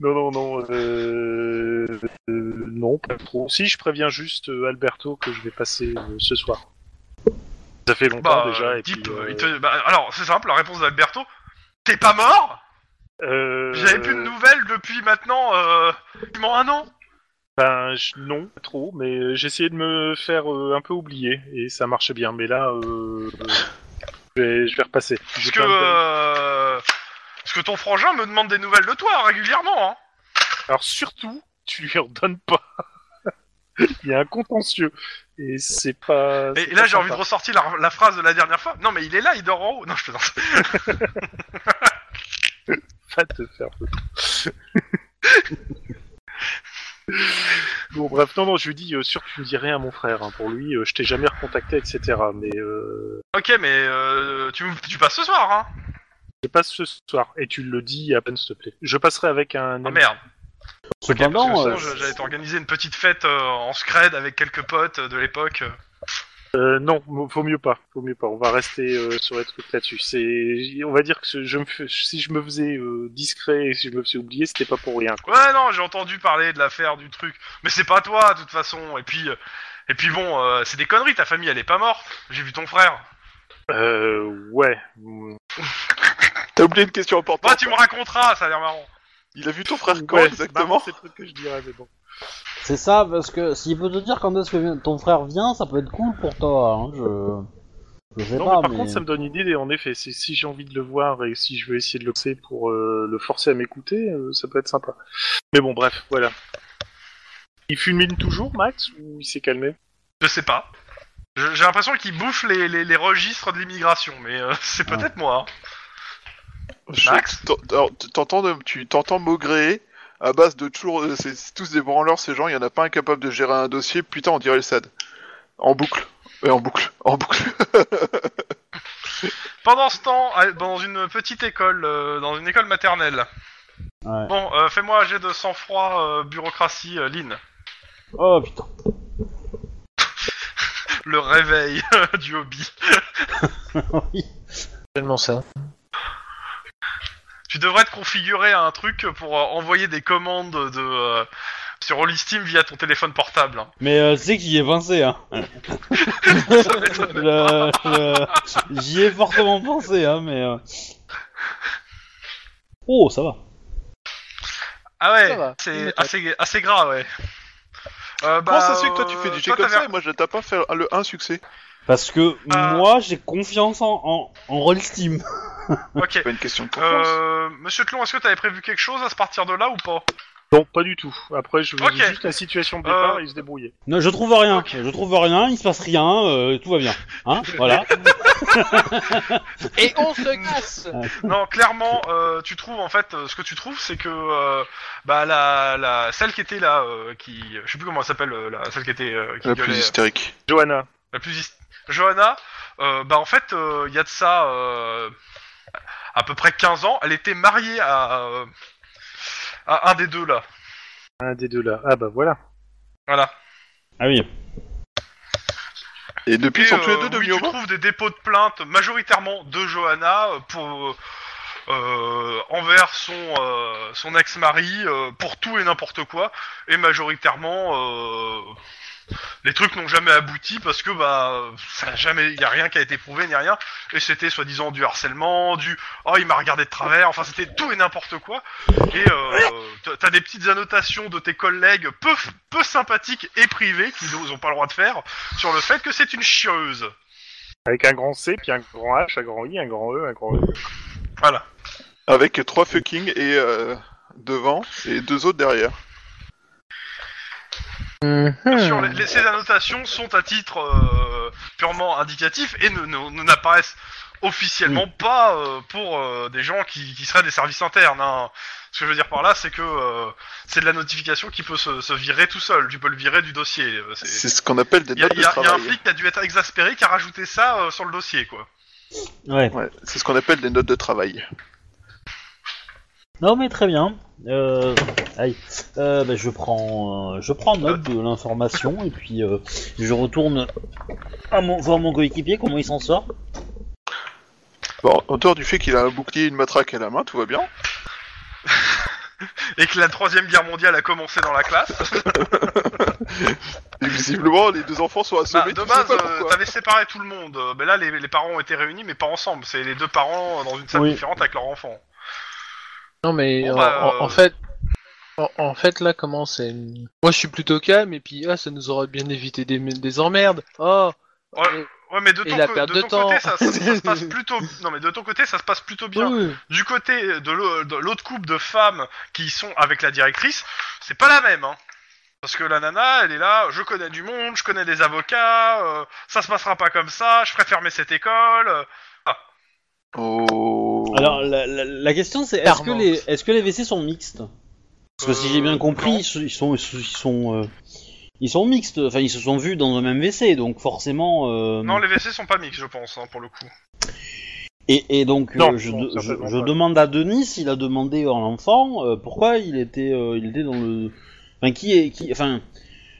S2: non, non, non, euh, euh, non, pas trop. Si, je préviens juste euh, Alberto que je vais passer euh, ce soir. Ça fait longtemps
S1: Bah,
S2: déjà. Et
S1: type,
S2: puis,
S1: euh,
S2: euh,
S1: il te- bah, alors, c'est simple, la réponse d'Alberto, t'es pas mort
S2: euh,
S1: J'avais plus de nouvelles depuis maintenant, euh, quasiment un an
S2: ben, je- non, pas trop, mais j'essayais de me faire euh, un peu oublier et ça marchait bien. Mais là, euh, euh, je, vais, je vais repasser.
S1: Parce
S2: J'ai
S1: que,
S2: plein de-
S1: euh, parce que ton frangin me demande des nouvelles de toi régulièrement. Hein.
S2: Alors surtout, tu lui en donnes pas. (laughs) Il y a un contentieux. Et Ah, c'est pas.
S1: Et, et là, j'ai envie de ressortir la, la phrase de la dernière fois. Non, mais il est là, il dort en haut. Non, je plaisante.
S2: va te faire foutre. Bon, bref, non, non, je lui dis, euh, sûr, tu ne dis rien à mon frère. hein, pour lui, euh, je t'ai jamais recontacté, etc. Mais euh,
S1: Ok, mais euh, tu, tu passes ce soir, hein
S2: je passe ce soir et tu le dis à peine, s'il te plaît. Je passerai avec un.
S1: Ah merde.
S4: Cependant,
S1: Parce que
S4: euh,
S1: sinon, je- j'allais organisé une petite fête euh, en scred avec quelques potes euh, de l'époque.
S2: Euh, non, mo- faut mieux pas, faut mieux pas. On va rester euh, sur les trucs là-dessus. C'est, on va dire que ce- je me fais- si je me faisais euh, discret et si je me faisais oublier, c'était pas pour rien. Quoi.
S1: Ouais, non, j'ai entendu parler de l'affaire du truc, mais c'est pas toi de toute façon. Et puis, euh, et puis bon, euh, c'est des conneries. Ta famille, elle est pas morte. J'ai vu ton frère.
S2: Euh, ouais. Mm.
S5: T'as oublié une question importante.
S1: Bah, tu Bah, me raconteras, ça a l'air marrant.
S5: Il a vu ton frère quand
S2: Ouais,
S5: exactement
S2: C'est le truc que je dirais, mais bon.
S4: c'est ça, parce que s'il peut te dire quand est-ce que vi- ton frère vient, ça peut être cool pour toi. hein, je... je sais
S2: Non,
S4: pas,
S2: mais par
S4: mais...
S2: contre, ça me donne une idée. En effet, si, si j'ai envie de le voir et si je veux essayer de le pousser pour euh, le forcer à m'écouter, euh, ça peut être sympa. Mais bon, bref, voilà. Il fulmine toujours, Max, ou il s'est calmé
S1: Je sais pas. Je- J'ai l'impression qu'il bouffe les, les, les registres de l'immigration, mais euh, (laughs) c'est peut-être moi. hein.
S5: Je-
S1: Max
S5: t'en- alors, tu t'entends de- tu t'entends maugréer à base de toujours euh, c'est c'est tous des branleurs ces gens il y en a pas un capable de gérer un dossier putain on dirait le SAD en boucle Ouais, en boucle en boucle
S1: Pendant ce temps, à- dans une petite école, euh, dans une école maternelle.
S4: Ouais.
S1: Bon, euh, fais-moi un jet de sang-froid, euh, bureaucratie, euh, Lynn.
S4: Oh putain. (laughs)
S1: Le réveil (laughs) du hobby.
S4: Oui.
S3: Tellement ça.
S1: Tu devrais te configurer un truc pour euh, envoyer des commandes de euh, sur Holy Steam via ton téléphone portable. hein.
S4: Mais euh, tu sais que j'y ai pensé, hein.
S1: Ça m'étonne pas.
S4: Le- le- J'y ai fortement pensé, hein, mais. euh. Oh, ça va.
S1: ah
S3: Ça
S1: ouais,
S3: va, il
S1: c'est
S3: m'étonne.
S1: assez, assez gras, ouais. Euh,
S5: comment ça
S1: bah,
S5: se fait que toi tu fais
S1: euh,
S5: du jet
S1: toi,
S5: comme
S1: t'avais-
S5: ça et moi je tape pas faire le un succès
S4: Parce que
S1: Ah.
S4: moi, j'ai confiance en, en, en Roll Steam.
S1: Ok.
S5: c'est pas une question de confiance
S1: Euh, Monsieur Tlon, est-ce que t'avais prévu quelque chose à se partir de là ou pas
S2: Non, pas du tout. Après, je vous
S1: Ok.
S2: dis juste la situation de départ
S1: Euh,
S2: et il se débrouillait.
S4: Non, je trouve rien.
S1: Ok.
S4: Je trouve rien, il se passe rien, euh, tout va bien. Hein, voilà.
S6: Et on se casse
S1: Non, clairement, euh, tu trouves en fait, euh, ce que tu trouves, c'est que euh, bah la, la celle qui était là, euh, qui, je sais plus comment elle s'appelle, euh, la celle qui était euh, qui
S5: la
S1: gueulait,
S5: plus
S1: euh,
S5: hystérique
S2: Johanna,
S1: la plus his- Johanna, euh, bah en fait, il y a de ça euh, à peu près 15 ans, elle était mariée à, euh, à un des deux là.
S2: un des deux là. Ah bah voilà.
S1: Voilà.
S4: Ah oui.
S5: et depuis ils sont
S1: Et,
S5: tous les
S1: euh,
S5: deux
S1: oui,
S5: devenus
S1: tu
S5: homo
S1: trouves des dépôts de plainte majoritairement de Johanna euh, pour euh, envers son euh, son ex-mari euh, pour tout et n'importe quoi et majoritairement euh, les trucs n'ont jamais abouti parce que bah ça a jamais il y a rien qui a été prouvé ni rien et c'était soi-disant du harcèlement du oh il m'a regardé de travers enfin c'était tout et n'importe quoi et euh, t'as- t'as des petites annotations de tes collègues peu peu sympathiques et privées qui n'ont pas le droit de faire sur le fait que c'est une chieuse.
S2: Avec un grand C, puis un grand H, un grand I, un grand E, un grand E.
S1: Voilà.
S5: avec trois fucking et euh, devant et deux autres derrière Hmm.
S1: Bien sûr, les- les- ces annotations sont à titre euh, purement indicatif et ne ne- ne- n'apparaissent officiellement
S5: Hmm.
S1: pas euh, pour euh, des gens qui, qui seraient des services internes. hein. Ce que je veux dire par là, c'est que euh, c'est de la notification qui peut se, se virer tout seul. Tu peux le virer du dossier. euh, c'est-
S5: c'est ce qu'on appelle des
S1: Il y, a-
S5: notes
S1: il
S5: de
S1: y a il y a un
S5: travail
S1: flic qui a dû être exaspéré qui a rajouté ça euh, sur le dossier, quoi.
S4: Ouais.
S5: Ouais, c'est ce qu'on appelle des notes de travail
S4: Non, mais très bien. Euh, aïe. Euh, bah, je prends, euh, je prends note de l'information et puis euh, je retourne à mon, voir mon coéquipier comment il s'en sort.
S5: bon en dehors du fait qu'il a un bouclier et une matraque à la main tout va bien
S1: Et que la troisième guerre mondiale a commencé dans la classe.
S5: et visiblement les deux enfants sont
S1: Bah,
S5: assommés
S1: de
S5: tu sais
S1: base,
S5: pas
S1: euh,
S5: pourquoi.
S1: t'avais séparé tout le monde. Euh, Mais là, les, les parents ont été réunis, mais pas ensemble. C'est les deux parents euh, dans une salle
S4: Oui.
S1: différente avec leur enfant.
S3: Non mais
S1: Bon,
S3: en,
S1: bah,
S3: en- en
S1: euh,
S3: fait, en, en fait là comment c'est. Moi je suis plutôt calme et puis ah ça nous aurait bien évité des, des emmerdes. Oh.
S1: Ouais, Ouais, mais de
S3: Et
S1: ton,
S3: la
S1: co-
S3: perte
S1: de
S3: de
S1: ton
S3: temps.
S1: côté, ça, ça- ça se
S3: (laughs)
S1: passe plutôt. Non, mais de ton côté, ça se passe plutôt bien.
S3: Oui.
S1: Du côté de l'au- de l'autre couple de femmes qui sont avec la directrice, c'est pas la même. Hein. Parce que la nana, elle est là. Je connais du monde, je connais des avocats. euh, ça se passera pas comme ça. Je ferai fermer cette école. euh.
S5: Oh.
S4: Alors, la, la- la question c'est est-ce que,
S6: Clairement.
S4: les- est-ce que les WC sont mixtes Parce que si j'ai bien compris,
S1: non.
S4: ils sont, ils sont, ils sont, ils sont, euh, ils sont mixtes. Enfin, ils se sont vus dans un même WC, donc forcément. euh,
S1: Non, les WC sont pas mixtes, je pense, hein, pour le coup.
S4: Et, et donc,
S2: Non,
S4: euh, je,
S2: non,
S4: de- je-
S2: certainement
S4: je
S2: pas.
S4: demande à Denis s'il a demandé à l'enfant euh, pourquoi il était, euh, il était dans le. Enfin, qui est. Qui... Enfin,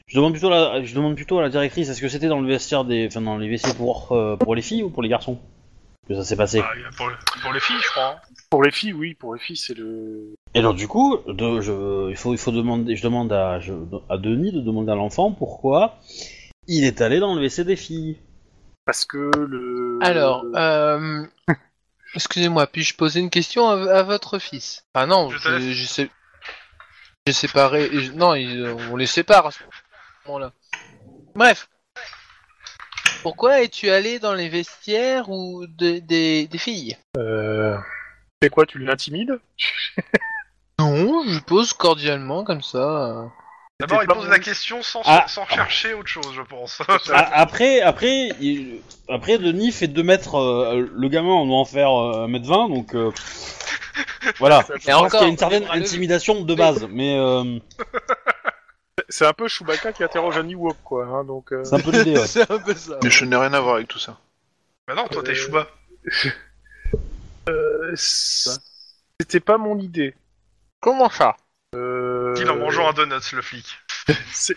S4: je demande, plutôt à la, je demande plutôt à la directrice est-ce que c'était dans le vestiaire des. Enfin, dans les WC pour, euh, pour les filles ou pour les garçons que ça s'est passé.
S1: Bah, pour, pour les filles, je crois. hein.
S2: Pour les filles, oui, pour les filles, c'est le.
S4: Et alors, du coup, de- je, il, faut, il faut demander. Je demande à, je- à Denis de demander à l'enfant pourquoi il est allé dans le WC des filles.
S2: Parce que le.
S6: Alors, euh, excusez-moi, puis-je poser une question à, à votre fils Ah non,
S1: Je
S6: je,
S1: te laisse.
S6: je sais. J'ai séparé. je- Non, il- on les sépare à ce moment-là. Bref. Pourquoi es-tu allé dans les vestiaires ou de- des, des filles
S2: Euh... C'est quoi, tu l'intimides
S6: Non, je pose cordialement comme ça.
S1: D'abord,
S2: C'était
S1: ils
S2: pas
S1: posent
S2: mon-
S1: la question sans,
S4: Ah.
S1: sans chercher autre chose, je pense. (laughs)
S2: Ah,
S4: A- Ah, Après, après, il- après, Denis fait 2 mètres. euh, le gamin, on doit en faire euh, 1m20,
S6: (laughs)
S4: donc. euh, voilà.
S2: Ça-
S4: Je pense qu'il y a une certaine
S6: on est-
S4: intimidation de base, mais euh,
S2: C'est un peu Chewbacca qui interroge Annie Wok, quoi. hein, donc, euh,
S4: c'est un peu
S6: (laughs)
S4: l'idée.
S6: (laughs)
S4: ouais.
S6: C'est un peu ça.
S5: Mais je n'ai rien à voir avec tout ça.
S1: bah non, toi, t'es
S2: Euh,
S1: Chouba.
S2: euh, C'était pas mon idée.
S6: Comment ça
S2: Euh...
S1: Il en mangeant un donuts, le flic.
S2: C'est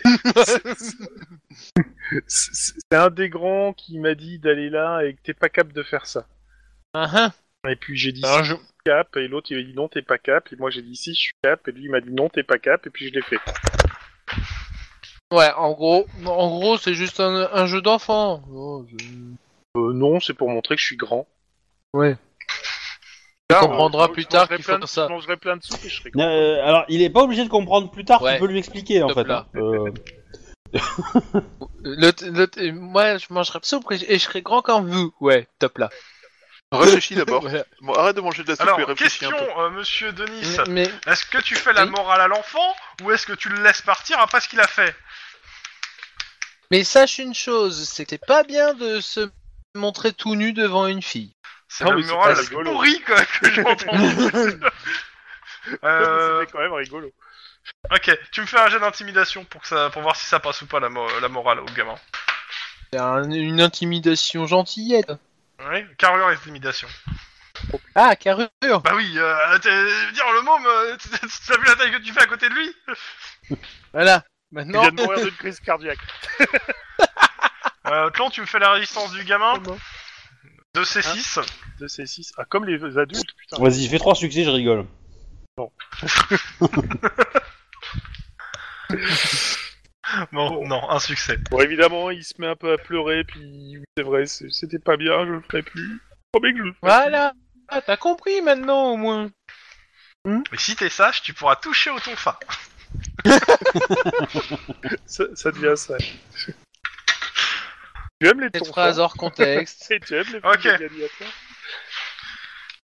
S2: c'est- c'est- c'est un des grands qui m'a dit d'aller là et que t'es pas capable de faire ça.
S6: Ah, hein.
S2: Et puis j'ai dit
S6: Alors, je-
S2: cap, et l'autre il a dit non, t'es pas cap, et moi j'ai dit si, je suis cap, et lui il m'a dit non, t'es pas cap, et puis je l'ai fait.
S6: Ouais, en gros, en gros, c'est juste un, un jeu d'enfant. Oh, je-
S2: Euh, non, c'est pour montrer que je suis grand.
S6: Ouais.
S2: Tu
S6: comprendras plus tard qu'il faut
S2: plein de,
S6: faire ça.
S2: Je mangerai plein de soupe et je (laughs) serai grand.
S4: Euh, alors, il est pas obligé de comprendre plus tard.
S6: Ouais.
S4: Tu peux lui expliquer en
S6: Top
S4: fait.
S6: là.
S4: hein. Euh,
S6: Le, le- le- moi, je mangerais de soupe et je- et je serais grand comme vous. Ouais, top là.
S1: (laughs)
S5: Réfléchis
S6: (laughs)
S5: d'abord.
S6: Voilà.
S5: Bon, arrête de manger de la soupe
S1: Alors,
S5: et réfléchis
S1: question,
S5: un peu.
S1: euh, monsieur Denis.
S2: Mm.
S6: Mais,
S1: Est-ce que tu fais la
S6: Oui.
S1: morale à l'enfant ou est-ce que tu le laisses partir après ce qu'il a fait
S6: mais sache une chose, c'était pas bien de se montrer tout nu devant une fille.
S1: C'est
S2: Non,
S1: la
S2: mais c'est
S1: morale
S2: pas
S1: la plus
S2: rigolo.
S1: pourrie
S2: (laughs)
S1: quoi, que j'ai entendue. euh,
S2: C'était quand même rigolo.
S1: ok, tu me fais un jet d'intimidation pour, que ça- pour voir si ça passe ou pas la, mo- la morale au gamin.
S6: C'est un- une intimidation gentillette.
S1: Oui, carrure et intimidation.
S6: Ah, carrure
S1: Bah oui, euh, t'es- je veux dire le môme, euh, (laughs) t'as vu la taille que tu fais à côté de lui
S6: Voilà.
S2: Il
S6: Maintenant,
S2: vient de mourir
S6: (laughs)
S2: d'une crise cardiaque.
S1: euh, Clan, tu me fais la résistance du gamin
S2: Comment
S1: 2C6.
S2: 2 c 6. Ah, comme les adultes, putain.
S4: Vas-y, fais trois succès, je rigole.
S1: Bon, non, un succès.
S2: Bon, évidemment, il se met un peu à pleurer, puis oui, c'est vrai, c'est- c'était pas bien, je le ferai plus. Oh, Je promets que je le ferai
S6: voilà. Ah, t'as compris maintenant au moins.
S1: Mais si t'es sage, tu pourras toucher au tonfa.
S2: plus. Ça, ça devient ça. tu aimes les
S6: Cette
S2: tonfas
S6: phrase hors
S4: (laughs)
S6: contexte.
S2: Et tu aimes les
S1: Ok.
S2: films de (laughs) gladiateurs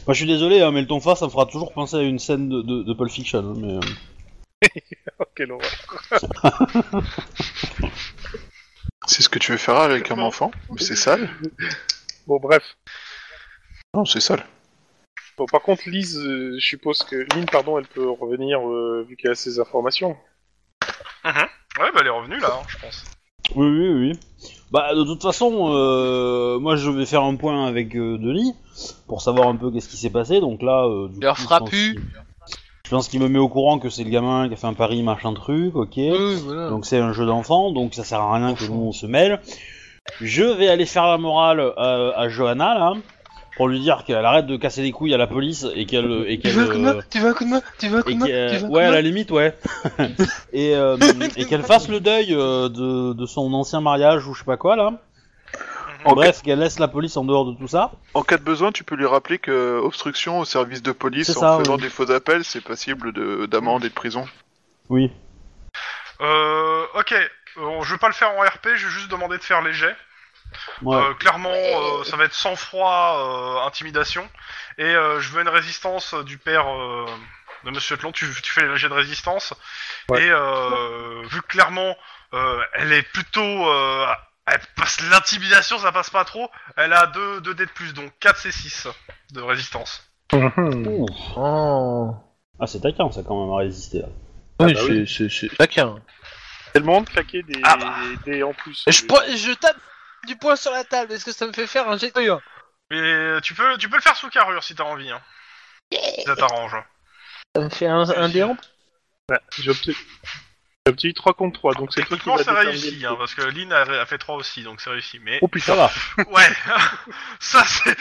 S4: Moi, je suis désolé, hein, mais le tonfa, ça me fera toujours penser à une scène de, de, de Pulp Fiction. hein, mais, euh,
S2: Oh, quelle horreur.
S5: C'est ce que tu veux faire avec un enfant Mais C'est sale
S2: Bon, bref.
S5: Non, c'est sale.
S2: Bon, par contre, Lise, euh, je suppose que... Lynn, pardon, elle peut revenir, euh, vu qu'elle a ses informations.
S1: Ouais, bah elle est revenue là, hein, je pense.
S4: Oui, oui, oui. Bah, de toute façon, euh, moi, je vais faire un point avec euh, Denis pour savoir un peu qu'est-ce qui s'est passé. Donc là, euh, du
S6: Je leur
S4: coup,
S6: frappe
S4: pense
S6: plus.
S4: qu'il- Je pense qu'il me met au courant que c'est le gamin qui a fait un pari, machin truc, ok.
S6: Oui, voilà.
S4: Donc c'est un jeu d'enfant, donc ça sert à rien que nous on se mêle. Je vais aller faire la morale euh, à, à Johanna là, pour lui dire qu'elle arrête de casser les couilles à la police et qu'elle et
S6: Tu
S4: qu'elle
S6: veux un coup de
S4: euh,
S6: main Tu veux un coup de main Tu veux un coup
S4: et
S6: de main
S4: qu'elle-
S6: Tu veux un coup de
S4: ouais à
S6: main
S4: la limite ouais et, euh, et qu'elle fasse le deuil euh, de, de son ancien mariage ou je sais pas quoi là.
S5: Ok.
S4: Bref, qu'elle laisse la police en dehors de tout ça.
S5: En cas de besoin, tu peux lui rappeler que euh, obstruction au service de police
S4: C'est
S5: en
S4: ça,
S5: faisant
S4: oui.
S5: des faux appels, c'est passible de- d'amende et de prison.
S4: Oui.
S1: Euh, ok, Euh, je vais pas le faire en RP, je vais juste demander de faire les jets.
S4: Ouais.
S1: Euh, clairement, euh, ça va être sang-froid, euh, intimidation. Et euh, je veux une résistance euh, du père euh, de Monsieur Tlon. Tu, tu fais les jets de résistance.
S2: Ouais.
S1: Et euh, vu que clairement, euh, elle est plutôt. euh, elle passe l'intimidation, ça passe pas trop. Elle a 2 deux, deux dés de plus, donc 4 C6 de résistance.
S4: Euh,
S3: Oh.
S4: Ah, c'est taquin, ça, quand même, à résister, là. Ah,
S3: oui,
S2: bah
S3: c'est-
S2: oui.
S3: c'est c'est taquin.
S2: C'est le moment de claquer des,
S1: Ah
S2: des en plus. Euh,
S6: Je, po- je tape du poing sur la table, est-ce que ça me fait faire un jet de
S1: Mais euh, tu peux, tu peux le faire sous carrure si t'as envie. Hein. Si ça t'arrange. hein.
S3: Ça me fait un,
S1: un dé en
S2: Voilà, J'ai obtenu... j'ai obtenu 3 contre 3, donc c'est toi qui
S1: Techniquement,
S2: vas
S1: c'est
S2: déterminer
S1: réussi,
S2: le
S1: hein,
S2: truc.
S1: parce que Lynn a, a fait 3 aussi, donc c'est réussi. Mais
S4: Oh putain, ça va.
S1: ouais, (laughs) ça c'est.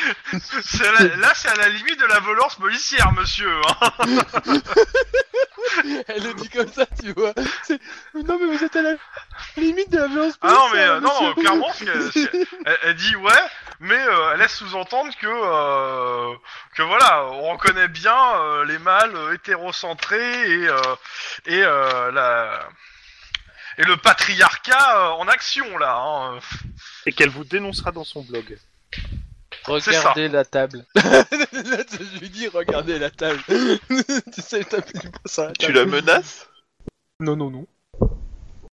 S1: c'est à la- Là, c'est à la limite de la violence policière, monsieur. Hein.
S6: Elle le dit comme ça, tu vois. C'est- Mais Non, mais vous êtes à la limite de la violence
S1: Ah non, mais
S6: policière,
S1: euh, non, non,
S6: monsieur.
S1: clairement, ce
S6: (laughs)
S1: qu'elle- ce qu'elle- elle, elle dit ouais, mais euh, elle laisse sous-entendre que. euh, que voilà, on reconnaît bien euh, les mâles euh, hétérocentrés et. euh, et euh, la. Et le patriarcat euh, en action là. Hein.
S2: Et qu'elle vous dénoncera dans son blog.
S1: C'est ça.
S3: Regardez la table.
S6: (laughs) Là, tu- je lui dis, regardez la table. (laughs) tu sais, taper du poing sur la
S5: Tu
S6: table.
S5: la menaces
S6: Non, non, non.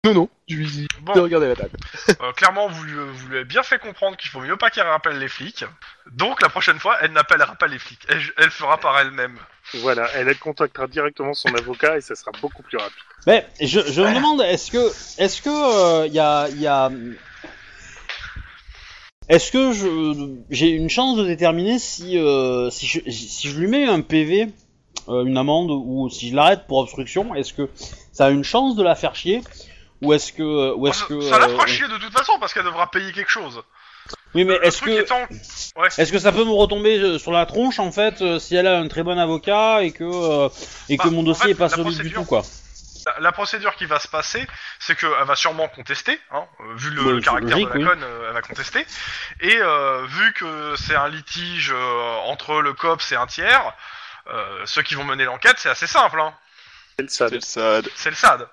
S6: Non, non, je lui dis,
S1: Bon.
S6: regardez la table.
S1: Euh, clairement, vous, lui- vous lui avez bien fait comprendre qu'il faut mieux pas qu'elle rappelle les flics. Donc la prochaine fois, elle n'appellera pas les flics. Elle, elle fera par elle-même.
S2: Voilà, elle contactera directement son avocat et ça sera beaucoup plus rapide.
S4: Mais Ben, je, je me demande, est-ce que, est-ce que euh, y a, y a, est-ce que je, j'ai une chance de déterminer si, euh, si je, si je lui mets un PV, euh, une amende, ou si je l'arrête pour obstruction, est-ce que ça a une chance de la faire chier, ou est-ce que, ou est-ce
S1: ça
S4: que,
S1: ça la
S4: euh,
S1: fera chier de toute façon parce qu'elle devra payer quelque chose.
S4: oui mais
S1: Le
S4: est-ce
S1: truc
S4: que,
S1: étant-
S4: est-ce que ça peut me retomber euh, sur la tronche en fait euh, si elle a un très bon avocat et que, euh, et
S1: Bah,
S4: que mon
S1: en
S4: dossier
S1: fait,
S4: est pas
S1: la
S4: solide du
S1: procédure-
S4: tout quoi.
S1: la, la procédure qui va se passer, c'est qu'elle va sûrement contester, hein, euh, vu le,
S4: Bah,
S1: le
S4: c'est
S1: caractère
S4: logique,
S1: de
S4: oui.
S1: la conne, euh, elle va contester. Et euh, vu que c'est un litige euh, entre le COPS et un tiers, euh, ceux qui vont mener l'enquête, c'est assez simple. Hein.
S2: Elle savent.
S5: C'est le sad.
S1: C'est le SAD.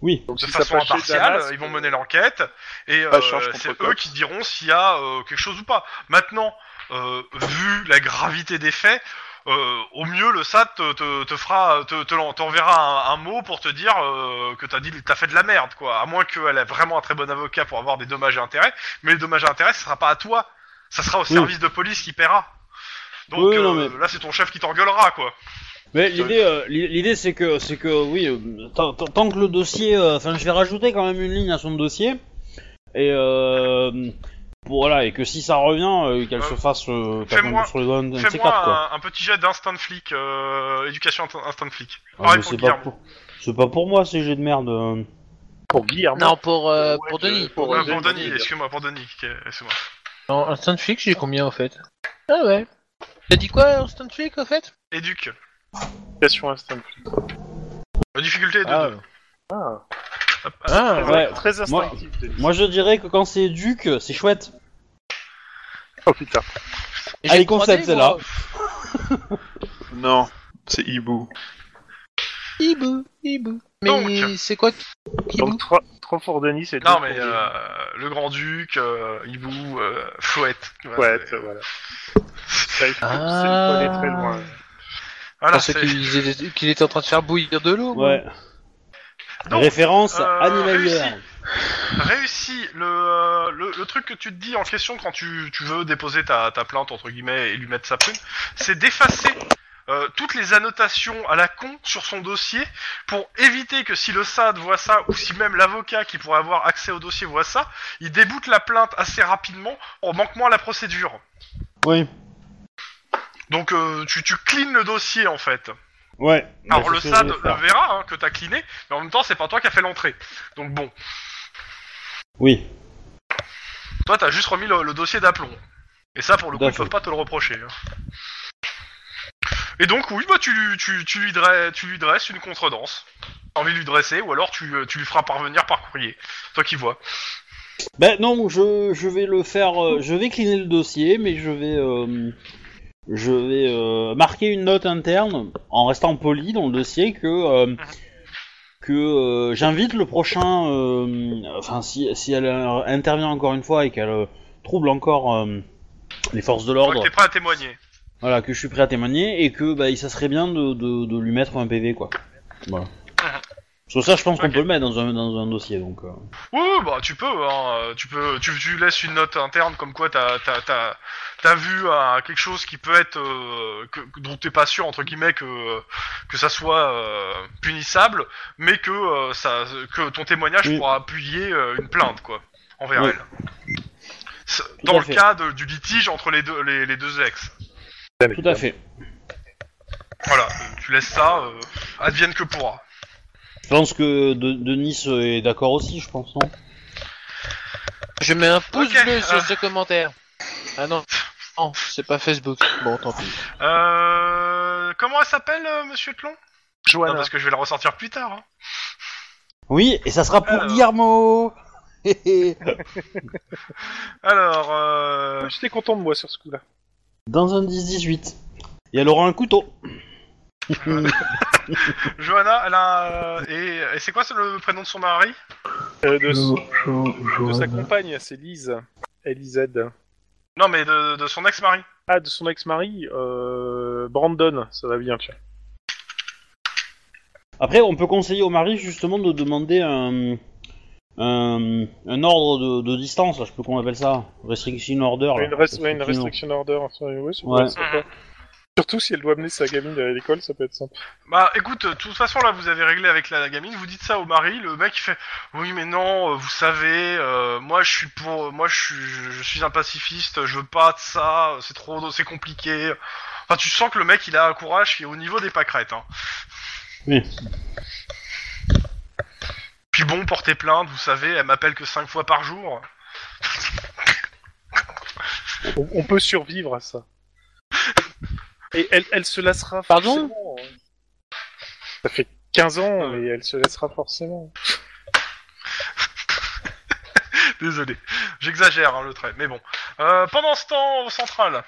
S4: Oui.
S2: Donc
S1: de
S2: si ça
S1: façon
S2: passe chez
S1: impartiale,
S2: Damas,
S1: ils vont mener l'enquête et
S5: Pas
S1: euh,
S5: change contre
S1: c'est
S5: quoi.
S1: eux qui diront s'il y a euh, quelque chose ou pas. Maintenant, euh, vu la gravité des faits, euh, au mieux le SAT te, te, te fera, te, te l'en- t'enverra un, un mot pour te dire euh, que t'as dit, t'as fait de la merde, quoi. À moins qu'elle ait vraiment un très bon avocat pour avoir des dommages et intérêts, mais les dommages et intérêts, ce sera pas à toi, ça sera au service de police qui paiera. Donc
S4: Oui, non,
S1: euh,
S4: mais-
S1: là, c'est ton chef qui t'engueulera, quoi.
S4: Mais l'idée, euh, l'i- l'idée c'est que, c'est que oui, euh, tant, tant- tant que le dossier, euh, enfin, je vais rajouter quand même une ligne à son dossier, et euh, bon, voilà, et que si ça revient, euh, qu'elle
S1: Euh,
S4: se fasse euh, taper un
S1: fais-moi-
S4: peu sur les doigts d'un de ces
S1: Fais-moi
S4: quatre, quoi. Ah,
S1: un, un petit jet d'instant flic, euh, éducation instant- instant flic.
S4: Ah,
S1: Pareil
S4: mais
S1: pour
S4: c'est pas
S1: Guillermo.
S4: pour, c'est pas pour moi ces jeux de merde. euh.
S2: Pour Guillermo.
S6: Non, pour, euh,
S2: Ouais,
S6: pour
S2: je-
S6: Denis.
S2: pour-
S1: Ouais,
S2: Denis,
S1: pour Denis,
S2: Denis,
S1: Ah, excuse-moi, pour Denis, ok, excuse-moi.
S3: En instant flic, j'ai combien en fait
S6: Ah ouais. T'as dit quoi, Instant Flick, au fait
S1: Éduque.
S2: Application instant.
S1: La euh, difficulté est de
S3: Ah,
S1: deux.
S2: Ah,
S3: ah,
S2: très,
S4: ouais.
S2: très instinctif, Denis.
S4: Moi je dirais que quand c'est Duc, c'est chouette.
S2: Oh putain.
S6: Et
S4: Allez,
S6: j'ai trois
S4: concept,
S6: dés,
S4: celle-là.
S6: moi.
S5: Non, c'est hibou.
S6: Hibou, hibou. Mais
S1: Donc.
S6: c'est quoi Hibou
S2: Donc 3, pour Denis, c'est
S1: Non
S2: deux
S1: mais
S2: pour
S1: euh, le Grand Duc, euh, Hibou, euh, Fouette.
S2: Guillermo. Ouais, t- voilà. Ça, il faut
S3: Ah.
S2: c'est pas aller très loin.
S3: Je
S1: Voilà,
S3: pensais
S1: c'est
S3: qu'il était- qu'il était en train de faire bouillir de l'eau. moi.
S4: Ouais.
S1: Donc,
S4: Référence
S1: euh,
S4: animalière.
S1: réussi. Le, euh, le, le truc que tu te dis en question quand tu, tu veux déposer ta, ta plainte, entre guillemets, et lui mettre sa prune, c'est d'effacer euh, toutes les annotations à la con sur son dossier pour éviter que si le SAD voit ça, ou si même l'avocat qui pourrait avoir accès au dossier voit ça, il déboute la plainte assez rapidement en manquement à la procédure.
S4: Oui.
S1: Donc euh, tu, tu cleans le dossier en fait.
S4: Ouais.
S1: Alors
S4: Bah,
S1: le
S4: c'est ce que je
S1: SAD
S4: vais
S1: le
S4: faire.
S1: verra hein, que t'as cleané, mais en même temps c'est pas toi qui as fait l'entrée. Donc bon,
S4: Oui.
S1: toi t'as juste remis le, le dossier d'aplomb. Et ça pour le coup ils
S4: D'accord.
S1: peuvent pas te le reprocher. hein. Et donc oui bah tu, lui- tu, tu, lui, dresses, tu lui dresses une contredanse. T'as envie de lui dresser ou alors tu, euh, tu lui feras parvenir par courrier. Toi qui vois.
S4: Ben non, je, je vais le faire. euh, je vais cliner le dossier, mais je vais euh, je vais euh, marquer une note interne en restant poli dans le dossier que euh, que euh, j'invite le prochain. euh, enfin, si, si elle euh, intervient encore une fois et qu'elle euh, trouble encore euh, les forces de
S1: Toi que
S4: l'ordre,
S1: t'es prêt à témoigner.
S4: voilà, que je suis prêt à témoigner et que bah, ça serait bien de, de, de lui mettre un PV quoi. Voilà. Parce que ça, je pense qu'on
S1: Ok.
S4: peut le mettre dans un, dans un dossier, donc... euh.
S1: Oui, oui, bah tu peux, hein, euh, tu peux, tu, tu laisses une note interne comme quoi t'as t'as t'as t'as vu euh, quelque chose qui peut être euh, que, que- dont t'es pas sûr entre guillemets que que ça soit euh, punissable, mais que euh, ça que ton témoignage
S4: Oui.
S1: pourra appuyer euh, une plainte quoi envers
S4: Oui.
S1: elle. C'est-
S4: Tout à
S1: Dans le
S4: fait.
S1: cas de- du litige entre les deux les, les deux ex.
S4: Tout à fait.
S1: Voilà, euh, tu laisses ça, euh, advienne que pourra.
S4: Je pense que De- Denis est d'accord aussi, je pense, non
S6: Je mets un pouce
S1: Ok,
S6: bleu
S1: euh.
S6: sur ce commentaire. Ah non, non, c'est pas Facebook. Bon, tant pis.
S1: Euh, comment elle s'appelle euh, Monsieur Tlon Non,
S2: Johanna.
S1: parce que je vais la ressortir plus tard. hein.
S4: Oui, et ça sera pour
S1: Alors.
S4: Guillermo (laughs) Hé, hé.
S1: Alors. Euh...
S2: J'étais content de moi sur ce coup-là.
S4: Dans un 10-18. Et elle aura un couteau.
S1: Johanna, elle a. un- Et, et c'est quoi le prénom de son mari
S2: Euh, de,
S7: Jo-
S2: de sa compagne, c'est Lise. L-I-Z.
S1: Non, mais de, de son ex-mari.
S2: Ah, de son ex-mari, euh, Brandon, ça va bien, tiens.
S4: Après, on peut conseiller au mari justement de demander un, un, un ordre de, de distance, là, je sais plus comment on appelle ça, restriction order. là.
S2: Une, rest- ouais, une
S4: Restriction-
S2: restriction order, ouais, ça peut
S4: Ouais.
S2: être sympa. Surtout si elle doit amener sa gamine à l'école, ça peut être sympa.
S1: Bah écoute, de toute façon, là, vous avez réglé avec la gamine, vous dites ça au mari, le mec il fait Oui, mais non, euh, vous savez, euh, moi je suis pour. Moi je suis, je, je suis un pacifiste, je veux pas de ça, c'est trop. C'est compliqué. Enfin, tu sens que le mec il a un courage qui est au niveau des pâquerettes. Hein.
S4: Oui.
S1: Puis bon, porter plainte, vous savez, elle m'appelle que 5 fois par jour.
S2: On, on peut survivre à ça. Et elle, elle se lassera
S6: Pardon
S2: forcément. hein. Ça fait 15
S4: Ah,
S2: ans, mais elle se lassera forcément.
S1: Désolé, j'exagère hein, le trait, mais bon. Euh, pendant ce temps, au central,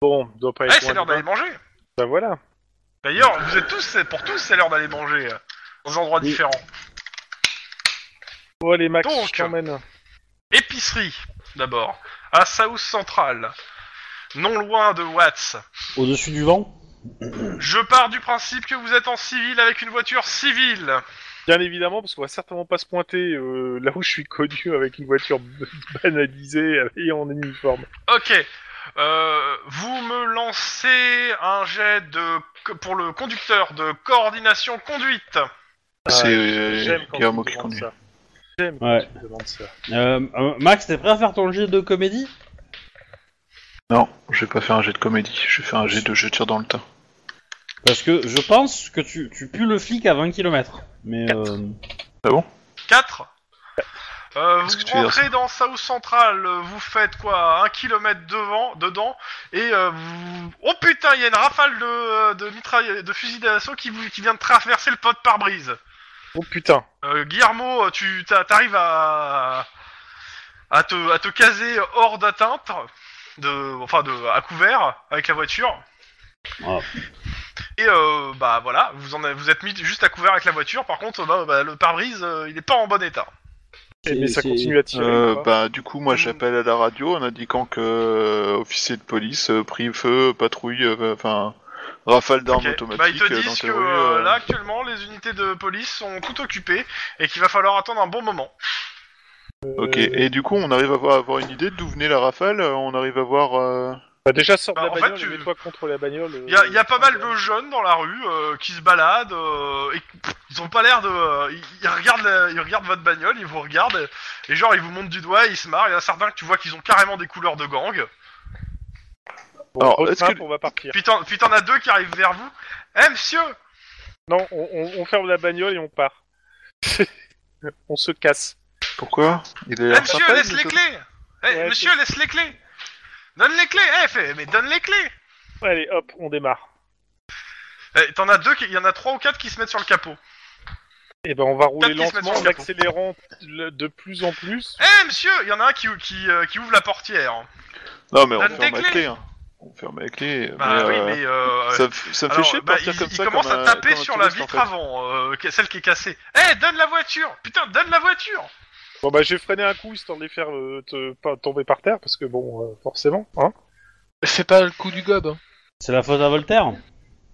S2: Bon, doit pas
S1: Eh,
S2: être
S1: c'est
S2: loin
S1: l'heure
S2: de là.
S1: d'aller manger.
S2: Bah voilà.
S1: D'ailleurs, vous êtes tous, c'est- pour tous, c'est l'heure d'aller manger euh, dans des endroits
S4: Oui.
S1: différents.
S2: Bon, allez, Max,
S1: Donc.
S2: je t'emmène.
S1: Épicerie, d'abord, à South Central, non loin de Watts.
S4: Au-dessus du vent
S1: Je pars du principe que vous êtes en civil avec une voiture civile.
S2: Bien évidemment, parce qu'on va certainement pas se pointer euh, là où je suis connu avec une voiture (laughs) banalisée et en uniforme.
S1: Ok. Euh, vous me lancez un jet de pour le conducteur de coordination conduite. Ah,
S5: C'est
S1: Euh,
S2: J'aime quand
S5: Guillermo
S2: tu me
S5: qui
S2: demandes
S5: conduit.
S2: ça. J'aime quand
S4: Ouais.
S2: tu me demandes ça.
S4: Euh, euh, Max, t'es prêt à faire ton jet de comédie
S5: Non, je vais pas faire un jet de comédie, je vais faire un jet de je tire dans le tas.
S4: Parce que je pense que tu, tu pues le flic à 20 km. Mais euh,
S2: (laughs)
S1: 4. Euh,
S5: Qu'est-ce que tu
S1: vous
S5: veux dire,
S1: rentrez dans South Central, euh, vous faites quoi Un kilomètre devant, dedans, et euh, vous... Oh putain, il y a une rafale de, euh, de, mitraille... de fusil d'assaut qui, vous- qui vient de traverser le pot de pare-brise.
S2: Oh putain.
S1: Euh, Guillermo, tu t'a- t'arrives à... À, te, à te caser hors d'atteinte, de... enfin de... à couvert, avec la voiture.
S4: Ah.
S1: Et euh, bah voilà, vous, en avez- vous êtes mis juste à couvert avec la voiture, par contre bah, bah, le pare-brise, euh, il est pas en bon état.
S2: Eh, Mais ça
S4: c'est-
S2: continue à tirer.
S5: Euh,
S2: ou pas
S5: bah, du coup, moi j'appelle à la radio en indiquant que euh, officier de police, euh, pris feu, patrouille, euh, enfin rafale d'armes
S1: Ok.
S5: automatique.
S1: Bah, ils te
S5: euh,
S1: disent
S5: dans
S1: que
S5: les rues,
S1: euh,
S5: euh,
S1: là, actuellement, les unités de police sont tout occupées et qu'il va falloir attendre un bon moment.
S5: Ok, et du coup, on arrive à avoir, avoir une idée d'où venait la rafale euh, On arrive à voir. euh,
S2: Bah déjà sors de
S1: Bah,
S2: la
S1: en fait,
S2: bagnole,
S1: tu-
S2: et mets-toi contre la bagnole. euh,
S1: Il y a, il y a pas mal de jeunes dans la rue euh, qui se baladent euh, et qui- pff, ils ont pas l'air de. euh, ils, ils regardent la- ils regardent votre bagnole, ils vous regardent et, et genre ils vous montrent du doigt, ils se marrent. Il y en a certains que tu vois qu'ils ont carrément des couleurs de gang.
S5: Alors,
S2: Alors,
S5: est-ce que-
S2: on va partir.
S1: Puis t'en puis t'en as deux qui arrivent vers vous. Eh monsieur
S2: Non, on, on- on ferme la bagnole et on part. (laughs) on se casse.
S5: Pourquoi Il a
S1: Eh,
S5: l'air
S1: monsieur,
S5: sympa,
S1: laisse
S5: mais
S1: les
S5: ça-
S1: clés Eh,
S2: Ouais,
S1: monsieur, laisse les clés Donne les clés Eh, fais- mais donne les clés
S2: Allez, hop, on démarre.
S1: Eh, T'en as deux, qui- il y en a trois ou quatre qui se mettent sur le capot.
S2: Et ben on va rouler
S1: Quatre qui se mettent
S2: lentement
S1: sur
S2: en
S1: le capot.
S2: accélérant le- de plus en plus.
S1: Eh monsieur, il y en a un qui, qui, euh, qui ouvre la portière.
S5: Non, mais on
S1: Donne tes
S5: ferme la
S1: clés.
S5: clé. hein. On ferme la clé.
S1: Bah
S5: mais,
S1: oui,
S5: euh,
S1: mais euh,
S5: Ça, f- ça me fait
S1: alors,
S5: chier de
S1: bah,
S5: partir
S1: il,
S5: comme
S1: il
S5: ça.
S1: commence
S5: comme
S1: à
S5: un-
S1: taper
S5: comme un
S1: sur la
S5: touriste, en
S1: vitre
S5: fait.
S1: avant, euh, que- celle qui est cassée. Eh, donne la voiture Putain, donne la voiture
S2: Bon bah j'ai freiné un coup histoire de les faire euh, te- pas tomber par terre parce que bon euh, forcément. Hein
S6: Fais pas le coup du gob. hein.
S4: c'est la faute à Voltaire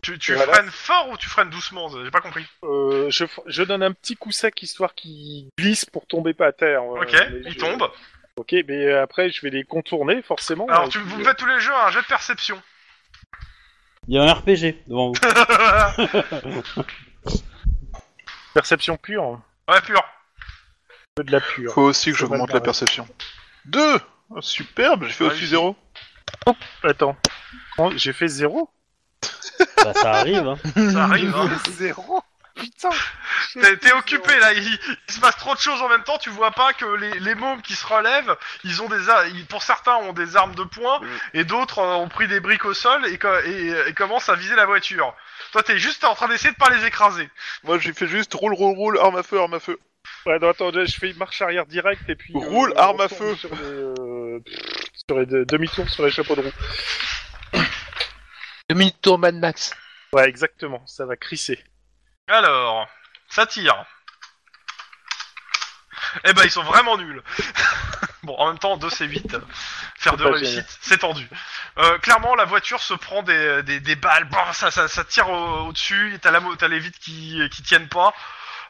S1: Tu, tu
S2: Voilà.
S1: freines fort ou tu freines doucement J'ai pas compris.
S2: Euh, je, f- je donne un petit coup sec histoire qu'il glisse pour tomber pas à terre. euh,
S1: ok,
S2: mais
S1: il
S2: je-
S1: tombe.
S2: Ok, mais après je vais les contourner forcément.
S1: Alors,
S2: Et
S1: tu,
S2: puis,
S1: vous
S2: euh,
S1: me faites tous les jeux un jet de perception.
S4: Il y a un RPG devant vous.
S2: Perception pure,
S1: ouais, pur.
S2: peu de la pure.
S5: Faut aussi que
S2: Ça va
S5: j'augmente
S2: le
S5: la
S2: barrer.
S5: perception. Deux Oh, Superbe, j'ai fait
S1: Ah,
S5: au-dessus
S1: oui.
S5: zéro.
S2: Attends, Oh, j'ai fait zéro.
S4: (laughs)
S2: (laughs)
S4: bah, ça arrive, hein.
S1: Ça arrive, hein.
S8: Zéro Putain
S1: T'es t'es occupé là, il, il se passe trop de choses en même temps, tu vois pas que les, les mômes qui se relèvent, ils ont des ar- ils- pour certains ont des armes de poing
S5: Mm.
S1: et d'autres euh, ont pris des briques au sol et, co- et- et commencent à viser la voiture. Toi t'es juste en train d'essayer de pas les écraser.
S5: Moi j'ai fait juste roule, roule, roule, arme à feu, arme à feu.
S2: Ouais, non, attends, je fais une marche arrière directe et puis.
S5: Roule, arme à
S2: retourne
S5: feu.
S2: Sur les, euh, pff, sur les deux- demi-tours sur les chapeaux de roue.
S6: Demi-tour Mad Max.
S2: Ouais, exactement, ça va crisser. (laughs)
S1: Alors, ça tire. Eh ben ils sont vraiment nuls. (laughs) bon en même temps 2 c'est 8. euh, Faire deux
S2: pas
S1: réussites, c'est tendu. Euh, clairement la voiture se prend des, des, des balles, Bon, ça, ça, ça tire au- au-dessus, et t'as la mo- t'as les vitres qui, qui tiennent pas.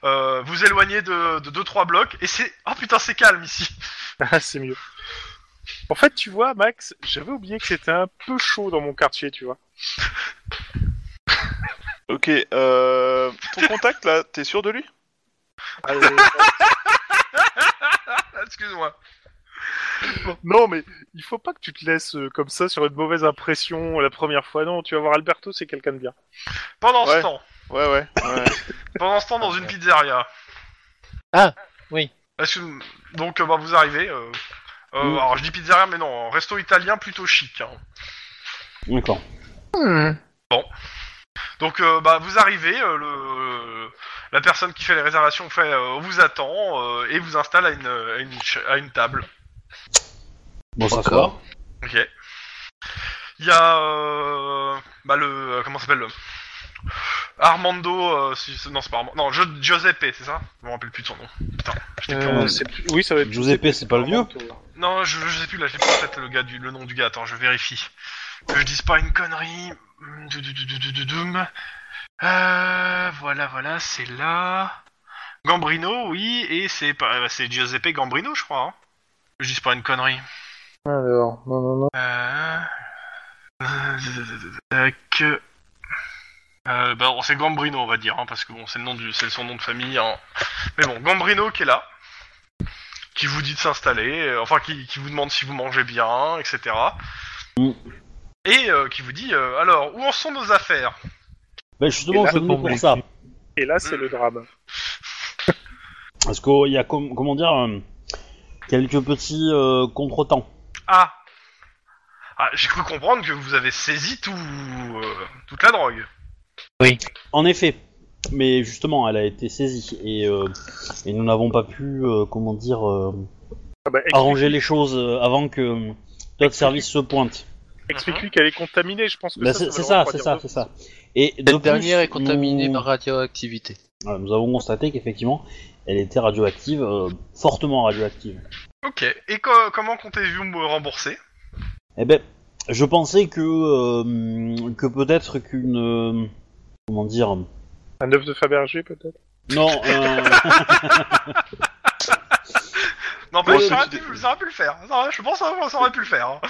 S1: Euh, vous éloignez de 2-3 blocs et c'est... Oh putain c'est calme ici. (laughs)
S2: Ah, c'est mieux. En fait, tu vois, Max, j'avais oublié que c'était un peu chaud dans mon quartier, tu vois.
S5: Ok, euh...
S1: (laughs)
S5: Ton contact là, t'es sûr de lui
S2: Allez,
S1: Excuse-moi.
S2: non, mais il faut pas que tu te laisses euh, comme ça sur une mauvaise impression la première fois. Non, tu vas voir Alberto, c'est quelqu'un de bien.
S1: Pendant
S5: Ouais.
S1: ce temps,
S5: Ouais, ouais, ouais.
S1: pendant ce temps dans une pizzeria.
S6: Ah, oui.
S1: Parce que- donc euh, bah, vous arrivez. euh, euh,
S4: Mm.
S1: Alors je dis pizzeria mais non, un resto italien plutôt chic. hein.
S4: D'accord.
S1: Donc euh, bah, vous arrivez, euh, le, la personne qui fait les réservations fait, euh, on vous attend euh, et vous installe à une, à une, ch- à une table.
S4: Bon, ça
S6: D'accord.
S4: va.
S1: Ok. Il y a euh, bah, le euh, comment ça s'appelle le- Armando, euh, si- c'est- non c'est pas Armando, non Jo- Giuseppe, c'est ça Je me rappelle plus de son nom. Putain, j'étais plus en-
S4: Euh,
S2: C'est plus- Oui, ça va être.
S4: Giuseppe, c'est pas le vieux
S1: Non, je, je sais plus là, j'ai plus en tête le gars du, le nom du gars. Attends, je vérifie. Que je dise pas une connerie. Hum, Dou- dou- dou- dou- dou- dou- doum. Euh, voilà, voilà, c'est là. Gambrino, oui, et c'est pas, euh, c'est Giuseppe Gambrino, je crois. Hein. Que Je dis pas une connerie.
S3: Alors, non, non, non.
S1: Euh... euh, Tac. Euh, bah, bon, c'est Gambrino, on va dire, hein, parce que bon, c'est le nom du, c'est son nom de famille. hein. Mais bon, Gambrino qui est là, qui vous dit de s'installer, euh, enfin qui, qui vous demande si vous mangez bien, etc.
S4: Mm.
S1: Et euh, qui vous dit, euh, alors, où en sont nos affaires
S4: Bah, justement,
S2: Et là,
S4: je venais pour ça.
S2: Et là, c'est le drame.
S4: Parce qu'il y a, com- comment dire, euh, quelques petits euh, contretemps.
S1: Ah, Ah, j'ai cru comprendre que vous avez saisi tout, euh, toute la drogue.
S4: En effet. Mais justement, elle a été saisie. Et, euh, et nous n'avons pas pu, euh, comment dire, euh,
S2: Ah bah,
S4: arranger les choses euh, avant que euh, d'autres services se
S1: Mhm.
S4: pointent.
S2: Explique-lui qu'elle est contaminée, je pense que
S4: Bah,
S2: ça,
S4: c'est c'est
S2: va
S4: ça,
S2: leur
S4: c'est ça,
S2: refroidir.
S4: c'est ça. Et de
S6: Cette
S4: plus,
S6: dernière est contaminée
S4: nous-
S6: par radioactivité.
S4: voilà, nous avons constaté qu'effectivement, elle était radioactive, euh, fortement radioactive.
S1: Ok. Et co- comment comptez-vous me rembourser
S4: Eh ben, je pensais que euh, que peut-être qu'une euh, comment dire
S2: Un œuf de Fabergé, peut-être
S4: non euh, (laughs)
S1: Non, bah,
S5: Oh,
S1: ça, aurait
S5: c'est-
S1: pu, ça aurait pu le faire. Ça aurait- je pense que ça aurait pu le faire. hein.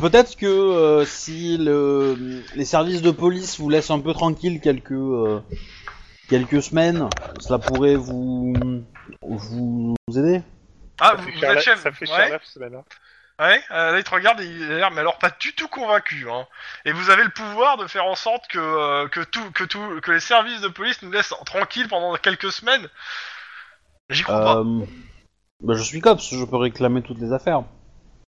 S4: peut-être que euh, si le, les services de police vous laissent un peu tranquille quelques euh, quelques semaines, cela pourrait vous vous, vous aider.
S1: Ah,
S2: Ça
S1: vous,
S2: fait
S1: vous
S2: Sherlock-
S1: êtes chef
S2: Ça fait
S1: Ouais,
S2: Sherlock, ce mec-là.
S1: ouais. Euh, là, il te regarde et il a l'air, mais alors pas du tout convaincu. Hein. Et vous avez le pouvoir de faire en sorte que, euh, que, tout, que, tout, que les services de police nous laissent tranquilles pendant quelques semaines. J'y crois pas.
S4: Euh, ben, je suis cops, je peux réclamer toutes les affaires.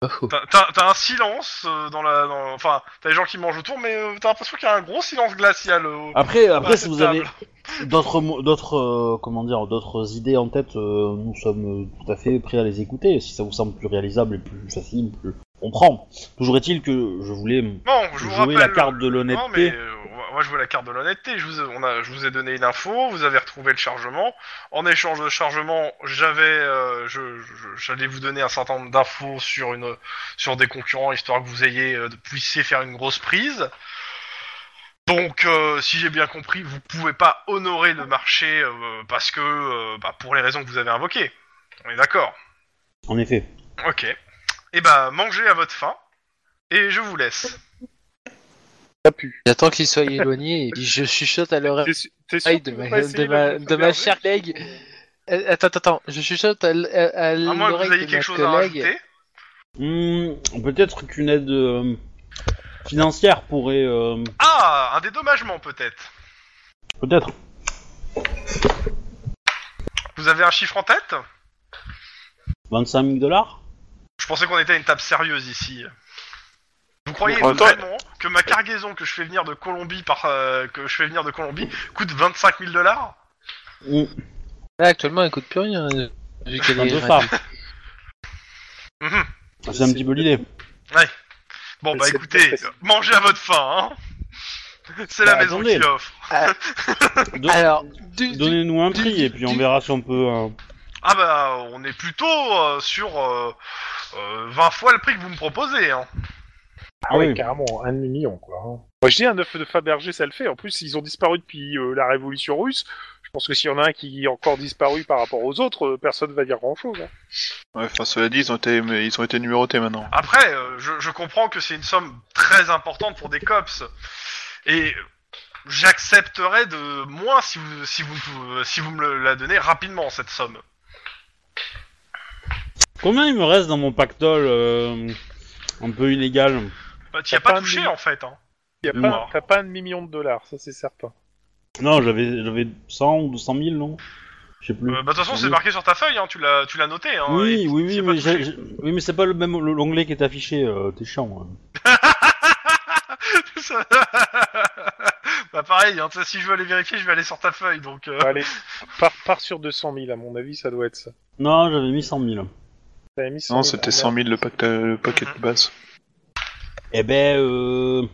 S6: Pas faux.
S1: T'as- T'as t'as un silence euh, dans la. dans- Enfin, t'as les gens qui mangent autour, mais euh, t'as l'impression qu'il y a un gros silence glacial. euh,
S4: Après,
S1: à
S4: après si
S1: cette
S4: vous avez
S1: table.
S4: d'autres mo- d'autres euh, comment dire d'autres idées en tête euh, nous sommes euh, tout à fait prêts à les écouter si ça vous semble plus réalisable et plus facile plus on prend toujours est-il que je voulais m-
S1: Non, je vous
S4: jouer
S1: rappelle.
S4: la carte
S1: Non,
S4: de
S1: mais
S4: l'honnêteté
S1: euh, on va- on va jouer la carte de l'honnêteté. Je, vous ai- on a- je vous ai donné une info, vous avez retrouvé le chargement. En échange de chargement, j'avais, euh, je- je- j'allais vous donner un certain nombre d'infos sur une, sur des concurrents, histoire que vous ayez euh, de- puissiez faire une grosse prise. Donc, euh, si j'ai bien compris, vous pouvez pas honorer le marché euh, parce que, euh, bah, pour les raisons que vous avez invoquées. On est d'accord.
S4: En effet.
S1: Ok. Et bah, mangez à votre faim. Et je vous laisse.
S2: Ça pue.
S6: J'attends qu'ils soient éloignés et puis je chuchote à leur
S2: T'es su- t'es sûr
S6: oreille
S2: que
S6: Ah de
S2: tu
S6: ma,
S2: veux pas essayer
S6: de ma,
S2: la
S6: de ma
S2: sauvegarde
S6: chère collègue. Euh, Attends, attends, attends, je chuchote à, l- à- à
S1: À moins que vous
S6: l'oreille
S1: ayez
S6: de ma
S1: quelque chose à
S6: collègue.
S1: rajouter.
S4: Hmm, Peut-être qu'une aide euh, financière pourrait. euh,
S1: Ah, un dédommagement peut-être.
S4: Peut-être.
S1: Vous avez un chiffre en tête
S4: 25 000 dollars
S1: Je pensais qu'on était à une table sérieuse ici. Vous croyez
S5: En même temps-
S1: vraiment que ma cargaison que je fais venir de Colombie par euh, que je fais venir de Colombie coûte 25 000 dollars
S6: Là, actuellement, elle coûte plus rien. euh, Vu qu'elle
S4: C'est un
S6: est
S4: peu
S6: gratuite.
S4: ça.
S1: Mhm.
S4: C'est un petit peu l'idée.
S1: Bon bah
S2: C'est-
S1: écoutez,
S2: c'est-
S1: euh, mangez à votre faim. Hein C'est la
S4: Bah,
S1: maison
S4: attendez.
S1: qui l'offre.
S4: Do-
S6: Alors, du- du-
S4: Donnez-nous un prix et puis on verra si on peut. euh,
S1: Ah bah on est plutôt euh, sur euh, euh, 20 fois le prix que vous me proposez. Hein.
S4: Ah
S8: Ah
S4: oui.
S8: oui, carrément, un demi-million, quoi. hein.
S2: Moi, je dis un œuf de Fabergé, ça le fait. En plus, ils ont disparu depuis euh, la révolution russe. Je pense que s'il y en a un qui est encore disparu par rapport aux autres, euh, personne va dire grand-chose. hein.
S5: Ouais, enfin, cela dit, ils ont été, mais ils ont été numérotés maintenant.
S1: Après, euh, je, je comprends que c'est une somme très importante pour des cops. Et j'accepterais de moins si vous, si vous, euh, si vous me le- la donnez rapidement, cette somme.
S4: Combien il me reste dans mon pactole euh, un peu illégal
S1: Bah, t'y as
S2: T'as
S1: pas
S2: pas
S1: touché,
S2: mis-
S1: en fait. Hein.
S2: Y a
S4: Mm.
S2: pas, t'as pas un demi-million de dollars, ça c'est certain.
S4: Non, j'avais j'avais 100 ou 200 000, non Je sais plus.
S1: Euh, bah, de toute façon, c'est
S4: Oui.
S1: marqué sur ta feuille, hein, tu l'as tu l'as noté. Hein,
S4: Oui,
S1: et
S4: oui,
S1: t'y
S4: oui,
S1: as pas
S4: mais
S1: touché. (laughs)
S4: j'ai- j'ai- oui, mais c'est pas le même l'onglet qui est affiché, euh, t'es chiant. hein.
S1: Ça- bah, pareil, hein, tu sais, si je veux aller vérifier, je vais aller sur ta feuille. Donc, euh,
S2: Bah, Allez, pars, pars sur 200 000, à mon avis, ça doit être ça.
S4: Non, j'avais mis 100 000.
S2: T'avais mis 100 000,
S5: Non, c'était
S2: ah,
S5: 100 000 le, pacte- le paquet de base.
S4: Eh ben, euh,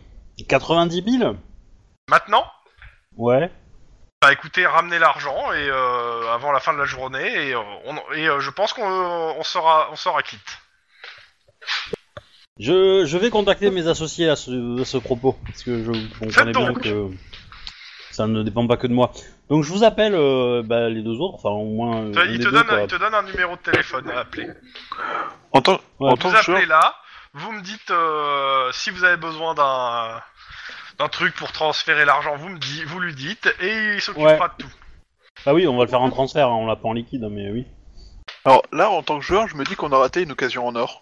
S4: 90 000
S1: maintenant,
S4: Ouais.
S1: bah, écoutez, ramenez l'argent et euh, avant la fin de la journée, et, euh, on- et euh, je pense qu'on on sera, on sera quitte.
S4: Je, je vais contacter mes associés à ce, à ce propos, parce que je comprenais
S1: Faites
S4: bien
S1: donc.
S4: que ça ne dépend pas que de moi. Donc je vous appelle euh, bah, les deux autres, enfin au moins... euh,
S1: Te-
S4: un
S1: Il
S4: des
S1: te,
S4: deux,
S1: donne,
S4: quoi.
S1: il te donne un numéro de téléphone à appeler.
S5: En tant,
S4: Ouais.
S5: en tant
S1: Vous
S5: que joueur,
S1: appelez là, vous me dites euh, si vous avez besoin d'un d'un truc pour transférer l'argent, vous me dites, vous lui dites, et il s'occupera
S4: Ouais.
S1: de tout.
S4: Ah oui, on va le faire en transfert, hein, on l'a pas en liquide, hein, mais oui.
S5: Alors là, en tant que joueur, je me dis qu'on a raté une occasion en or.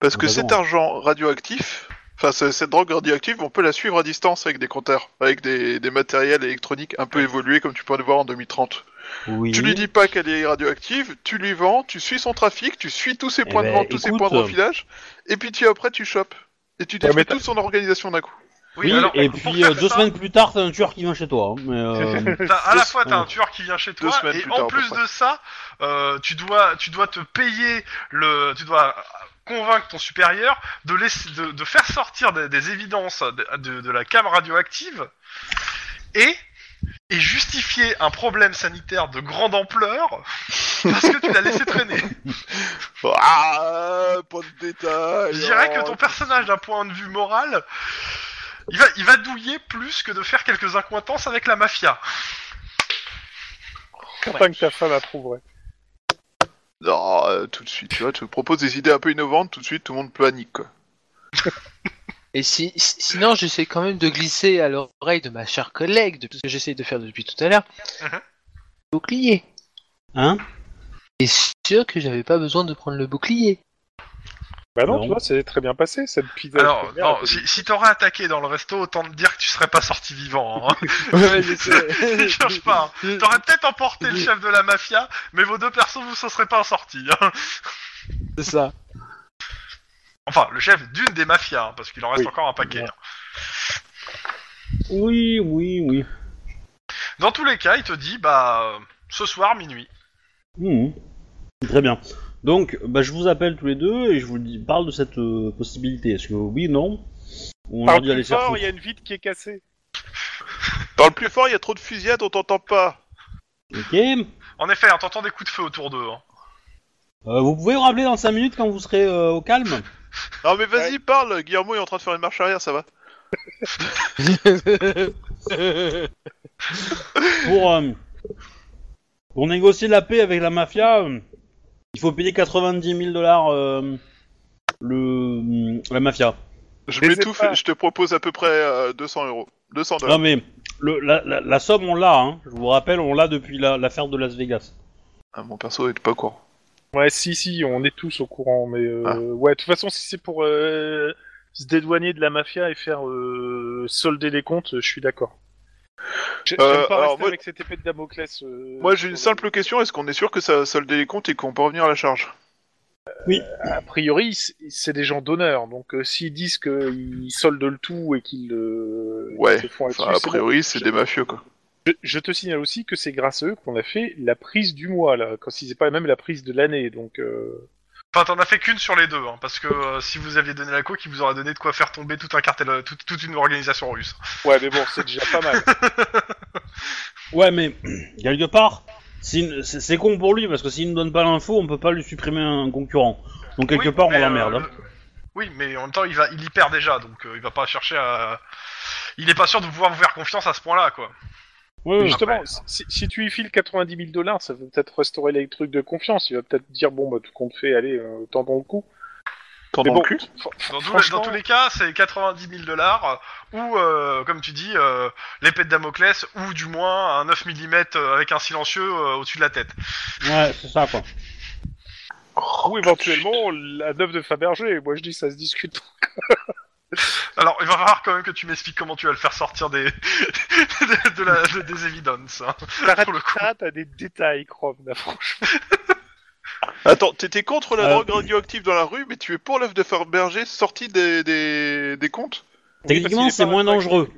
S5: Parce que
S4: Vraiment.
S5: cet argent radioactif, enfin ce- cette drogue radioactive, on peut la suivre à distance avec des compteurs, avec des, des matériels électroniques un peu évolués comme tu peux le voir en 2030.
S4: oui.
S5: Tu lui dis pas qu'elle est radioactive, tu lui vends, tu suis son trafic, tu suis tous ses
S4: Eh
S5: points de
S4: ben,
S5: vente, tous ses
S4: écoute,
S5: points de
S4: euh,
S5: refilage, et puis tu après tu chopes. Et tu détruis
S2: mais t'as-
S5: toute son organisation d'un coup.
S4: Oui,
S1: alors,
S4: et
S1: pour
S4: puis
S1: faire
S4: euh, deux
S1: ça,
S4: semaines plus tard, t'as un tueur qui vient chez toi. hein, mais, euh,
S1: t'as- à la
S5: deux-
S1: fois, t'as un
S4: ouais.
S1: tueur qui vient chez toi,
S5: Deux semaines
S1: et
S5: plus
S1: en
S5: tard, à peu
S1: plus
S5: près.
S1: de ça, euh, tu dois, tu dois te payer le, tu dois convaincre ton supérieur de laisser, de, de faire sortir des, des évidences de, de- de la cam radioactive, et et justifier un problème sanitaire de grande ampleur (laughs) parce que tu l'as laissé
S5: (laughs)
S1: traîner.
S4: Bah,
S5: Ah, pas de détails.
S1: Je dirais
S5: oh.
S1: que ton personnage, d'un point de vue moral, il va, il va douiller plus que de faire quelques incointances avec la mafia.
S2: Certain que ta femme approuverait.
S5: Non, euh, tout de suite, tu vois, tu proposes des idées un peu innovantes, tout de suite tout le monde panique quoi.
S6: Et si, si- sinon, j'essaie quand même de glisser à l'oreille de ma chère collègue, de tout ce que j'essaie de faire depuis tout à l'heure.
S1: Mhm.
S6: Bouclier.
S4: hein
S6: Et sûr que j'avais pas besoin de prendre le bouclier.
S2: Bah non,
S4: Non.
S2: tu vois, c'est très bien passé, cette pizza.
S1: Alors,
S2: première,
S1: non,
S2: elle
S1: si,
S2: était-
S1: si t'aurais attaqué dans le resto, autant te dire que tu serais pas sorti vivant.
S6: (laughs)
S1: Hein. Je cherche pas. hein. T'aurais peut-être emporté le chef de la mafia, mais vos deux persos vous s'en seraient pas sortis. hein.
S6: C'est ça.
S1: Enfin, le chef d'une des mafias, hein, parce qu'il en reste
S4: Oui.
S1: encore un paquet. hein.
S4: Oui, oui, oui.
S1: Dans tous les cas, il te dit, bah, euh, ce soir, minuit.
S4: Mhm. Très bien. Donc, bah, je vous appelle tous les deux et je vous dis, parle de cette euh, possibilité. Est-ce que oui, non Ou on leur
S2: Parle
S4: dit d'aller
S2: plus
S4: se faire
S2: fort,
S4: foutre
S2: il y a une vitre qui est cassée.
S5: Parle plus fort, il y a trop de fusillades, on t'entend pas.
S4: Ok.
S1: En effet, hein, t'entends des coups de feu autour d'eux. hein.
S4: Euh, vous pouvez vous rappeler dans 5 minutes quand vous serez euh, au calme
S5: Non mais vas-y, parle, Guillermo est en train de faire une marche arrière, ça va.
S6: (laughs)
S4: Pour, euh, pour négocier la paix avec la mafia, euh, il faut payer 90 000 dollars euh, le, la mafia.
S5: Je
S2: Mais c'est
S5: m'étouffe
S2: pas-
S5: et je te propose à peu près euh, 200 euros. 200
S4: Non
S5: dollars.
S4: mais le- la, la- la somme on l'a, hein. je vous rappelle, on l'a depuis la- l'affaire de Las Vegas.
S5: Ah, mon perso est pas au courant.
S2: Ouais, si, si, on est tous au courant, mais euh,
S5: Ah.
S2: ouais, de toute façon, si c'est pour euh, se dédouaner de la mafia et faire euh, solder les comptes, je suis d'accord. J'ai-
S5: Euh,
S2: j'aime pas
S5: alors,
S2: rester
S5: moi-
S2: avec cette épée de Damoclès. euh,
S5: Moi, j'ai
S2: sur
S5: une
S2: le-
S5: simple question. Est-ce qu'on est sûr que ça solde les comptes et qu'on peut revenir à la charge
S2: A priori, c'est- c'est des gens d'honneur, donc euh, s'ils disent qu'ils soldent le tout et qu'ils euh, ils
S5: Ouais,
S2: se font là-dessus,
S5: Enfin, a
S2: c'est bon.
S5: priori, c'est des mafieux, quoi.
S2: Je, je te signale aussi que c'est grâce à eux qu'on a fait la prise du mois, là, quand si c'est pas même la prise de l'année, donc... euh,
S1: Enfin, t'en as fait qu'une sur les deux, hein, parce que euh, si vous aviez donné la coque, il vous aurait donné de quoi faire tomber tout un cartel, euh, tout- toute une organisation russe.
S2: Ouais, mais bon, c'est déjà pas mal.
S4: Ouais, mais (clears throat) quelque part, s'il- c'est c'est con pour lui parce que s'il ne donne pas l'info, on peut pas lui supprimer un concurrent. Donc quelque
S1: Oui,
S4: part, on
S1: mais,
S4: l'emmerde.
S1: euh,
S4: hein.
S1: le- Oui, mais en même temps, il, va, il y perd déjà, donc euh, il va pas chercher à. Il est pas sûr de pouvoir vous faire confiance à ce point-là, quoi.
S4: Ouais,
S2: (laughs)
S4: ouais.
S2: Justement,
S1: Après,
S2: si, si tu y files 90 000 dollars, ça va peut-être restaurer les trucs de confiance. Il va peut-être dire bon, bah tout compte fait, allez, euh, tant dans le coup.
S5: T'en
S2: Mais
S5: dans
S2: bon,
S5: le cul
S2: fr- fr-
S1: Dans, tous les-
S2: franchement,
S1: dans tous
S2: (laughs)
S1: les cas, c'est 90 000 dollars, ou, euh, comme tu dis, euh, l'épée de Damoclès, ou du moins un 9 mm avec un silencieux euh, au-dessus de la tête.
S4: Ouais, c'est ça quoi.
S2: ou éventuellement la neuf de Fabergé. Moi, je dis ça se discute.
S1: Alors, il va falloir quand même que tu m'expliques comment tu vas le faire sortir des, (laughs) de, de la- de- des évidences. hein.
S2: T'arrêtes
S1: Pour le coup.
S2: ça, t'as des détails, Chrome, là, franchement.
S5: Attends, t'étais contre la
S4: Euh.
S5: drogue radioactive dans la rue, mais tu es pour l'œuf de Farberger sortie des, des, des comptes
S4: Techniquement,
S2: parce qu'il
S4: c'est
S2: est pas
S4: moins
S2: intact.
S4: dangereux.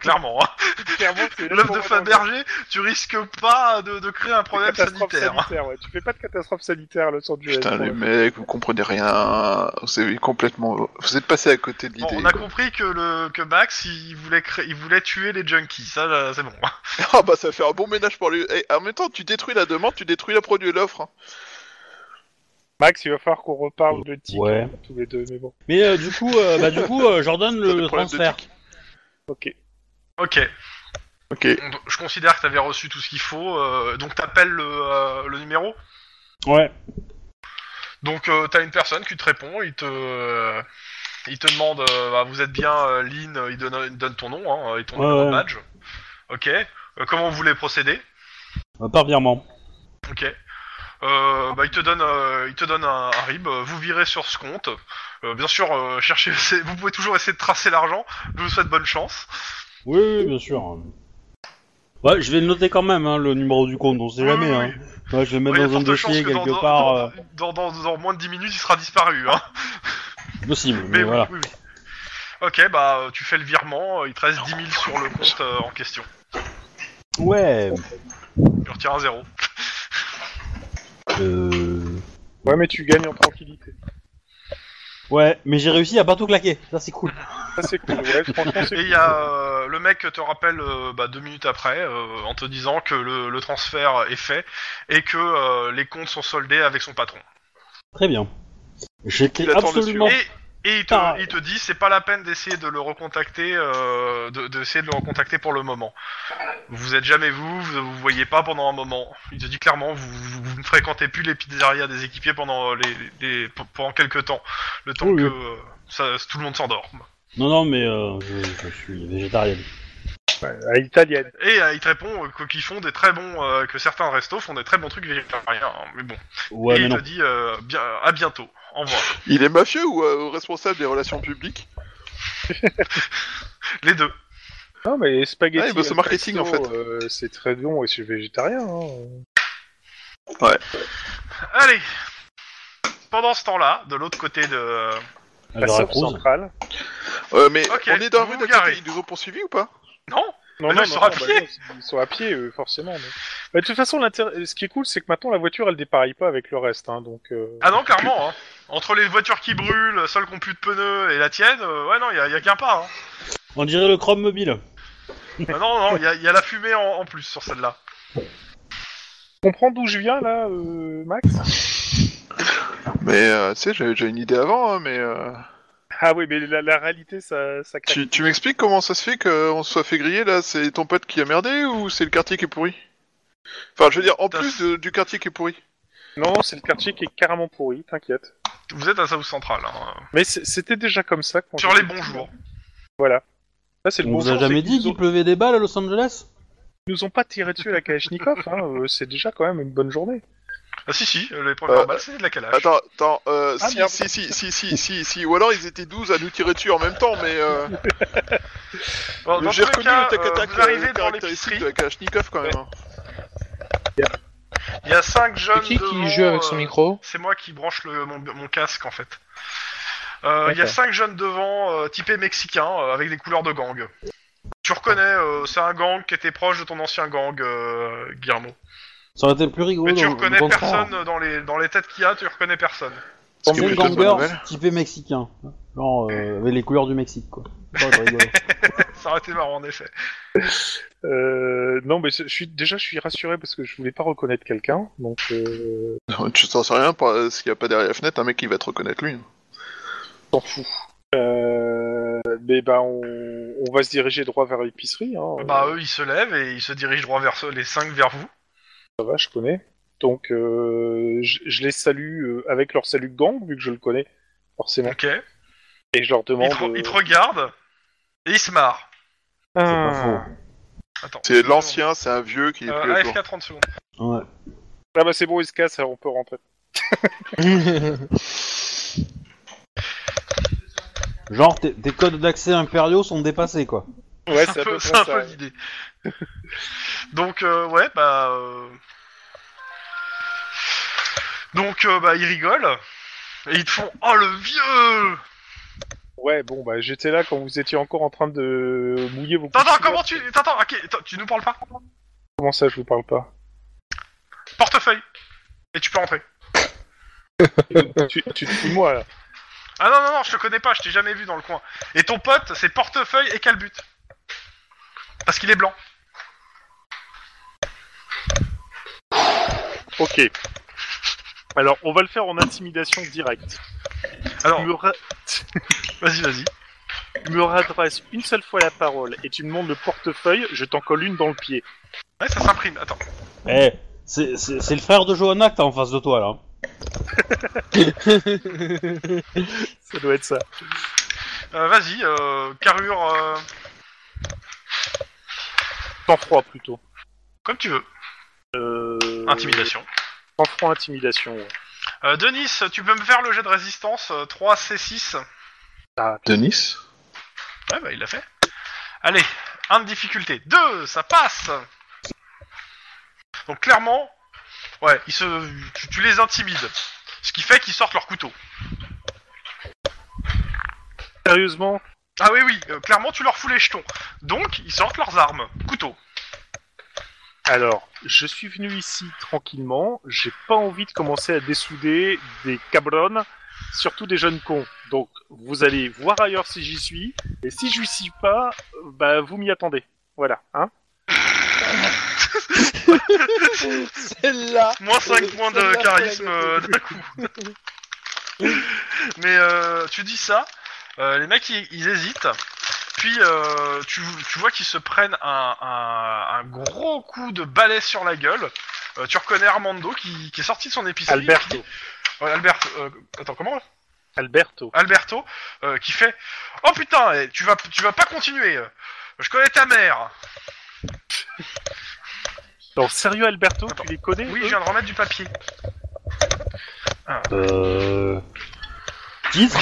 S1: Clairement, hein.
S2: Clairement, c'est
S1: l'œuf de
S2: vraiment dangereux.
S1: Fabergé, tu risques pas de, de créer un problème
S2: Catastrophe
S1: sanitaire.
S2: sanitaire. ouais. Tu fais pas de catastrophe sanitaire à Los Angeles.
S5: Putain,
S2: pour
S5: les
S2: le-
S5: mecs, vous comprenez rien. Vous avez complètement. Vous êtes passé à côté de
S1: Bon,
S5: l'idée.
S1: on a
S5: quoi.
S1: compris que le que Max, il voulait créer, il voulait tuer les junkies. Ça, là, c'est bon.
S5: (laughs)
S1: (laughs)
S5: Ah bah, ça fait un bon ménage pour lui. Eh, en même temps, tu détruis la demande, tu détruis la produit et l'offre. hein.
S2: Max, il va falloir qu'on reparle de tigre hein,
S4: Ouais.
S2: tous les deux, mais bon.
S4: Mais euh, du coup, euh, bah, du coup euh, Jordan
S5: T'as
S1: (laughs)
S4: le,
S5: des
S4: le
S5: problèmes de
S4: transfert.
S5: tic.
S2: Ok.
S1: Ok,
S5: Ok.
S1: donc, je considère que t'avais reçu tout ce qu'il faut. euh, donc t'appelles le, euh, le numéro.
S4: Ouais.
S1: Donc euh, t'as une personne qui te répond. Il te euh, il te demande, euh, bah, vous êtes bien euh, Lynn. Il donne il donne ton nom, hein, et ton
S4: Ouais,
S1: numéro de
S4: ouais.
S1: badge. Ok. Euh, comment vous voulez procéder
S4: Euh, Par virement.
S1: Ok. Euh, bah, il te donne, euh, il te donne un, un rib. euh, Vous virez sur ce compte. Euh, bien sûr, euh, cherchez. (laughs) c'est- Vous pouvez toujours essayer de tracer l'argent. Je vous souhaite bonne chance.
S4: Oui, oui, bien sûr. Ouais, je vais le noter quand même, hein, le numéro du compte, on sait
S1: Oui,
S4: jamais.
S1: oui,
S4: Hein. Ouais, je vais le
S1: Ouais,
S4: mettre
S1: il y a
S4: dans un
S1: forte chance
S4: dossier
S1: que dans-
S4: quelque
S1: dans-
S4: part. euh,
S1: Dans, dans, dans moins de 10 minutes, il sera disparu. Hein.
S4: euh, Possible, mais,
S1: Mais oui,
S4: voilà.
S1: oui, oui. Ok, bah euh, tu fais le virement. euh, Il te reste 10 000 sur le compte euh, en question.
S4: Ouais.
S1: Tu retires un zéro.
S4: Euh...
S2: Ouais, mais tu gagnes en tranquillité.
S4: Ouais, mais j'ai réussi à pas tout claquer. Ça, c'est cool.
S2: Ça, c'est cool. Ouais, franchement, c'est
S1: Et il y a euh, le mec te rappelle euh, bah, deux minutes après euh, en te disant que le, le transfert est fait et que euh, les comptes sont soldés avec son patron.
S4: Très bien. J'étais
S5: Il attend le
S4: absolument.
S1: Et, et il, te,
S4: Ah.
S1: il te dit, c'est pas la peine d'essayer de le recontacter, euh, de- d'essayer de, le recontacter pour le moment. Vous êtes jamais vous, vous vous voyez pas pendant un moment. Il te dit clairement, vous, vous- vous ne fréquentez plus les pizzerias des équipiers pendant les, les- pendant quelques temps, le temps
S4: Oui,
S1: que
S4: oui.
S1: euh, ça- tout le monde s'endorme.
S4: Non, non, mais euh, je, je suis végétarienne.
S2: à l'italienne.
S1: Et euh, il te répond euh, qu'ils font des très bons, euh, que certains restos font des très bons trucs végétariens. hein, mais bon.
S4: Ouais,
S1: et
S4: mais
S1: il
S4: non.
S2: bah,
S1: te dit euh, bien, à bientôt. Au revoir.
S5: Il est mafieux ou euh, responsable des relations publiques
S1: Les deux.
S2: Non, mais les spaghettis.
S5: Ouais, bah, c'est
S2: al
S5: marketing,
S2: pesto,
S5: en fait.
S2: euh, c'est très bon et c'est végétarien. Hein.
S1: Allez. Pendant ce temps-là, de l'autre côté de
S4: À
S2: La
S4: Ah, Veracruz.
S2: sauce centrale.
S5: Euh, Mais
S1: Ok,
S5: on est dans la
S1: vous
S5: rue
S1: vous
S5: d'à côté,
S1: garez.
S5: ils nous ont poursuivis ou pas
S1: non. Mais
S2: Non, bah
S1: Ah non, ils sont à pied.
S2: non, ils sont à pied, eux, forcément. mais- Mais de toute façon, l'intérêt- ce qui est cool, c'est que maintenant la voiture, elle dépareille pas avec le reste, hein, donc. euh,
S1: Ah non, clairement, hein. Entre les voitures qui brûlent, celles qu'on pue de pneus et la tienne, euh, ouais, non, y a, y a qu'un pas, hein.
S4: On dirait le Chrome mobile.
S1: Ah non, non, y a, y a la fumée en, en plus sur celle-là.
S2: Tu comprends d'où je viens là, euh, Max
S5: Mais euh, tu sais, j'avais déjà une idée avant, hein, mais. euh,
S2: Ah oui, mais la, la réalité, ça, ça claque.
S5: Tu, tu m'expliques comment ça se fait qu'on se soit fait griller là C'est ton pote qui a merdé ou c'est le quartier qui est pourri Enfin, je veux dire, en
S1: Putain.
S5: plus de- du quartier qui est pourri.
S2: Non, c'est le quartier qui est carrément pourri, t'inquiète.
S1: Vous êtes à South Central, hein.
S2: Mais c'est- c'était déjà comme ça. Quand
S1: sur
S2: j'étais
S1: les bons
S2: petit.
S1: jours.
S2: Voilà. Là, c'est le
S4: On
S2: bon
S4: vous a
S2: jour,
S4: jamais
S2: c'est qu'ils
S4: dit qu'il
S2: nous ont-
S4: pleuvait des balles à Los Angeles
S2: ils nous ont pas tiré dessus à la Kalachnikov, hein, euh, c'est déjà quand même une bonne journée.
S1: Ah si si, les premières
S5: Euh,
S1: balles c'est de la calage.
S5: Attends, attends, euh,
S2: Ah,
S5: si,
S2: merde.
S5: si, si, si, si, si, si, ou alors ils étaient 12 à nous tirer dessus en même temps, mais euh,
S1: Bon, dans
S5: j'ai
S1: tous les
S5: reconnu
S1: cas,
S5: le tac-tac
S1: euh, vous arrivez dans
S5: caractéristique
S1: l'épicerie,
S5: de la Kalachnikov quand même. hein.
S1: il y a cinq jeunes
S3: C'est qui
S1: devant,
S3: qui joue avec son
S1: euh, (laughs)
S3: micro
S1: C'est moi qui branche le, mon, mon casque en fait. Euh, Il y a cinq jeunes devant, euh, typés mexicains, euh, avec des couleurs de gang. Tu reconnais, euh, c'est un gang qui était proche de ton ancien gang, euh, Guillermo.
S4: Ça aurait été plus rigolo.
S1: Mais tu
S4: dans-
S1: reconnais
S4: dans le contraire.
S1: personne dans les, dans les têtes qu'il y a, tu reconnais personne.
S5: Parce que
S4: Comme des
S5: plutôt de bonnes
S4: gangers
S5: nouvelles.
S4: typés mexicains. Genre, euh, avec les couleurs du Mexique, quoi. Ça aurait été rigolo.
S1: Ça aurait été marrant en effet.
S2: Euh, non, mais je suis déjà, je suis rassuré parce que je voulais pas reconnaître quelqu'un, donc. Euh...
S5: Non, Tu t'en sais rien, par- euh, s'il n'y a pas derrière la fenêtre, un mec il va te reconnaître lui.
S2: T'en fous. Euh, mais bah, on, on va se diriger droit vers l'épicerie. Hein.
S1: Bah eux ils se lèvent et ils se dirigent droit vers ceux- les cinq vers vous.
S2: Ça va, je connais. Donc, euh, je, je les salue euh, avec leur salut de gang, vu que je le connais, forcément.
S1: Ok.
S2: Et je leur
S1: Ils
S2: demande.
S1: te,
S2: euh,
S1: ils te regardent et ils se marrent.
S2: Ah,
S1: Attends.
S5: C'est l'ancien, c'est un vieux qui est plus
S1: Euh,
S5: à jour.
S1: AFK 30 secondes.
S4: Ouais.
S2: Ah bah, c'est bon, ils se cassent, on peut rentrer.
S4: Genre, tes tes codes d'accès impériaux sont dépassés, quoi.
S2: Ouais,
S1: C'est
S2: c'est à
S1: un
S2: peu
S1: peu, (laughs)
S2: près
S1: c'est un
S2: ça.
S1: peu
S2: ouais.
S1: l'idée. Donc euh, ouais bah euh, donc euh, bah ils rigolent et ils te font oh le vieux.
S2: Ouais, bon, bah, j'étais là quand vous étiez encore en train de mouiller vos.
S1: T'entends
S2: couverts.
S1: comment tu t'entends ok attends, tu nous parles pas
S2: Comment ça, je vous parle pas
S1: portefeuille et tu peux rentrer.
S2: tu, tu te fous de moi, là.
S1: Ah non non non je te connais pas je t'ai jamais vu dans le coin et ton pote c'est portefeuille et calbut parce qu'il est blanc.
S2: Ok. Alors, on va le faire en intimidation directe.
S1: Alors
S2: Tu, me ra-
S1: vas-y vas-y.
S2: tu me radresses une seule fois la parole et tu me demandes le portefeuille, je t'en colle une dans le pied.
S1: Ouais ça s'imprime attends.
S4: Eh, c'est- c'est c'est le frère de Johanna que t'as en face de toi, là.
S2: Ça doit être ça.
S1: Euh, vas-y euh, carrure euh,
S2: Sans froid, plutôt.
S1: comme tu veux
S2: Euh...
S1: intimidation.
S2: Sans froid, intimidation. ouais.
S1: Euh, Denis, tu peux me faire le jet de résistance euh, 3C6
S2: Ah,
S5: Denis
S1: Ouais, bah il l'a fait. Allez, 1 de difficulté. 2, ça passe Donc clairement, ouais, ils se, tu, tu les intimides. Ce qui fait qu'ils sortent leur couteau.
S2: Sérieusement
S1: Ah oui, oui, euh, clairement tu leur fous les jetons. Donc, ils sortent leurs armes. Couteau.
S2: Alors, je suis venu ici tranquillement, j'ai pas envie de commencer à dessouder des cabrones, surtout des jeunes cons. Donc, vous allez voir ailleurs si j'y suis, et si j'y suis pas, euh, bah vous m'y attendez. Voilà, hein
S6: Celle-là
S1: Moins 5 points de
S6: Celle-là,
S1: charisme
S6: c'est la
S1: euh, d'un coup. (laughs) Mais euh, tu dis ça, euh, les mecs ils, ils hésitent. Puis euh, tu, tu vois qu'ils se prennent un, un- un gros coup de balai sur la gueule. Euh, tu reconnais Armando qui, qui est sorti de son épicerie.
S2: Alberto.
S1: Ouais, Alberto. euh, attends, comment
S2: Alberto.
S1: Alberto euh, qui fait Oh putain, eh, tu vas, tu vas pas continuer. euh, Je connais ta mère.
S2: Non, sérieux Alberto,
S1: Attends.
S2: tu les connais
S1: Oui,
S2: eux
S1: je viens de remettre du papier.
S4: Euh... Titre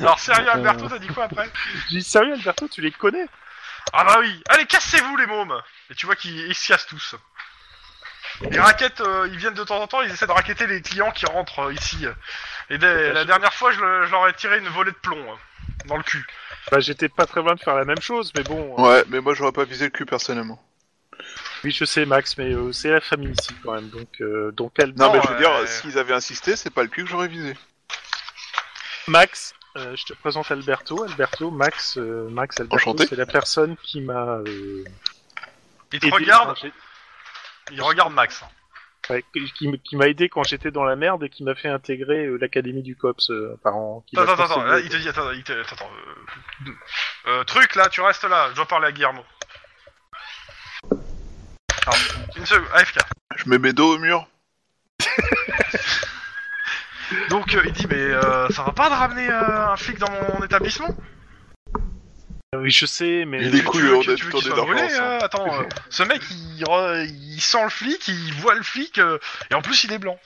S1: Alors, sérieux, Alberto, t'as dit quoi après
S2: Je dis sérieux Alberto, tu les connais
S1: Ah bah oui Allez, cassez-vous les mômes Et tu vois qu'ils ils se cassent tous. Les raquettes, euh, ils viennent de temps en temps, ils essaient de raqueter les clients qui rentrent euh, ici. Et dès- la dernière fois, je, le- je leur ai tiré une volée de plomb euh, dans le cul.
S2: Bah j'étais pas très loin de faire la même chose, mais bon... euh,
S5: Ouais, mais moi j'aurais pas visé le cul personnellement.
S2: Oui, je sais Max, mais euh, c'est la famille ici quand même, donc... euh, donc Alberto...
S5: Non,
S1: Non,
S5: mais je veux
S1: ouais.
S5: dire, s'ils avaient insisté, c'est pas le cul que j'aurais visé.
S2: Max, euh, je te présente Alberto. Alberto, Max, euh, Max Alberto,
S5: Enchanté.
S2: c'est la personne qui m'a. Euh,
S1: Ils te
S2: aidé.
S1: regardent,
S2: Enfin, j'ai-
S1: ils regardent Max.
S2: ouais, qui, qui m- qui m'a aidé quand j'étais dans la merde et qui m'a fait intégrer euh, l'académie du COPS euh, par an. qui m'a
S1: Attends, attends, attends,
S2: conseillé-
S1: là, il te dit, attends, il te- attends, attends, euh, euh, truc là, tu restes là, je dois parler à Guillermo. Alors, une seconde, AFK.
S5: Je mets mes dos au mur.
S1: Donc euh, il dit, mais euh, ça va pas de ramener euh, un flic dans mon établissement
S2: Euh, Oui, je sais, mais.
S5: Il est
S1: Tu
S5: cool,
S1: veux
S5: on
S1: que-
S5: a
S1: tu veux
S5: tourné
S1: qu'il soit
S5: dans
S1: brûlé,
S5: le sens, hein.
S1: euh, Attends, euh, ce mec, il, re- il sent le flic, il voit le flic, euh, et en plus il est blanc.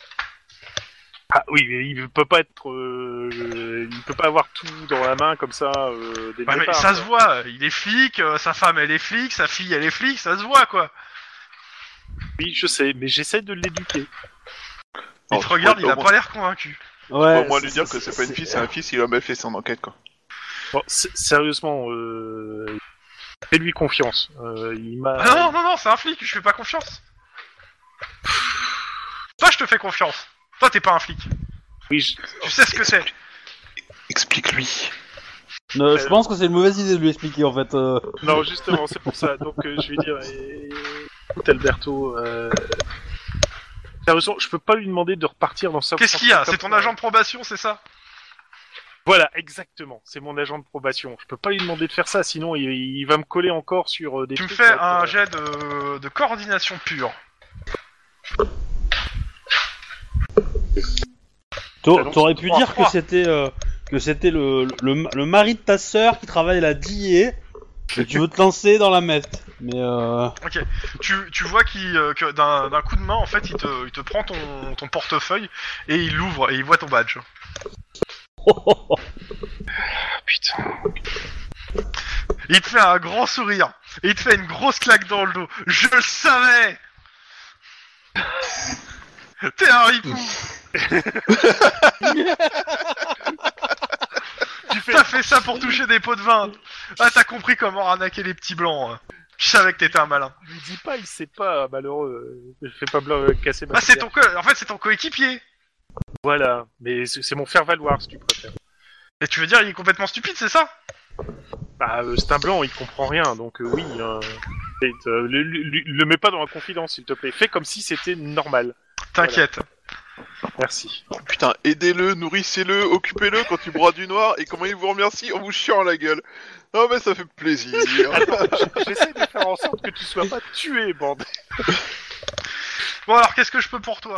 S2: Ah oui, mais il peut pas être. euh, euh, il peut pas avoir tout dans la main comme ça euh, dès le
S1: Ouais, mais
S2: départ,
S1: ça
S2: quoi.
S1: se voit, euh, il est flic, euh, sa femme elle est flic, sa fille elle est flic, ça se voit quoi.
S2: Oui, je sais, mais j'essaie de l'éduquer.
S1: Il
S5: Alors,
S1: te
S5: tu
S1: regarde, il
S5: Oh, pourrais
S1: a
S5: au moins-
S1: pas l'air convaincu.
S5: Au
S4: Ouais,
S5: moins lui dire que c'est pas une fille, c'est un fils, il a mal fait son enquête quoi.
S2: Bon, s- sérieusement, euh, fais-lui confiance. Euh, il m'a.
S1: Ah non, non, non, c'est un flic, je fais pas confiance. Toi, je te fais confiance. Toi, t'es pas un flic.
S2: Oui, je-
S1: Tu sais ce que c'est.
S5: Explique-lui.
S4: Euh, je pense que c'est une mauvaise idée de lui expliquer en fait. euh.
S2: Non, justement, c'est pour ça. Donc, euh, je vais dire, euh, écoute Alberto, euh... sérieusement, je peux pas lui demander de repartir dans sa.
S1: Qu'est-ce qu'il y a C'est ton agent de probation, c'est ça
S2: Voilà, exactement. C'est mon agent de probation. Je peux pas lui demander de faire ça, sinon il, il va me coller encore sur euh, des.
S1: Tu me
S2: trucs,
S1: fais
S2: là,
S1: un
S2: que-
S1: jet de, de coordination pure.
S4: T'aur-
S2: Ah non,
S4: T'aurais pu
S1: trois,
S4: dire que
S1: trois.
S4: c'était euh, que c'était le, le, le- le mari de ta sœur qui travaille à la DIA et tu veux te lancer dans la meth. Mais euh,
S1: Tu, tu vois qu'il, euh, que d'un d'un coup de main, en fait, il te, il te prend ton, ton portefeuille et il l'ouvre et il voit ton badge.
S2: Putain.
S1: Il te fait un grand sourire et il te fait une grosse claque dans le dos. Je le savais (laughs) T'es un ripou
S2: Tu fais.
S1: T'as fait ça pour toucher des pots de vin Ah, t'as compris comment arnaquer les petits blancs. euh. Je savais que t'étais un malin.
S2: lui dis pas, il sait pas, malheureux. Je fais pas bla- casser ma.
S1: Ah, c'est
S2: carrière.
S1: ton co- en fait, c'est ton coéquipier.
S2: Voilà, mais c'est c'est mon faire valoir, si tu préfères.
S1: Et tu veux dire, il est complètement stupide, c'est ça
S2: Bah, euh, c'est un blanc, il comprend rien, donc euh, oui. euh, c'est, euh, le, le- le mets pas dans la confidence, s'il te plaît. Fais comme si c'était normal.
S1: T'inquiète.
S2: Merci.
S5: Putain, aidez-le, nourrissez-le, occupez-le quand il boira du noir et comment il vous remercie en vous chiant à la gueule. Non mais ça fait plaisir. (laughs)
S2: J'essaie de faire en sorte que tu sois pas tué, bande.
S1: Bon, alors, qu'est-ce que je peux pour toi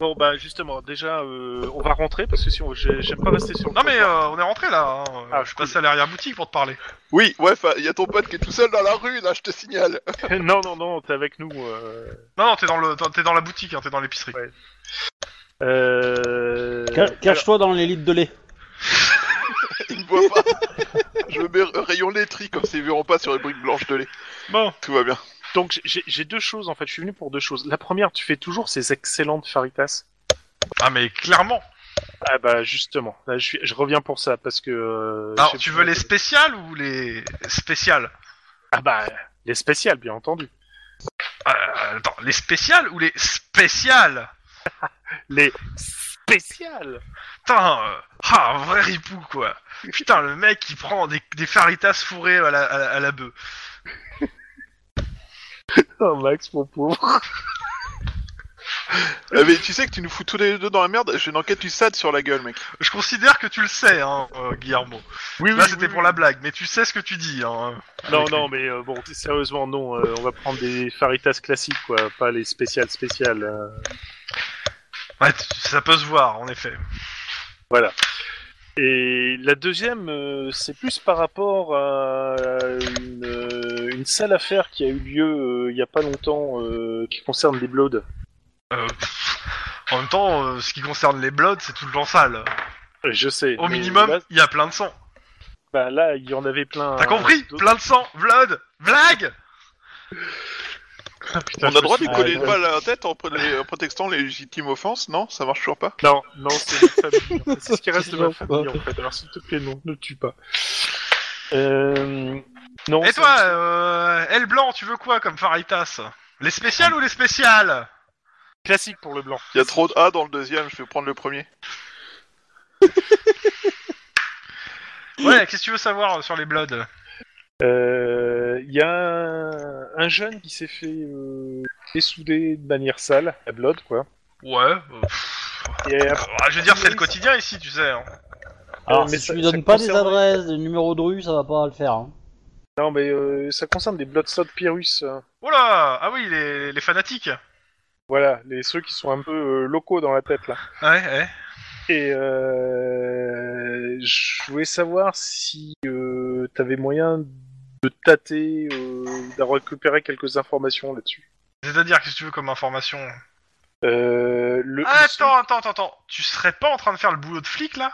S2: Bon bah justement, déjà, euh, on va rentrer parce que si on, j'ai- j'aime pas rester sur. le
S1: Non, mais
S2: trottoir.
S1: euh, on est rentré là. hein.
S2: Ah,
S1: je suis
S2: cool.
S1: passé à l'arrière-boutique pour te parler.
S5: oui, ouais, il y a ton pote qui est tout seul dans la rue là, je te signale. (laughs)
S1: euh,
S2: non non non, t'es avec nous. euh.
S1: Non, non, t'es dans, le... t'es dans la boutique, hein, t'es dans l'épicerie.
S2: Ouais. Euh,
S4: ca- cache-toi dans les litres de lait.
S5: Il me voit pas. je me mets au rayon laiterie comme s'ils verront pas sur les briques blanches de lait.
S1: Bon,
S5: Tout va bien.
S2: alors, donc j'ai- j'ai j'ai deux choses en fait. Je suis venu pour deux choses. La première, tu fais toujours ces excellentes faritas.
S1: ah, mais clairement.
S2: Ah bah justement, là, je, suis- je reviens pour ça parce que. euh,
S1: Alors,
S2: j'ai-
S1: tu veux les spéciales ou les spéciales
S2: Ah bah les spéciales, bien entendu.
S1: Euh, Attends, les spéciales ou les spéciales
S2: (laughs) Les spéciales.
S1: Putain, euh, ah, un vrai ripou quoi. Putain, le mec qui prend des, des faritas fourrées à la, à la, à la bœuf.
S2: Oh Max, mon pauvre.
S5: Ah, mais tu sais que tu nous fous tous les deux dans la merde, j'ai une enquête du SAD sur la gueule mec.
S1: Je considère que tu le sais, hein, euh, Guillermo.
S2: Oui
S1: Là, c'était pour la blague, mais tu sais ce que tu dis, hein.
S2: Non,
S1: Avec
S2: non, mais euh, bon, t- sérieusement, non, euh, on va prendre des faritas classiques, quoi, pas les spéciales spéciales. euh.
S1: Ouais, tu- ça peut se voir, en effet.
S2: Et la deuxième, euh, c'est plus par rapport à une, euh, une sale affaire qui a eu lieu euh, il y a pas longtemps, euh, qui concerne les bloods.
S1: Euh, pff, en même temps, euh, ce qui concerne les Bloods, c'est tout le temps sale.
S2: Euh, Je sais.
S1: Au
S2: mais
S1: minimum,
S2: Là,
S1: il y a plein de sang.
S2: bah, là, il y en avait plein. hein,
S1: T'as compris
S2: d'autres.
S1: Plein de sang, Blood, blague
S2: Ah, putain,
S5: On
S2: je me
S5: a le droit de
S2: suis-
S5: lui coller une balle à la tête en, pré- les- en prétextant les légitimes offenses, non Ça marche toujours pas
S2: Non, non, c'est ma famille. en fait. C'est ce qui reste de ma famille, en fait. Alors, s'il te plaît, non, ne tue pas. Euh, Non.
S1: Et
S2: ça-
S1: toi, euh, L blanc, tu veux quoi comme Faritas Les spéciales ou les spéciales
S2: Classique pour le blanc.
S5: Il y a trop de A dans le deuxième, je vais prendre le premier.
S1: Ouais, qu'est-ce que tu veux savoir euh, sur les Bloods
S2: Euh, Il y a un, un jeune qui s'est fait euh, essoudé de manière sale, la blood, quoi.
S1: Ouais. euh, pff.
S2: Et euh, après,
S1: Ah, je veux dire, c'est le quotidien ici, tu sais. hein.
S4: Alors,
S2: mais
S4: si
S2: ça-
S4: tu lui
S2: ça
S4: donnes pas des
S2: concerne-
S4: adresses, des numéros de rue, ça va pas le faire. hein.
S2: Non, mais euh, ça concerne des Bloodshot Pyrrhus. hein.
S1: Oula Ah oui, les, les fanatiques.
S2: Voilà, les ceux qui sont un peu euh, locaux dans la tête, là.
S1: Ouais, ouais.
S2: Et euh, je voulais savoir si euh, t'avais moyen de tâter, euh, de récupérer quelques informations là-dessus.
S1: C'est-à-dire, qu'est-ce que tu veux comme information
S2: Euh, le-
S1: Ah,
S2: le-
S1: Attends, attends, attends, attends. Tu serais pas en train de faire le boulot de flic, là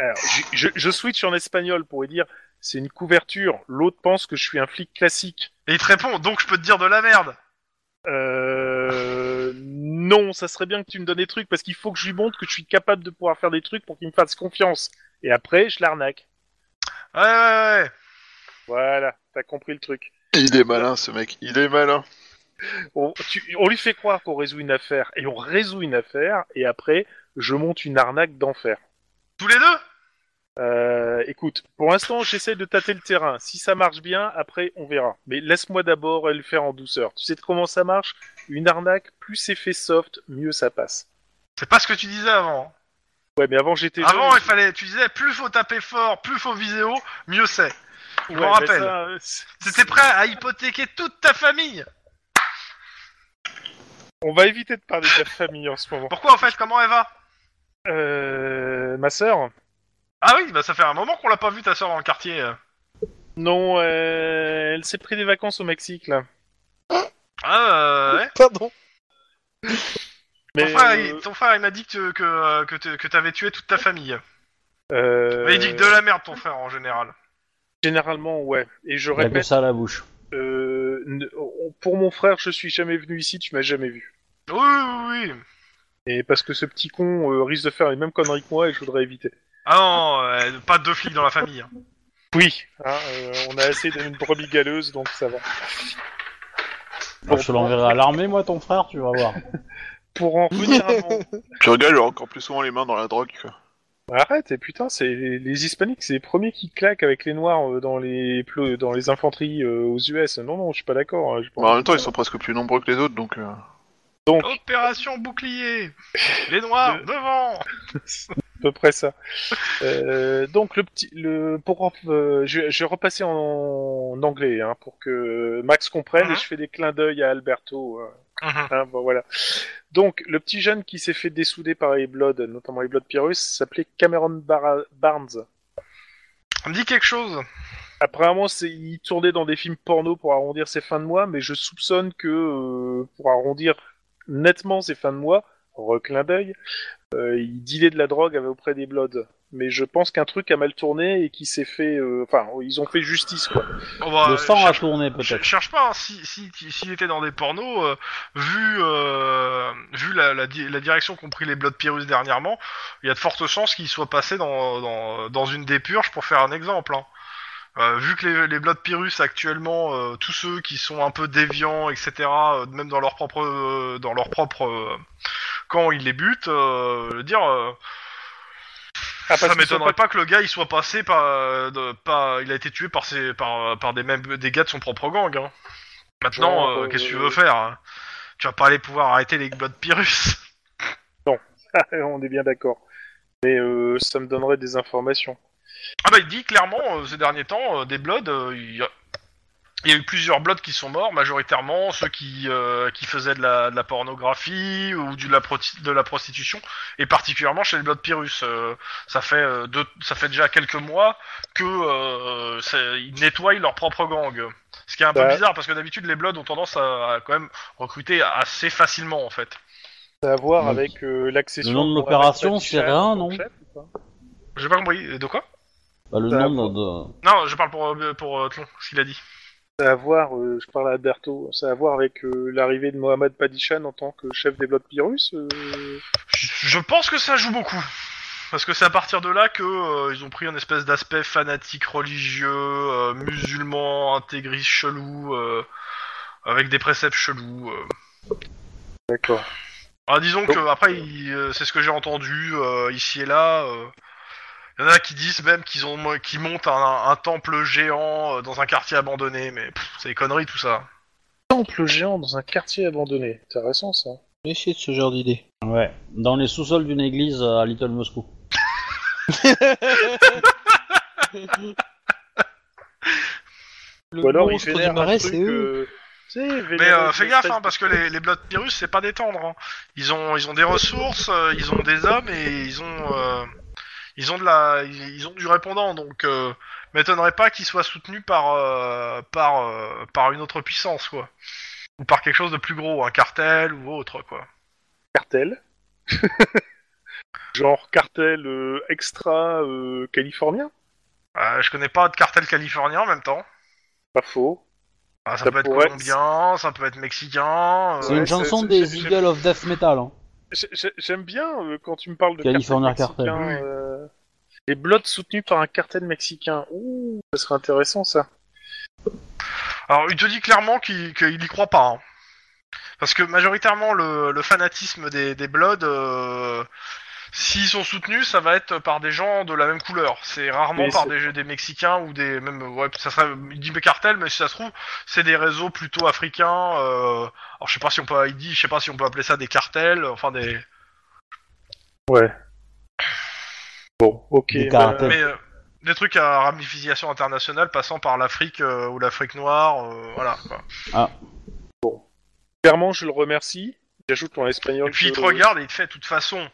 S2: Alors, je, je, je switch en espagnol pour lui dire c'est une couverture. L'autre pense que je suis un flic classique.
S1: Et il te répond, donc je peux te dire de la merde.
S2: Euh, non, ça serait bien que tu me donnes des trucs parce qu'il faut que je lui montre que je suis capable de pouvoir faire des trucs pour qu'il me fasse confiance. Et après, je l'arnaque.
S1: Ouais, ouais, ouais.
S2: Voilà, t'as compris le truc.
S5: Il est malin, ce mec. Il est malin.
S2: On, tu- on lui fait croire qu'on résout une affaire et on résout une affaire et après, je monte une arnaque d'enfer.
S1: Tous les deux
S2: Euh, écoute, pour l'instant, j'essaie de tâter le terrain. Si ça marche bien, après, on verra. Mais laisse-moi d'abord le faire en douceur. Tu sais comment ça marche Une arnaque, plus c'est fait soft, mieux ça passe.
S1: C'est pas ce que tu disais avant. hein.
S2: Ouais, mais avant, j'étais.
S1: Avant,
S2: jeune.
S1: il fallait, tu disais, plus faut taper fort, plus faut viser haut, mieux c'est. je
S2: Ouais,
S1: m'en
S2: mais
S1: rappelle.
S2: ça, euh,
S1: (laughs)
S2: c'est-
S1: T'étais prêt à hypothéquer toute ta famille.
S2: On va éviter de parler de la famille en ce moment.
S1: Pourquoi, en fait Comment elle va
S2: Euh, ma sœur
S1: Ah oui, bah ça fait un moment qu'on l'a pas vu ta soeur dans le quartier. euh.
S2: Non, euh, elle s'est pris des vacances au Mexique, là.
S1: Ah, euh, ouais.
S3: Pardon.
S1: Ton,
S2: Mais,
S1: frère,
S2: euh,
S1: il, ton frère, il m'a dit que, que, euh, que, t'es- que t'avais tué toute ta famille.
S2: euh,
S1: Mais il dit que de la merde, ton frère, en général.
S2: Généralement, ouais. Et je
S4: Il a que
S2: répète,
S4: ça à la bouche.
S2: euh, ne- on- pour mon frère, je suis jamais venu ici, tu m'as jamais vu.
S1: Oui, oui, oui.
S2: Et parce que ce petit con euh, risque de faire les mêmes conneries que moi et je voudrais éviter.
S1: Ah non, euh, pas deux flics dans la famille.
S2: (laughs)
S1: hein.
S2: Oui. Hein, euh, on a assez d'une brebis galeuse, donc ça va.
S4: Alors, Ah, je te l'enverrai à l'armée, moi, ton frère, tu vas voir.
S2: Pour en revenir à mon... (laughs)
S5: Tu regardes, il a encore plus souvent les mains dans la drogue. quoi.
S2: Arrête, et putain, c'est les, les hispaniques, c'est les premiers qui claquent avec les noirs euh, dans les plo- dans les infanteries euh, aux US. Non, non, je suis pas d'accord. hein, je pense.
S5: Mais Bah, en même temps, ils sont presque plus nombreux que les autres, donc... euh,
S2: Donc, à
S1: Opération bouclier Les noirs, devant
S2: peu près ça. Euh, donc le petit, le pour euh, je, je vais repasser en, en anglais hein, pour que Max comprenne
S1: Mhm.
S2: et je fais des clins d'œil à Alberto. euh, Hein, bon, voilà. Donc, le petit jeune qui s'est fait dessouder par les Blood, notamment les Blood Pyrrhus, s'appelait Cameron Barra- Barnes.
S1: Ça me dit quelque chose.
S2: Apparemment, c'est- il tournait dans des films porno pour arrondir ses fins de mois, mais je soupçonne que euh, pour arrondir nettement ses fins de mois, reclin d'œil, euh, il dealait de la drogue avec- auprès des Blood. Mais je pense qu'un truc a mal tourné et qui s'est fait. euh, Enfin, ils ont fait justice, quoi.
S1: Bon, bah,
S4: le sang a
S1: cherche,
S4: tourné,
S1: ch-
S4: peut-être.
S1: cherche pas, hein, si, si, si- s'il était dans des pornos, euh, vu, euh, vu la, la, di- la direction qu'ont pris les Blood Pyrrhus dernièrement, il y a de fortes chances qu'il soit passé dans, dans, dans une des purges, pour faire un exemple. hein. Euh, vu que les, les Blood Pyrrhus actuellement, euh, tous ceux qui sont un peu déviants, etc., euh, même dans leur propre, euh, dans leur propre euh, camp, ils les butent, euh, je veux dire... euh,
S2: Ah, parce
S1: ça
S2: qu'ils sont
S1: m'étonnerait pas... que le gars il soit passé par, euh, de- par- il a été tué par ses, par, euh, par des mêmes, des gars de son propre gang. hein. Maintenant,
S2: Genre,
S1: euh,
S2: euh,
S1: qu'est-ce que tu veux faire hein Tu vas pas aller pouvoir arrêter les Blood Pyrrhus.
S2: pas- (laughs) on est bien d'accord. Mais euh, ça me donnerait des informations.
S1: Ah bah il dit clairement euh, ces derniers temps, euh, des Bloods, euh, il y a... il y a eu plusieurs Bloods qui sont morts, majoritairement ceux qui, euh, qui faisaient de la, de la pornographie ou du- de la, proti- de la prostitution, et particulièrement chez les Bloods Pyrrhus. Euh, ça, fait, euh, deux- ça fait déjà quelques mois que euh, c'est- ils nettoient leur propre gang. Ce qui est un peu
S2: Bah.
S1: bizarre parce que d'habitude les Bloods ont tendance à, à quand même recruter assez facilement en fait.
S2: Ça a à voir
S4: Oui.
S2: avec euh, l'accession.
S4: Le nom de
S2: qu'on
S4: l'opération,
S2: ramène
S4: c'est
S2: Patricia
S4: rien,
S2: comme
S4: non
S2: chef ou pas
S1: J'ai pas compris. De quoi
S4: Bah, le
S2: Ça
S4: nom de...
S1: Non, je parle pour, euh, pour euh, Tlon, ce qu'il a dit.
S2: Ça a à voir, euh, je parle à Alberto, ça a à voir avec euh, l'arrivée de Mohamed Padichan en tant que chef des Blood Pyrrhus euh,
S1: Je pense que ça joue beaucoup. Parce que c'est à partir de là que euh, ils ont pris une espèce d'aspect fanatique religieux, euh, musulman, intégriste chelou, euh, avec des préceptes chelous. euh.
S2: D'accord.
S1: Ah, disons que après, il- euh, c'est ce que j'ai entendu euh, ici et là. euh, Il y en a qui disent même qu'ils ont qu'ils montent un, un temple géant euh, dans un quartier abandonné, mais pff, c'est des conneries tout ça.
S2: temple géant dans un quartier abandonné. Intéressant ça.
S3: Méfiez de ce genre d'idée.
S4: Ouais, dans les sous-sols d'une église euh, à Little Moscou.
S3: Le
S2: Ou alors il
S3: monstre
S2: fait
S3: du marais,
S2: truc.
S3: c'est eux.
S2: euh, tu sais,
S1: Mais
S2: vénère
S1: euh,
S2: une
S1: fais gaffe,
S2: espèce
S1: hein, parce que les, les Blood Pyrrhus, c'est pas des tendres. hein. Ils ont, ils ont des ressources, euh, ils ont des hommes et ils ont, euh, ils ont de la, ils ils ont du répondant. Donc, euh, m'étonnerait pas qu'ils soient soutenus par, euh, par, euh, par une autre puissance, quoi, ou par quelque chose de plus gros, un cartel ou autre, quoi.
S2: cartel. (laughs) Genre cartel euh, extra euh, californien.
S1: Euh, je connais pas de cartel californien en même temps.
S2: Pas faux.
S1: Ah, ça,
S2: Ça
S1: peut être
S2: pourrait-
S1: colombien, ça peut être mexicain.
S4: C'est
S1: euh,
S4: une
S2: Ouais,
S4: chanson
S2: c'est-
S4: des
S2: c'est-
S4: Eagles of Death Metal. Hein.
S2: J'ai- j'ai- J'aime bien euh, quand tu me parles de
S4: California
S2: cartel. mexicain,
S1: cartel.
S2: euh, Les Bloods soutenus par un cartel mexicain. Ouh, ça serait intéressant ça.
S1: Alors, il te dit clairement qu'il qu'il y croit pas. hein. Parce que majoritairement, le, le fanatisme des, des Bloods, euh, s'ils sont soutenus, ça va être par des gens de la même couleur. C'est rarement
S2: Oui,
S1: par
S2: c'est-
S1: des, des Mexicains ou des. Même, ouais, ça serait. Il dit cartel, mais si ça se trouve, c'est des réseaux plutôt africains. euh, alors, je sais pas si on peut. Il dit, je sais pas si on peut appeler ça des cartels, enfin des.
S2: Bon, ok.
S4: Des
S2: bah,
S4: cartels.
S1: Mais euh, des trucs à ramification internationale passant par l'Afrique euh, ou l'Afrique noire, euh, voilà. quoi.
S2: clairement, je le remercie. J'ajoute mon espagnol.
S1: Et puis il
S5: euh,
S2: que-
S1: te regarde et il te fait, de toute façon,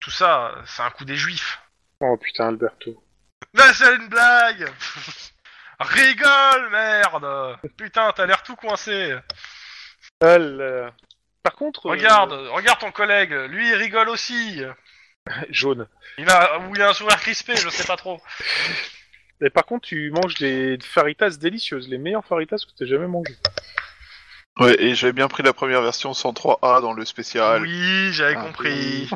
S1: tout ça, c'est un coup des juifs. (laughs)
S2: Oh putain, Alberto.
S1: Bah c'est une blague (laughs) Rigole, merde Putain, t'as l'air tout coincé
S2: Ah là. Par contre, euh,
S1: Regarde, regarde ton collègue, lui il rigole aussi
S2: jaune.
S1: Il a, ou il a un sourire crispé, je sais pas trop.
S2: Mais par contre, tu manges des faritas délicieuses, les meilleures faritas que t'aies jamais mangées.
S5: Ouais, et j'avais bien pris la première version 103A dans le spécial.
S1: Oui, j'avais
S5: Ah,
S1: compris.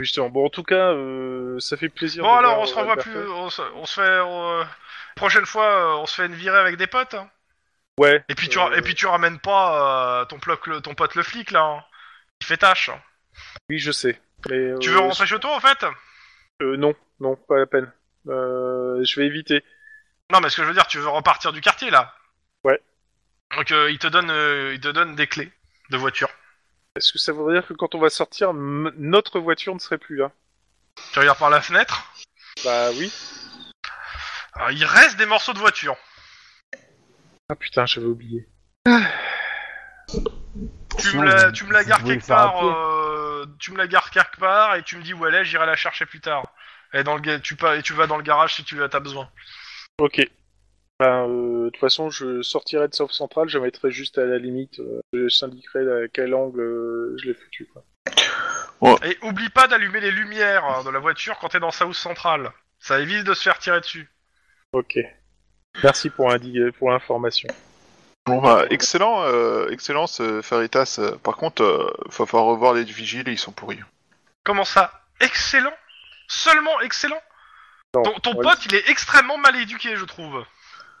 S2: Justement. Bon, en tout cas, euh, ça fait plaisir.
S1: Bon
S2: de
S1: alors,
S2: voir,
S1: on se
S2: euh,
S1: renvoie
S2: Alberto.
S1: plus, on se, on se fait... euh, prochaine fois, euh, on se fait une virée avec des potes. hein.
S2: Ouais.
S1: Et puis tu,
S2: Euh,
S1: ra- et puis tu ramènes pas euh, ton, ploc- le- ton pote le flic, là. hein. Il fait tâche.
S2: Oui, je sais. Mais,
S1: Tu
S2: euh,
S1: veux rentrer chez toi, en fait
S2: euh, Non, non, pas la peine. Euh, je vais éviter.
S1: Non, mais ce que je veux dire, tu veux repartir du quartier là.
S2: Ouais.
S1: Donc euh, il te donne, euh, il te donne des clés de voiture.
S2: Est-ce que ça voudrait dire que quand on va sortir, m- notre voiture ne serait plus là
S1: Tu regardes par la fenêtre.
S2: Bah oui.
S1: Alors, il reste des morceaux de voiture.
S2: Ah putain, j'avais oublié.
S1: Tu
S4: Sinon,
S1: me la,
S4: vous-
S1: tu me la
S4: vous
S1: gares
S4: pouvez le
S1: quelque
S4: faire à
S1: part.
S4: pied.
S1: euh, tu me la gares quelque part et tu me dis où elle est. J'irai la chercher plus tard. Elle est dans le, ga- tu pas, et tu vas dans le garage si tu as besoin.
S2: Ok. Ben, euh, de toute façon, je sortirai de South Central, je mettrai juste à la limite, euh, je syndiquerai à quel angle euh, je l'ai foutu. Quoi.
S1: Et oublie pas d'allumer les lumières hein, de la voiture quand t'es dans South Central. Ça évite de se faire tirer dessus.
S2: Ok. Merci pour, indi- pour l'information.
S5: Bon bah, excellent, euh, excellent ce Faritas. Euh, Par contre, euh, faut falloir revoir les vigiles, ils sont pourris.
S1: Comment ça Excellent. Seulement excellent.
S2: Non,
S1: Ton, ton
S2: ouais.
S1: pote, il est extrêmement mal éduqué, je trouve.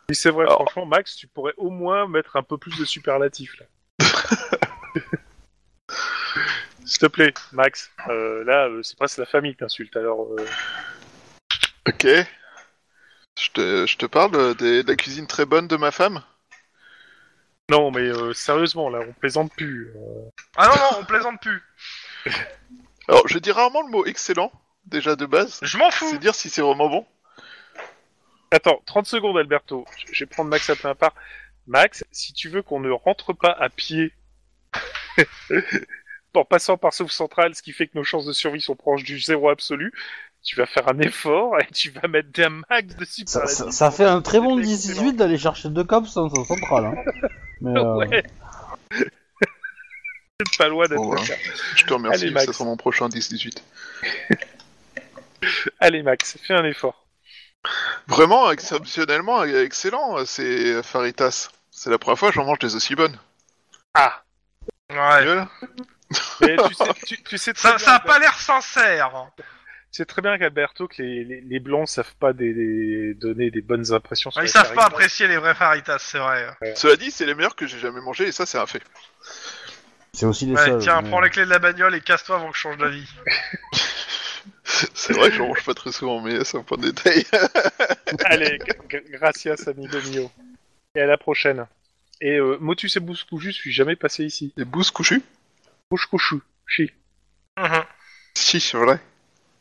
S2: Oui, c'est vrai,
S5: Alors-
S2: franchement, Max, tu pourrais au moins mettre un peu plus de superlatif là. S'il te plaît, Max. Euh, là, euh, c'est presque la famille qui t'insulte, alors. euh,
S5: Ok. Je te, je te parle euh, des- de la cuisine très bonne de ma femme
S2: Non, mais euh, sérieusement, là, on plaisante plus. Euh,
S1: Ah non, non, on plaisante plus.
S5: Alors, je dis rarement le mot excellent, déjà de base.
S1: Je m'en
S5: C'est
S1: fous.
S5: dire si c'est vraiment bon.
S2: Attends, 30 secondes, Alberto. Je je vais prendre Max à plein part. Max, si tu veux qu'on ne rentre pas à pied (laughs) en passant par Sauf Central, ce qui fait que nos chances de survie sont proches du zéro absolu, tu vas faire un effort et tu vas mettre un max de
S4: Ça,
S2: superlatif.
S4: ça- ça fait un très bon
S2: C'était
S4: 18 d'aller chercher deux cops dans son central. Hein.
S1: (laughs)
S4: Mais, euh,
S2: Ouais. C'est pas loin d'être
S4: Oh,
S5: Bon,
S2: le
S5: voilà.
S2: cas.
S5: Je te remercie,
S2: Allez, Max.
S5: ça sera mon prochain 10-18.
S2: Allez Max, fais un effort.
S5: Vraiment, exceptionnellement euh, excellent, euh, ces euh, Faritas. C'est la première fois que j'en mange des aussi bonnes.
S2: Ah
S1: Ouais.
S5: Gueule.
S2: Mais tu sais, tu, tu sais très
S1: Ça,
S2: bien,
S1: ça a
S2: Alberto-
S1: pas l'air sincère.
S2: tu sais très bien qu'Alberto, que les, les, les blancs savent pas des, des- donner des bonnes impressions sur
S1: Ils
S2: les
S1: savent pas
S2: caricatures.
S1: apprécier les vrais faritas, c'est vrai.
S5: Cela dit, c'est les meilleurs que j'ai jamais mangé, et ça, c'est un fait. (laughs)
S4: c'est aussi les
S1: Ouais,
S4: seuls.
S1: tiens,
S4: mais-
S1: prends les clés de la bagnole et casse-toi avant que je change d'avis.
S5: C'est vrai que j'en mange pas très souvent, mais c'est un point
S1: (laughs)
S5: de détail.
S2: Allez, g- g- gracias amigo mio. Et à la prochaine. Et euh, Motus et Bouscouchu, je suis jamais passé ici.
S5: Et Bous couchu
S2: Bouscouchu, chi.
S1: Mhm.
S5: Si, c'est vrai.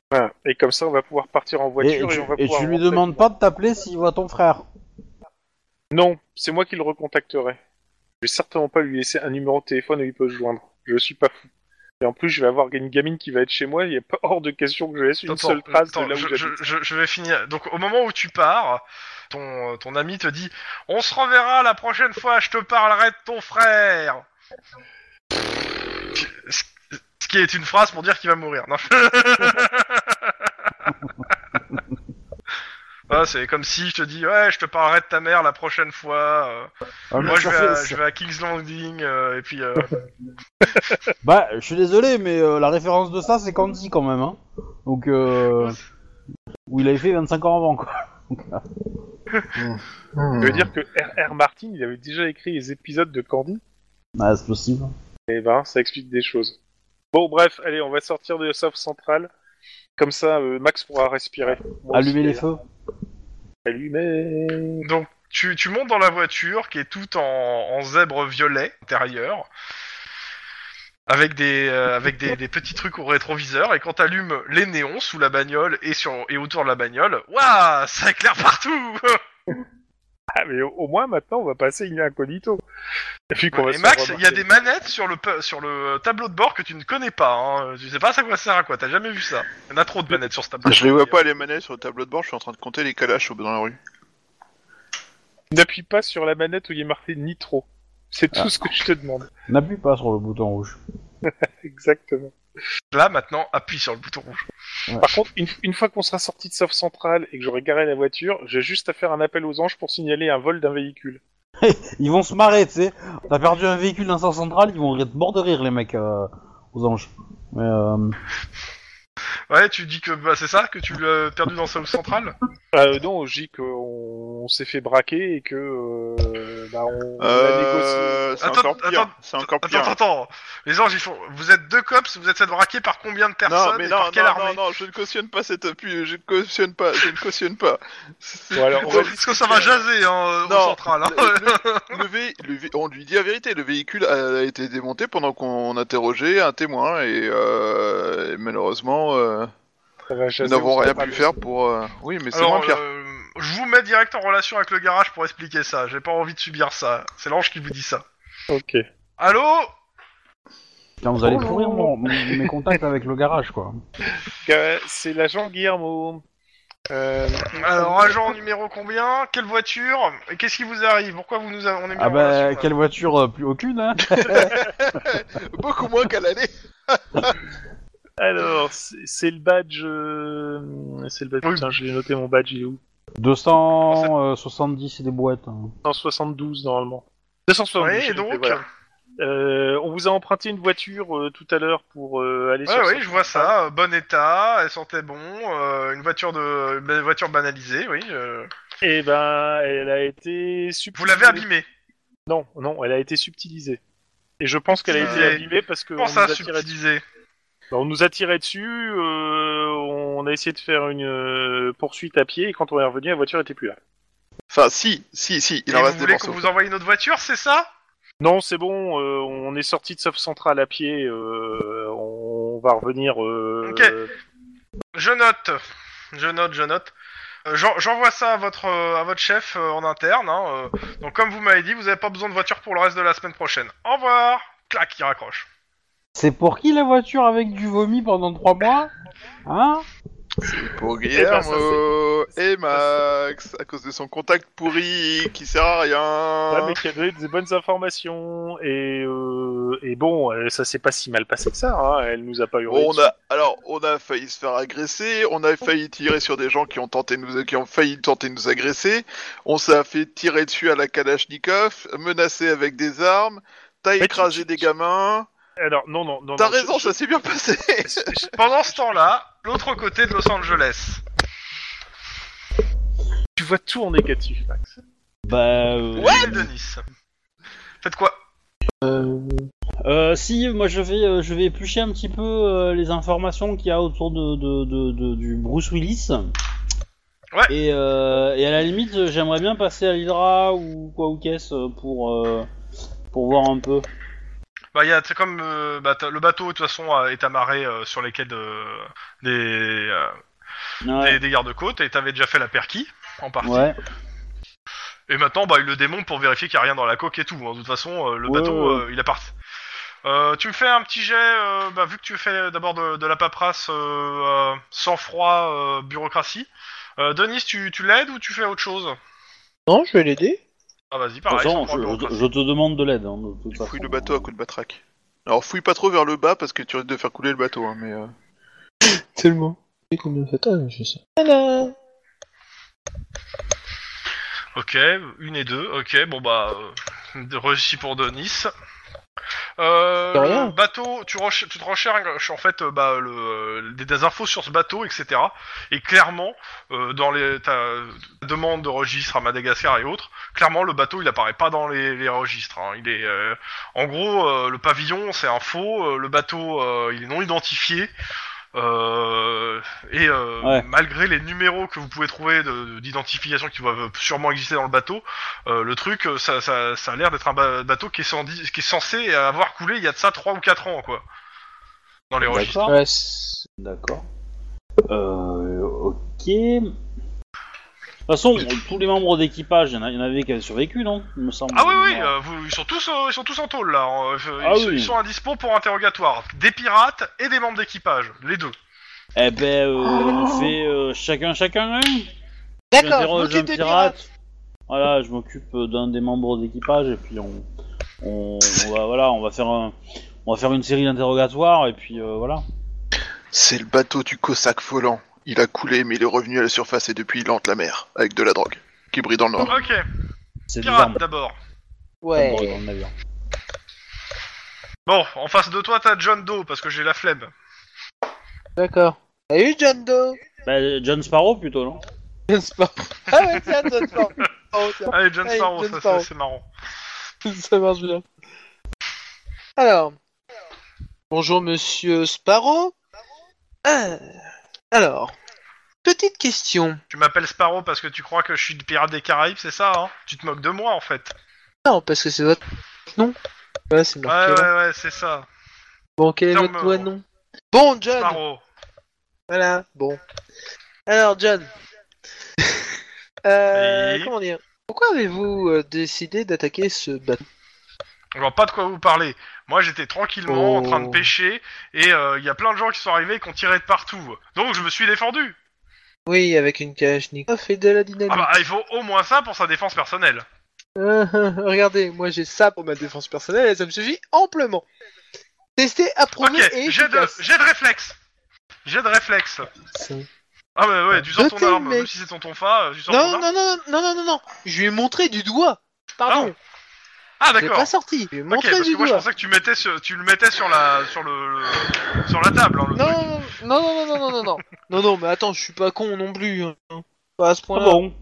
S2: Voilà. Et comme ça, on va pouvoir partir en
S4: euh, Et,
S2: voiture et,
S4: tu,
S2: on va
S4: et
S2: pouvoir.
S4: tu lui
S2: rentrer.
S4: demandes pas de t'appeler s'il voit ton frère.
S2: Non, c'est moi qui le recontacterai. Je vais certainement pas lui laisser un numéro de téléphone où il peut se joindre. Je suis pas fou. Et en plus, je vais avoir une gamine qui va être chez moi. Il est pas hors de question que je laisse une
S1: Attends,
S2: seule trace
S1: attends,
S2: de là où
S1: je,
S2: j'habite.
S1: je- je- je vais finir. Donc au moment où tu pars, ton, ton ami te dit On se reverra la prochaine fois, je te parlerai de ton frère Ce ce qui est une phrase pour dire qu'il va mourir. Non. (laughs) Ah, c'est comme si je te dis Ouais, je te parlerai de ta mère la prochaine fois. euh,
S4: Ah,
S1: moi je vais, à, je vais à King's Landing euh, et puis. euh,
S4: Bah, je suis désolé, mais euh, la référence de ça, c'est Candy quand même. Hein. Donc, euh, où il avait fait 25 ans avant, quoi. (laughs) ah,
S1: Hmm.
S2: Ça veut dire que R.R. Martin, il avait déjà écrit les épisodes de Candy.
S4: Ah, c'est possible.
S2: Eh ben, ça explique des choses. Bon, bref, allez, on va sortir de South Central. Comme ça, euh, Max pourra respirer. Moi aussi,
S4: Allumer les
S2: d'ailleurs.
S1: hein.
S4: feux.
S2: Allumer.
S1: Donc tu, tu montes dans la voiture qui est toute en, en zèbre violet intérieur, avec des euh, avec des, des petits trucs au rétroviseur et quand t'allumes les néons sous la bagnole et sur et autour de la bagnole, waouh, ça éclaire partout.
S2: Ah, mais au, au moins, maintenant, on va passer une incognito. Et puis (laughs) qu'on va
S1: et
S2: se
S1: Max,
S2: faire
S1: il y a
S2: remarquer.
S1: des manettes sur le pe- sur le tableau de bord que tu ne connais pas. Hein. Tu sais pas ça quoi sert à quoi. T'as jamais vu ça. Il y en a trop de manettes sur ce tableau.
S5: Je les vois pas les manettes sur le tableau de bord, je suis en train de compter les calaches au- dans la rue.
S2: N'appuie pas sur la manette où il est marqué Nitro. C'est tout
S4: Ah.
S2: ce que je te demande.
S4: N'appuie pas sur le bouton rouge.
S2: Exactement.
S1: Là maintenant, appuie sur le bouton rouge.
S2: Par contre, une, une fois qu'on sera sorti de South Central et que j'aurai garé la voiture, j'ai juste à faire un appel aux anges pour signaler un vol d'un véhicule.
S4: Ils vont se marrer, tu sais. T'as perdu un véhicule dans Centre Central, ils vont rire- mort de rire, les mecs, euh, aux anges. Mais, euh,
S1: Ouais, tu dis que bah, c'est ça que tu l'as perdu dans South Central.
S2: Euh, non, je dis qu'on on s'est fait braquer et que euh, bah, on, on a négocié.
S5: Euh, c'est
S1: Attends,
S5: encore pire.
S1: attends,
S5: C'est encore
S1: Attends,
S5: pire. hein.
S1: attends, attends. Les anges, ils font. Vous êtes deux cops, vous êtes fait braquer par combien de personnes
S5: Non, mais
S1: et
S5: non,
S1: par quelle
S5: non, non,
S1: armée
S5: non, je ne cautionne pas cette appui, je ne cautionne pas, je ne cautionne pas. C'est-
S2: Bon, alors, on va-
S1: Parce que ça va jaser hein, au
S5: Non.
S1: central. Hein.
S5: Le, le vé- le vé- on lui dit la vérité, le véhicule a été démonté pendant qu'on interrogeait un témoin et, euh, et malheureusement euh,
S2: Ça va
S5: nous
S2: jaser
S5: n'avons
S2: au
S5: rien
S2: central.
S5: pu faire pour. euh, Oui, mais c'est
S1: Alors,
S5: moins pire.
S1: euh, je vous mets direct en relation avec le garage pour expliquer ça. J'ai pas envie de subir ça. C'est l'ange qui vous dit ça.
S2: Ok.
S1: Allô
S4: putain, vous allez
S2: Oh.
S4: pourrir mon- mon- mes contacts avec le garage, quoi.
S2: Euh, C'est l'agent Guillermo. Euh,
S1: Alors, agent numéro combien Quelle voiture Et qu'est-ce qui vous arrive Pourquoi vous nous a... on est mis
S4: Ah
S1: en relation,
S4: bah,
S1: là
S4: quelle voiture euh, Plus aucune, hein
S5: Beaucoup moins qu'à l'année.
S2: alors, c'est c'est le badge. euh, C'est le badge.
S1: Oui.
S2: Putain, je l'ai noté mon badge, il est où
S4: 270 et des boîtes. hein.
S2: 172 normalement. 272.
S1: Ouais,
S2: j'ai
S1: et
S2: noté,
S1: donc
S2: voilà. Euh, on vous a emprunté une voiture euh, tout à l'heure pour euh, aller
S1: Ouais,
S2: sur.
S1: oui,
S2: Central.
S1: je vois ça. euh, Bon état, elle sentait bon. euh, une voiture de, une voiture banalisée, oui. euh.
S2: Et ben, elle a été.
S1: Vous l'avez
S2: subtilisée.
S1: abîmée.
S2: Non, non, elle a été subtilisée. Et je pense qu'elle a été
S1: Subtilisée.
S2: abîmée parce qu'on
S1: Comment
S2: nous,
S1: ça,
S2: a tiré dessus.
S1: subtilisé
S2: Bah, on nous a tiré dessus, euh, on a essayé de faire une euh, poursuite à pied, et quand on est revenu, la voiture était plus là.
S5: Enfin, si, si, si, il
S1: Et
S5: en
S1: vous
S5: reste des
S1: voulez
S5: morceaux.
S1: qu'on vous envoie une autre voiture, c'est ça
S2: Non, c'est bon, euh, on est sorti de South Central à pied, euh, on va revenir. euh,
S1: Ok. Je note, je note, je note. Euh, j'en- J'envoie ça à votre euh, à votre chef euh, en interne. hein, euh. Donc comme vous m'avez dit, vous n'avez pas besoin de voiture pour le reste de la semaine prochaine. Au revoir. Clac, il raccroche.
S4: C'est pour qui la voiture avec du vomi pendant 3 mois Hein
S5: Pour
S2: ben, ça,
S5: Guillermo et Max, à cause de son contact pourri qui sert à
S2: Ouais,
S5: rien.
S2: mais qui a donné des bonnes informations, et, euh, et bon, euh, ça s'est pas si mal passé que ça, hein, elle nous a pas hurlé.
S5: On
S2: dessus.
S5: a, alors, on a failli se faire agresser, on a failli tirer sur des gens qui ont tenté de nous, qui ont failli tenter de nous agresser, on s'est fait tirer dessus à la Kalachnikov, menacer avec des armes, t'as
S2: tu-
S5: écrasé des gamins.
S2: Alors, non, non, non.
S5: T'as
S2: non, je-
S5: raison, ça s'est bien passé. (laughs)
S1: Pendant ce temps-là, l'autre côté de Los Angeles.
S2: Tu vois tout en négatif, Max.
S3: (laughs)
S4: Bah... euh,
S1: What de Nice. Faites quoi
S4: Euh, si, moi je vais, euh, je vais éplucher un petit peu euh, les informations qu'il y a autour de, de- de- de- du Bruce Willis.
S1: Ouais.
S4: Et, euh, et à la limite, euh, j'aimerais bien passer à l'Hydra ou quoi ou qu'est-ce euh, pour, euh, pour voir un peu.
S1: Bah, y a, c'est comme euh, bah, t'as- le bateau, de toute façon, a- est amarré euh, sur les quais de, des, euh,
S4: Ouais.
S1: des, des gardes-côtes, et t'avais déjà fait la perquis, en partie.
S4: Ouais.
S1: Et maintenant, bah, il le démonte pour vérifier qu'il n'y a rien dans la coque et tout. hein. De toute façon, euh, le
S4: Ouais,
S1: bateau,
S4: ouais.
S1: euh, il appart. Euh, tu me fais un petit jet, euh, bah, vu que tu fais d'abord de, de la paperasse euh, euh, sang-froid, euh, bureaucratie. Euh, Denis, tu, tu l'aides ou tu fais autre chose
S3: Non, je vais l'aider.
S1: Ah, vas-y,
S4: De toute
S1: pareil.
S4: façon,
S1: sang-froid,
S4: je, je-
S1: bureaucratie.
S4: je te demande de l'aide. hein, de toute
S5: Tu
S4: façon.
S5: fouilles le bateau à coups de batraque. Alors fouille pas trop vers le bas parce que tu risques de faire couler le bateau, hein, mais... euh,
S3: C'est le mot. C'est combien de tonnes, je sais. Voilà.
S1: Ok, une et deux. Ok, bon bah, euh, de réussi pour Denis. Euh,
S3: De rien.
S1: le bateau, tu, recher- tu te recherches en fait euh, bah, le, euh, des, des infos sur ce bateau, etc. Et clairement, euh, dans les ta, ta demande de registre à Madagascar et autres, clairement le bateau il apparaît pas dans les, les registres. hein. Il est, euh, en gros, euh, le pavillon c'est un faux, euh, le bateau euh, il est non identifié. Euh, et euh,
S4: Ouais.
S1: malgré les numéros que vous pouvez trouver de- d'identification qui doivent sûrement exister dans le bateau, euh, le truc, euh, ça, ça, ça a l'air d'être un ba- bateau qui est, sans- qui est censé avoir coulé il y a de ça 3 ou 4 ans, quoi. Dans les registres.
S4: D'accord.
S3: Ouais, c'est-
S4: D'accord. Euh, ok. De toute façon, tous les membres d'équipage, il y, en a- il y en avait qui avaient survécu, non Il me semble.
S1: Ah oui, oui,
S4: Ouais.
S1: euh, vous- ils, sont tous, euh, ils sont tous en tôle, là. hein. Ils,
S4: Ah
S1: ils-
S4: oui.
S1: ils sont à dispo pour interrogatoire. Des pirates et des membres d'équipage, les deux.
S4: Eh ben, euh, on fait euh, chacun chacun hein
S6: D'accord, je
S4: J'interroge un
S6: m'occupe des
S4: pirate.
S6: pirates.
S4: Voilà, je m'occupe d'un des membres d'équipage et puis on, on, on va voilà, on va faire un, on va faire une série d'interrogatoires et puis euh, voilà.
S5: C'est le bateau du Cossack volant. Il a coulé mais il est revenu à la surface et depuis il hante la mer avec de la drogue qui brille dans le nord.
S1: Ok,
S4: C'est Oh, des
S1: pirates
S4: armes.
S1: d'abord.
S4: Ouais.
S6: Ouais.
S4: Dans le navire.
S1: Bon, en face de toi, t'as John Doe, parce que j'ai la flemme.
S3: D'accord.
S6: Salut John Doe
S4: Bah, John Sparrow plutôt non
S3: C'est pas-
S6: Ah ouais, tiens, John
S3: (laughs)
S6: Doe Oh, tiens.
S1: Allez, John
S6: Allez,
S1: Sparrow,
S6: John
S1: ça,
S6: Sparrow.
S1: c'est- c'est marrant.
S3: Ça marche bien.
S6: Alors,
S3: Bonjour, monsieur Sparrow.
S6: euh, alors, petite question.
S1: Tu m'appelles Sparrow parce que tu crois que je suis le pirate des Caraïbes, c'est ça, hein Tu te moques de moi, en fait.
S3: Non, parce que c'est votre nom. Ouais, c'est
S1: Ouais,
S3: marqué.
S1: ouais,
S3: là.
S1: ouais, c'est ça.
S3: Bon, quel est
S1: Ferme-
S3: votre nom
S6: Bon, John,
S1: Sparrow.
S6: voilà, bon. Alors,
S1: (laughs)
S6: John, euh,
S1: Oui.
S6: comment dire
S3: Pourquoi avez-vous euh, décidé d'attaquer ce bateau
S1: Je vois pas de quoi vous parler. Moi, j'étais tranquillement en train de
S3: Oh.
S1: pêcher et euh, il y a plein de gens qui sont arrivés et qui ont tiré de partout. Donc, je me suis défendu.
S3: Oui, avec une Kalachnikov et de la
S1: Ah
S6: Eh ben.
S3: dynamique.
S1: bah, il faut au moins ça pour sa défense personnelle.
S3: Euh, euh, regardez,
S6: Ah, Regardez, moi j'ai ça pour ma défense personnelle et ça me suffit amplement. Testé, approuvé
S1: Ok,
S6: et
S1: j'ai de,
S6: efficace.
S1: j'ai de réflexe. J'ai de réflexe. Ah bah ouais, tu sors ton
S6: Notez,
S1: arme,
S6: mec.
S1: même si c'est ton tonfa, euh, tu sors ton
S6: Non,
S1: arme.
S6: non, non, non, non, non, non, je lui ai montré du doigt. Pardon,
S1: ah
S6: j'ai
S1: d'accord.
S6: pas sorti, je lui ai
S1: Ok,
S6: montré
S1: parce
S6: du
S1: que moi je
S6: doigt.
S1: pensais que tu mettais sur- tu le mettais sur la sur le, le- sur la table. hein, le truc.
S6: Non, non, non, non, non, non, non, non, non, non, mais attends, je suis pas con non plus. hein. Pas à ce
S4: Ah
S6: point-là.
S4: bon.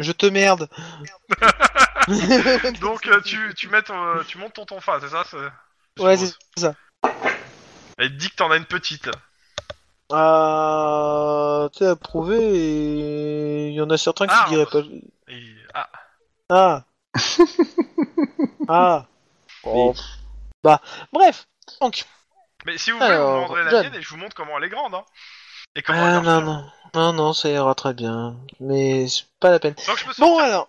S6: Je te merde.
S1: (laughs) Donc euh, tu tu mets ton, euh, tu montes ton tonfa, c'est ça c'est-
S6: Ouais,
S1: je suppose.
S6: c'est ça.
S1: Elle te dit que t'en as une petite.
S3: Ah, t'es approuvé et il y en a certains qui
S1: Ah.
S3: diraient pas.
S1: Et- Ah.
S3: Ah. ah.
S1: Oh.
S4: Bon.
S3: Bah, Bref. Donc.
S1: Mais si vous voulez,
S3: Alors,
S1: vous me rendrez la
S3: John.
S1: mienne et je vous montre comment elle est grande. Hein. Et comment
S3: Ah
S1: elle marche.
S3: non non non non, ça ira très bien, mais c'est pas la peine.
S1: Donc je peux
S3: Bon
S1: sortir.
S3: alors.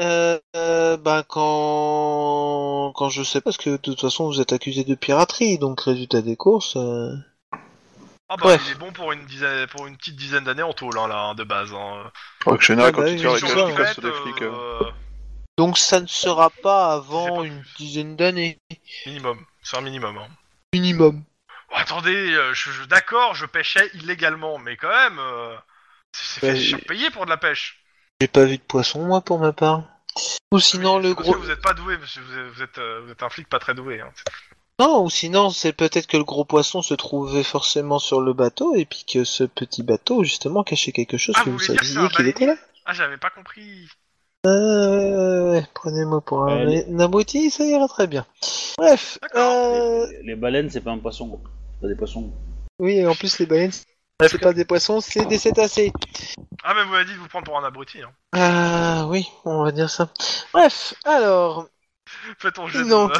S3: Euh, euh, bah quand quand je sais parce que de toute façon vous êtes accusé de piraterie donc résultat des courses euh,
S1: Ah bah
S3: bref.
S1: il est bon pour une dizaine, pour une petite dizaine d'années en tôle hein, là hein, de base. Hein.
S5: En général,
S3: Ah
S5: quand
S3: bah
S5: tu
S3: oui,
S5: tires
S3: ils
S5: avec
S3: sont
S5: la
S3: pas
S5: cheville
S3: en
S5: comme sur des flics... euh,
S1: euh,
S3: donc ça ne sera pas avant
S1: pas
S3: une dizaine d'années
S1: minimum, c'est un minimum. Hein.
S3: minimum.
S1: Bon, attendez, euh, je, je- d'accord, je pêchais illégalement, mais quand même, euh, c'est c'est
S3: Bah,
S1: fait
S3: j'ai-
S1: surpayer pour de la pêche.
S3: J'ai pas vu de poisson moi pour ma part. Ou sinon
S1: Oui,
S3: le
S1: parce
S3: gros
S1: que Vous êtes pas doué, monsieur, vous êtes, vous êtes, euh, vous êtes un flic pas très doué. Hein.
S3: Non, ou sinon, c'est peut-être que le gros poisson se trouvait forcément sur le bateau et puis que ce petit bateau, justement, cachait quelque chose
S1: Ah,
S3: que
S1: vous
S3: vous
S1: voulez dire que c'est un
S3: saviez qu'il était là.
S1: Ah, j'avais pas compris.
S3: Euh, ouais, ouais, prenez-moi pour un
S4: Allez.
S3: un abruti, ça ira très bien. Bref,
S1: D'accord.
S3: euh,
S4: Les, les baleines, c'est pas un poisson. C'est pas des poissons.
S3: oui, et en plus, les baleines,
S6: C'est pas des poissons, c'est des cétacés.
S1: Ah, mais vous m'avez dit de vous prendre pour un abruti. Hein.
S6: Ah oui, on va dire ça. Bref,
S1: (laughs)
S6: alors,
S1: Fais ton jet de-
S6: Non.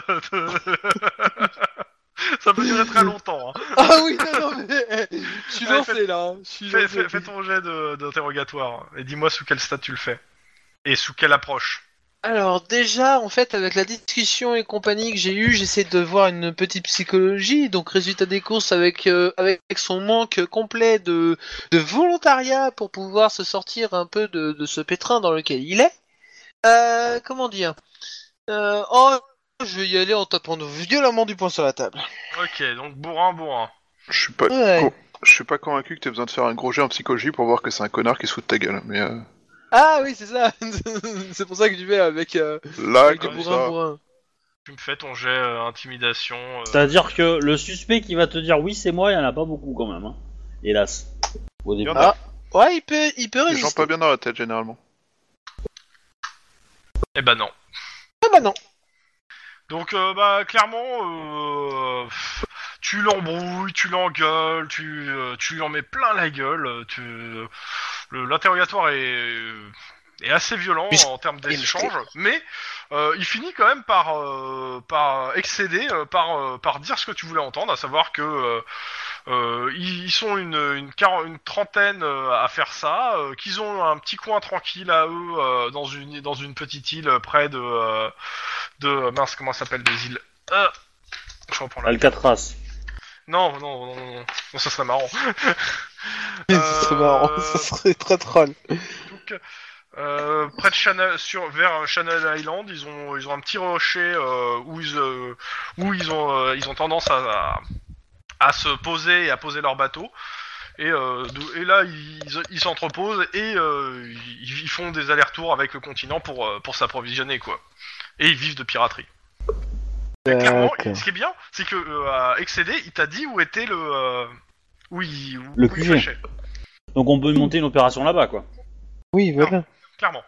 S1: de- (laughs) Ça peut durer très longtemps. hein.
S9: Ah oui, non, non, mais. eh, Je suis
S1: Allez,
S9: lancé là. hein, Je suis
S1: Fais,
S9: lancé.
S1: fais- fais ton jet de- d'interrogatoire hein, et dis-moi sous quel stade tu le fais. Et sous quelle approche.
S6: Alors déjà, en fait, avec la discussion et compagnie que j'ai eue, j'essaie de voir une petite psychologie. Donc résultat des courses avec euh, avec son manque complet de, de volontariat pour pouvoir se sortir un peu de, de ce pétrin dans lequel il est. Euh, comment dire Euh, Oh, je vais y aller en tapant violemment du poing sur la table.
S1: Ok, donc bourrin, bourrin.
S5: Je suis pas,
S6: Ouais.
S5: je suis pas convaincu que t'aies besoin de faire un gros jet en psychologie pour voir que c'est un connard qui se fout de ta gueule. Mais euh,
S6: Ah oui, c'est ça. (laughs) c'est pour ça que tu vais avec euh,
S5: là,
S6: avec
S5: comme
S6: bourrin
S5: ça,
S6: bourrin.
S1: Tu me fais ton jet euh, intimidation. euh,
S3: C'est-à-dire que le suspect qui va te dire oui, c'est moi, il y en a pas beaucoup quand même. hein. Hélas. Au
S5: il y
S3: début.
S5: en a.
S6: Ouais, il peut il peut
S5: Des gens
S6: résister.
S5: pas bien dans la tête généralement.
S1: Eh ben non.
S6: Ah bah non.
S1: Donc euh, bah clairement, euh, pff, tu l'embrouilles, tu l'engueules, tu, euh, tu lui en mets plein la gueule. euh, Tu, le- l'interrogatoire est, est assez violent
S6: Oui,
S1: en termes
S6: mais-
S1: d'échanges, mais euh, il finit quand même par, euh, par excéder, euh, par, euh, par dire ce que tu voulais entendre, à savoir que euh, euh, ils, ils sont une, une, quar- une trentaine euh, à faire ça, euh, qu'ils ont un petit coin tranquille à eux euh, dans, une, dans une petite île près de... euh, de mince comment ça s'appelle des îles euh, je reprends la
S3: Alcatraz.
S1: non non non non, non, ça serait marrant
S6: (laughs)
S5: Euh,
S1: Euh,
S6: Ce serait marrant, (laughs) ce serait très troll.
S1: donc, euh, près de Channel sur vers Channel Island ils ont ils ont un petit rocher euh, où ils euh, où ils ont euh, ils ont tendance à, à à se poser et à poser leur bateau et, euh, d'où- et là ils ils s'entreposent et euh, ils, ils font des allers-retours avec le continent pour euh, pour s'approvisionner quoi et ils vivent de piraterie
S6: Ah,
S1: Clairement,
S10: D'accord.
S1: ce qui est bien, c'est que euh, à Excédé, il t'a dit où était le. euh, où il. où-
S3: Le
S1: où il
S3: QG.
S1: pêchait,
S3: Donc on peut monter une opération là-bas, quoi.
S6: Oui, voilà.
S1: clairement.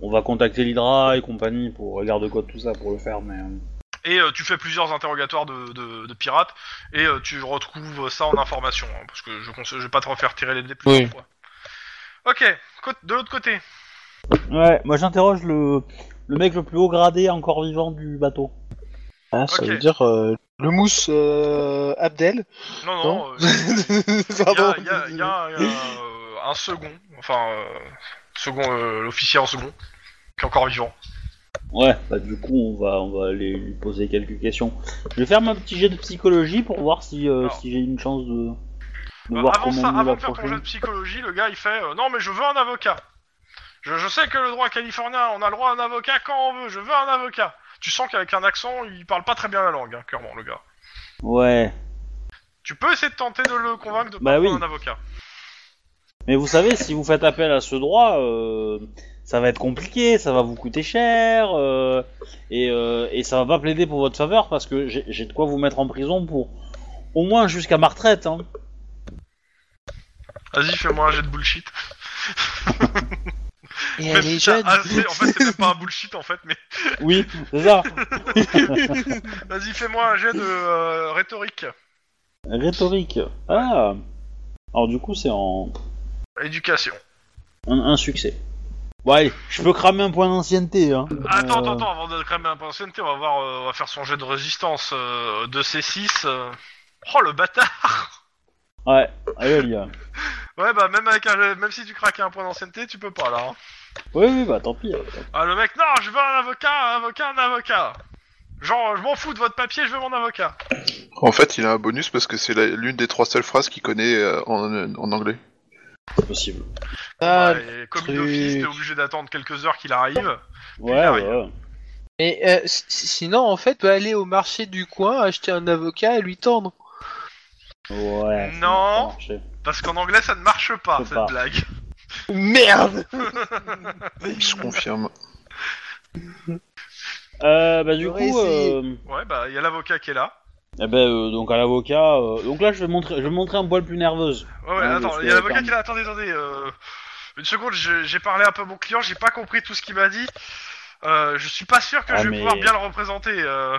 S3: On va contacter l'Hydra et compagnie pour euh, regarder code tout ça pour le faire, mais. euh,
S1: Et euh, tu fais plusieurs interrogatoires de, de- de pirates, et euh, tu retrouves ça en information, hein, parce que je, conse- je vais pas te refaire tirer les dés plusieurs
S6: Oui.
S1: fois. Ok, co- de l'autre côté.
S3: Ouais, moi j'interroge le... le mec le plus haut gradé encore vivant du bateau.
S6: Ah, ça
S1: Ok.
S6: veut dire euh, le mousse euh, Abdel.
S1: Non, non,
S6: Non. (laughs)
S1: euh, il y
S6: Pardon.
S1: a, il y a- il y a un, euh, un second, enfin, euh, second, euh, l'officier en second, qui est encore vivant.
S3: Ouais, bah du coup on va on va aller lui poser quelques questions. Je vais faire mon petit jet de psychologie pour voir si, euh,
S1: Alors.
S3: si j'ai une chance de, de
S1: Euh,
S3: voir
S1: avant
S3: comment
S1: ça,
S3: nous
S1: avant de faire ton
S3: l'approcher.
S1: jeu de psychologie, le gars il fait euh, Non, mais je veux un avocat. Je, je sais que le droit californien, on a le droit à un avocat quand on veut, je veux un avocat. Tu sens qu'avec un accent, il parle pas très bien la langue, hein, clairement, le gars.
S3: Ouais.
S1: Tu peux essayer de tenter de le convaincre de
S3: Bah
S1: prendre
S3: oui.
S1: un avocat.
S3: Mais vous savez, si vous faites appel à ce droit, euh, ça va être compliqué, ça va vous coûter cher, euh, et, euh, et ça va pas plaider pour votre faveur parce que j'ai j'ai de quoi vous mettre en prison pour au moins jusqu'à ma retraite. Hein.
S1: Vas-y, fais-moi un jet de bullshit.
S6: Et
S1: Même (laughs)
S6: elle est
S1: si t'as
S6: jeune.
S1: assez- en fait, c'est même pas un bullshit en fait, mais (laughs)
S3: Oui, c'est ça.
S1: vas-y, fais-moi un jet de euh, rhétorique.
S3: Rhétorique. Ah. Alors du coup, c'est en
S1: Éducation.
S3: un, un succès. Bon, allez, je peux cramer un point d'ancienneté. Hein.
S1: Attends,
S3: Euh,
S1: attends, attends, avant de cramer un point d'ancienneté, on va voir, euh, on va faire son jet de résistance euh, de C6. euh. Oh le bâtard
S3: Ouais, allez, allez.
S1: Ouais, bah même avec un, même si tu craques un point d'ancienneté, tu peux pas là. hein.
S3: Oui, oui, bah tant pis.
S1: Ah le mec, non, je veux un avocat, un avocat, un avocat. Genre, je m'en fous de votre papier, je veux mon avocat.
S5: En fait, il a un bonus parce que c'est la- l'une des trois seules phrases qu'il connaît euh, en, en anglais.
S3: C'est possible.
S6: Ah,
S1: Ouais, et comme
S6: truc.
S1: il est office, t'es obligé d'attendre quelques heures qu'il arrive.
S3: Ouais, ouais. ouais.
S6: mais euh, si- sinon, en fait, peut aller au marché du coin, acheter un avocat et lui tendre.
S3: Ouais, ça
S1: Non.
S3: va marcher.
S1: Parce qu'en anglais, ça ne marche pas,
S3: Je sais
S1: cette
S3: pas.
S1: blague.
S6: Merde
S5: Je confirme.
S3: Euh, bah du
S6: J'aurais
S3: coup,
S6: essayé.
S3: euh,
S1: Ouais, bah, il y a l'avocat qui est là.
S3: eh ben, euh, donc à l'avocat. euh, donc là, je vais montrer, je vais montrer un poil plus nerveuse.
S1: Ouais, ouais,
S3: Ah,
S1: attends,
S3: mais
S1: il y a
S3: c'est-
S1: l'avocat qui est là. Attendez, attendez. euh, Une seconde, je- j'ai parlé un peu à mon client, j'ai pas compris tout ce qu'il m'a dit. Euh, je suis pas sûr que
S3: Ah,
S1: je vais
S3: mais-
S1: pouvoir bien le représenter. euh.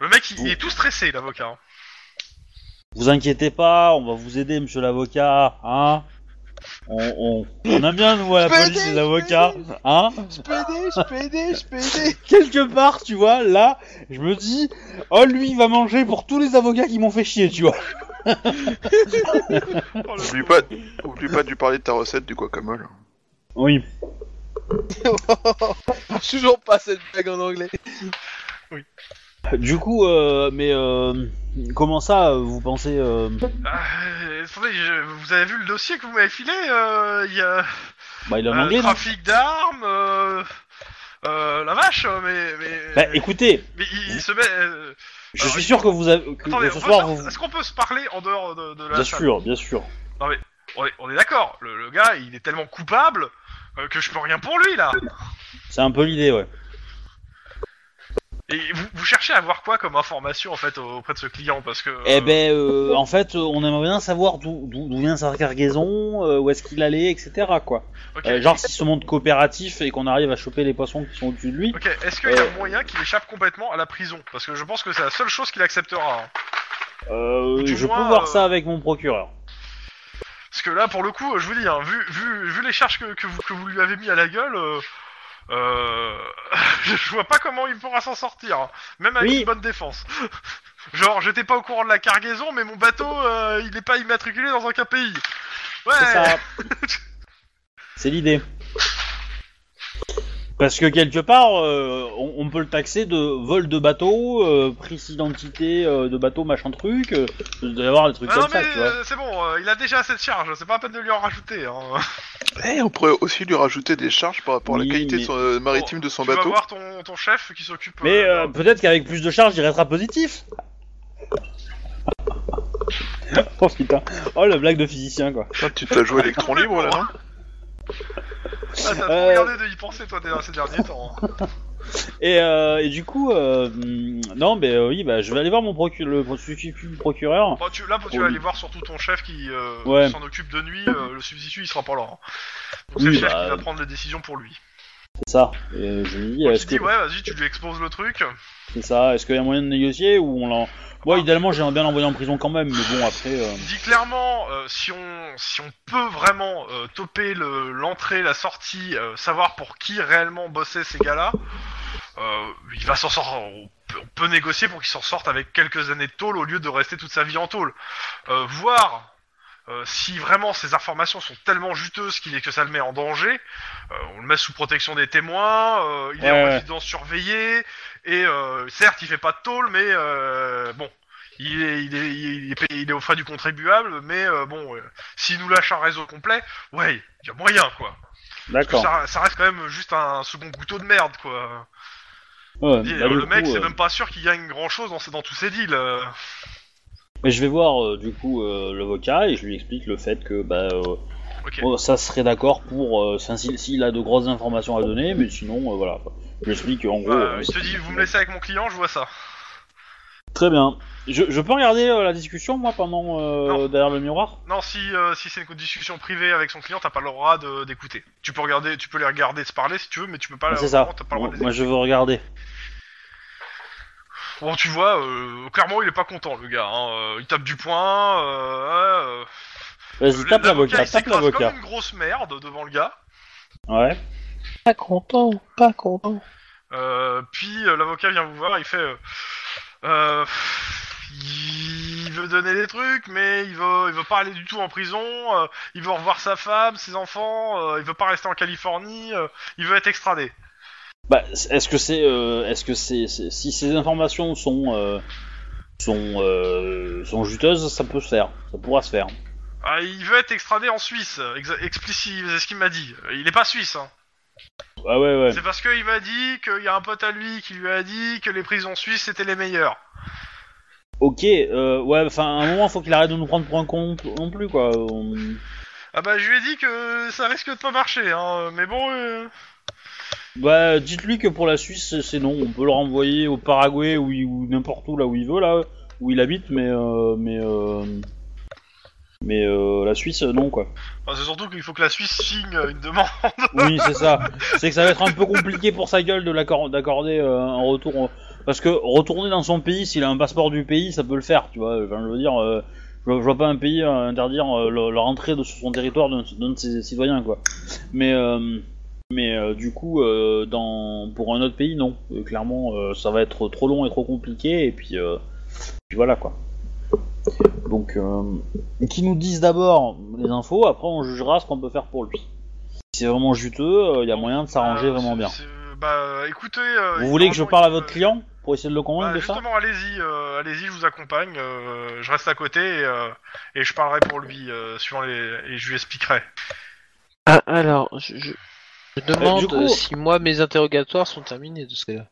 S1: Le mec, il, il est tout stressé, l'avocat. hein.
S3: Vous inquiétez pas, on va vous aider, monsieur l'avocat, hein on, on, on aime bien, nous, à la
S6: Je peux
S3: police,
S6: aider,
S3: les
S6: je peux
S3: avocats, hein
S6: Je peux aider, je peux aider, je peux aider.
S3: Quelque part, tu vois, là, je me dis, oh, lui, il va manger pour tous les avocats qui m'ont fait chier, tu vois.
S1: Oh, le
S5: Oublie
S1: pauvre.
S5: pas, oublie pas de lui parler de ta recette du guacamole.
S3: Oui.
S6: Toujours pas cette blague en anglais.
S3: Du coup, euh, mais euh, comment ça, euh, vous pensez... euh,
S1: Euh, attendez, je- vous avez vu le dossier que vous m'avez filé euh, Il y a
S3: Bah, il est en
S1: euh,
S3: anglais, non
S1: trafic d'armes, euh, euh, la vache, mais mais,
S3: Bah, écoutez,
S1: mais il, il se met. euh,
S3: je
S1: Alors,
S3: suis
S1: il-
S3: sûr que vous avez... que
S1: attendez,
S3: ce
S1: on peut-
S3: soir, vous...
S1: est-ce qu'on peut se parler en dehors de, de la
S3: Bien
S1: salle
S3: sûr, bien sûr.
S1: On est, on est d'accord. Le, le gars, il est tellement coupable euh, que je peux rien pour lui là.
S3: C'est un peu l'idée, ouais.
S1: Et vous, vous cherchez à avoir quoi comme information en fait auprès de ce client parce que.
S3: Eh
S1: euh,
S3: ben, euh, en fait, euh, on aimerait bien savoir d'où d'où- d'où vient sa cargaison, euh, où est-ce qu'il allait, etc. Quoi.
S1: ok.
S3: Euh, genre, si ce monde coopératif et qu'on arrive à choper les poissons qui sont au-dessus de lui.
S1: Ok, est-ce qu'il y a
S3: Euh.
S1: moyen qu'il échappe complètement à la prison Parce que je pense que c'est la seule chose qu'il acceptera. hein.
S3: Euh,
S1: Du
S3: je
S1: moins,
S3: peux voir
S1: euh,
S3: ça avec mon procureur.
S1: Parce que là, pour le coup, euh, je vous dis, hein, vu, vu, vu les charges que, que, vous, que vous lui avez mis à la gueule, euh, euh, (laughs) je vois pas comment il pourra s'en sortir. hein. Même avec
S3: Oui.
S1: une bonne défense. (laughs) Genre, j'étais pas au courant de la cargaison, mais mon bateau, euh, il est pas immatriculé dans un KPI. Ouais, (laughs)
S3: C'est ça. C'est l'idée. Parce que quelque part, euh, on, on peut le taxer de vol de bateau, euh, prise d'identité euh, de bateau, machin truc, euh, il doit y avoir des trucs
S1: Ah non,
S3: comme
S1: mais
S3: ça, tu vois.
S1: euh, c'est bon, euh, il a déjà assez de charges, c'est pas la peine de lui en rajouter. Hein.
S5: Eh, on pourrait aussi lui rajouter des charges par rapport à
S3: Oui,
S5: la qualité
S3: mais-
S5: de son- euh, maritime de son
S1: tu vas
S5: bateau.
S1: voir ton, ton chef qui s'occupe.
S3: Mais
S1: euh,
S3: euh, peut-être qu'avec plus de charges, il restera positif. (laughs) oh putain. Oh la blague de physicien quoi.
S5: Putain, tu te la joues électron libre là, non
S1: Ah, t'as
S3: Euh.
S1: trop regardé de y penser, toi, des- ces derniers temps. hein.
S3: Et, euh, et du coup, euh, hmm, non mais euh, oui, bah je vais aller voir mon procu le pro- substitut du procureur.
S1: Bon, tu, là, tu
S3: Oui.
S1: vas aller voir surtout ton chef qui euh,
S3: Ouais.
S1: s'en occupe de nuit, euh, le substitut, il sera pas là. hein. Donc c'est
S3: Oui,
S1: le chef
S3: bah,
S1: qui
S3: euh.
S1: va prendre les décisions pour lui.
S3: C'est ça. Et je lui dis,
S1: Donc,
S3: est-ce
S1: tu dis,
S3: que
S1: ouais, vas-y, tu lui exposes le truc.
S3: c'est ça Est-ce qu'il y a moyen de négocier ou on l'en Moi, idéalement, j'aimerais bien l'envoyer en prison quand même, mais bon après. euh,
S1: Il dit clairement, euh, si, on, si on peut vraiment euh, toper le- l'entrée, la sortie, euh, savoir pour qui réellement bossaient ces gars-là, euh, il va s'en sortir. On peut, on peut négocier pour qu'il s'en sorte avec quelques années de tôle au lieu de rester toute sa vie en tôle. Euh, voir euh, si vraiment ces informations sont tellement juteuses qu'il est que ça le met en danger, euh, on le met sous protection des témoins, euh, il est
S3: Ouais,
S1: en
S3: ouais.
S1: résidence surveillée, et euh, certes il fait pas de tôle, mais euh, bon. Il est, il, est, il, est payé- il est aux frais du contribuable, mais euh, bon, euh, s'il nous lâche un réseau complet, ouais, il y a moyen, quoi. Parce que
S3: D'accord.
S1: ça, ça reste quand même juste un second couteau de merde, quoi.
S3: Ouais,
S1: Et,
S3: bah,
S1: euh,
S3: du
S1: le mec,
S3: coup,
S1: c'est
S3: euh,
S1: même pas sûr qu'il gagne grand-chose dans, ces- dans tous ces deals. euh.
S3: Mais je vais voir euh, du coup euh, l'avocat et je lui explique le fait que bah euh,
S1: Ok.
S3: oh, ça serait d'accord pour euh, ça, s'il s'il a de grosses informations à donner, mais sinon euh, voilà. Je lui explique en gros.
S1: Euh,
S3: euh,
S1: il te dit, vous me laissez avec mon client, je vois ça.
S3: Très bien. Je, je peux regarder euh, la discussion moi pendant euh,
S1: Non.
S3: derrière le miroir.
S1: Non, si, euh, si c'est une discussion privée avec son client, t'as pas le droit de- d'écouter. Tu peux regarder, tu peux les regarder se parler si tu veux, mais tu peux pas.
S3: Ah, c'est
S1: vraiment,
S3: ça.
S1: t'as pas le droit
S3: Moi,
S1: de les
S3: moi, je veux regarder.
S1: Bon, tu vois, euh, clairement, il est pas content, le gars. hein. Euh, Il tape du poing. Euh, ouais, euh,
S3: Vas-y tape l'avocat,
S1: il
S3: tape
S1: s'écrase
S3: l'avocat.
S1: comme une grosse merde devant le gars.
S3: Ouais.
S11: Pas content, pas content.
S1: Euh, puis euh, l'avocat vient vous voir, il fait. euh, euh, il veut donner des trucs, mais il veut, il veut pas aller du tout en prison. euh, il veut revoir sa femme, ses enfants. euh, il veut pas rester en Californie. euh, il veut être extradé.
S3: Bah est-ce que c'est euh, est-ce que c'est c'est- si ces informations sont euh, sont euh, sont juteuses, ça peut se faire. Ça pourra se faire.
S1: Ah, il veut être extradé en Suisse, ex- explicite, c'est ce qu'il m'a dit. Euh, Il est pas suisse. Hein.
S3: Ah ouais ouais.
S1: C'est parce qu'il m'a dit qu'il y a un pote à lui qui lui a dit que les prisons suisses c'était les meilleures.
S3: Ok, euh, ouais, enfin, à un moment, faut qu'il arrête de nous prendre pour un con non plus, quoi. Euh, On-
S1: Ah bah je lui ai dit que ça risque de pas marcher. Hein. Mais bon. euh,
S3: Bah, dites-lui que pour la Suisse, c'est non. On peut le renvoyer au Paraguay ou, il- ou n'importe où, là où il veut, là, où il habite, mais... euh, mais euh, mais euh, la Suisse, non, quoi.
S1: enfin, c'est surtout qu'il faut que la Suisse signe euh, une demande.
S3: Oui, c'est ça. C'est que ça va être un peu compliqué pour sa gueule de l'accor- d'accorder euh, un retour Parce que retourner dans son pays, s'il a un passeport du pays, ça peut le faire, tu vois. Enfin, je veux dire, euh, je, je vois pas un pays euh, interdire euh, le- la rentrée de, sur son territoire d'un d'un de ses citoyens, quoi. Mais, euh, mais euh, du coup, euh, dans, pour un autre pays, non. Euh, clairement, euh, ça va être trop long et trop compliqué, et puis, euh, puis voilà, quoi. Donc, euh, qui nous disent d'abord les infos, après on jugera ce qu'on peut faire pour lui. Si c'est vraiment juteux, il y a moyen de s'arranger
S1: Euh,
S3: vraiment
S1: c'est-
S3: bien.
S1: c'est- Bah, écoutez. euh,
S3: Vous voulez que je parle à votre
S1: euh,
S3: client pour essayer de le convaincre
S1: bah,
S3: de ça
S1: Justement, allez-y, euh, allez-y, je vous accompagne. euh, je reste à côté et, euh, et je parlerai pour lui euh, suivant les, et je lui expliquerai.
S6: Ah, alors, je, je- je demande
S3: du coup-
S6: si moi mes interrogatoires sont terminés de ce cas-là.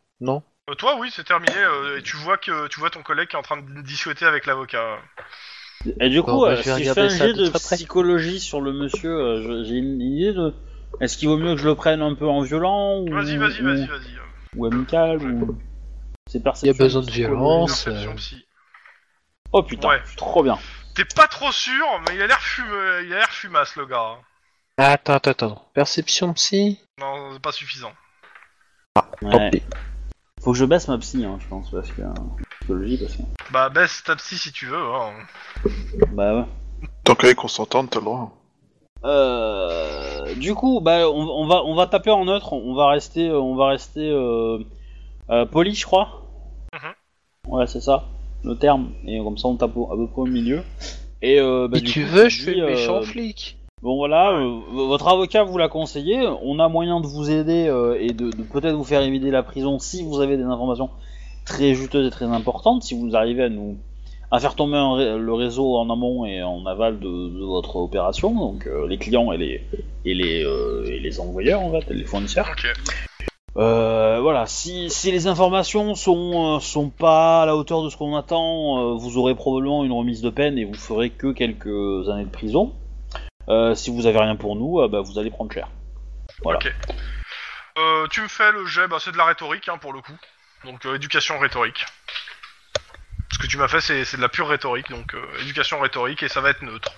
S1: Euh, toi, oui, c'est terminé. euh, et tu vois que tu vois ton collègue qui est en train de discuter avec l'avocat.
S3: Et du
S6: Bon,
S3: coup,
S6: bah,
S3: euh,
S6: je vais
S3: si je fais
S6: regarder
S3: un
S6: ça
S3: jet
S6: de
S3: de
S6: très près.
S3: psychologie sur le monsieur, euh, je- j'ai une idée de. Est-ce qu'il vaut mieux que je le prenne un peu en violent ou,
S1: Vas-y, vas-y,
S3: ou-
S1: vas-y, vas-y.
S3: ou amical ou c'est
S12: Il y
S3: perception
S12: a besoin de
S3: psychologie.
S12: violence.
S1: Perception
S12: euh,
S1: psy.
S3: Oh putain,
S1: Ouais.
S3: trop bien.
S1: T'es pas trop sûr, mais il a l'air fume- euh, il a l'air fumasse le gars. hein.
S12: Attends, attends, attends. Perception psy
S1: Non, c'est pas suffisant.
S3: Ouais.
S12: Tant pis.
S3: Faut que je baisse ma psy, hein, je pense, parce que euh, psychologie, parce que
S1: Bah baisse ta psy si tu veux. hein.
S3: bah ouais.
S5: Tant qu'avec qu'on s'entende, t'as le droit.
S3: Euh, du coup, bah, on, on va on va taper en neutre. On va rester euh, on va rester euh, euh, poli, je crois. Ouais, c'est ça le terme. Et comme ça, on tape au- à peu près au milieu. Et euh, bah,
S6: si
S3: du
S6: tu
S3: coup,
S6: veux,
S3: tu
S6: je fais
S3: dis,
S6: le méchant
S3: euh,
S6: flic.
S3: Bon voilà, euh, v- votre avocat vous l'a conseillé. On a moyen de vous aider euh, et de, de peut-être vous faire éviter la prison si vous avez des informations très juteuses et très importantes. Si vous arrivez à nous à faire tomber un ré- le réseau en amont et en aval de, de votre opération, donc euh, les clients et les et les euh, et les envoyeurs en fait, et les fournisseurs.
S1: Ok.
S3: Euh, voilà, si, si les informations sont, euh, sont pas à la hauteur de ce qu'on attend, euh, vous aurez probablement une remise de peine et vous ferez que quelques années de prison. Euh, si vous avez rien pour nous, euh, bah, vous allez prendre cher.
S1: Euh, tu me fais le jet, bah, c'est de la rhétorique hein, pour le coup. Donc euh, éducation rhétorique. Ce que tu m'as fait, c'est c'est de la pure rhétorique, donc euh, éducation rhétorique et ça va être neutre.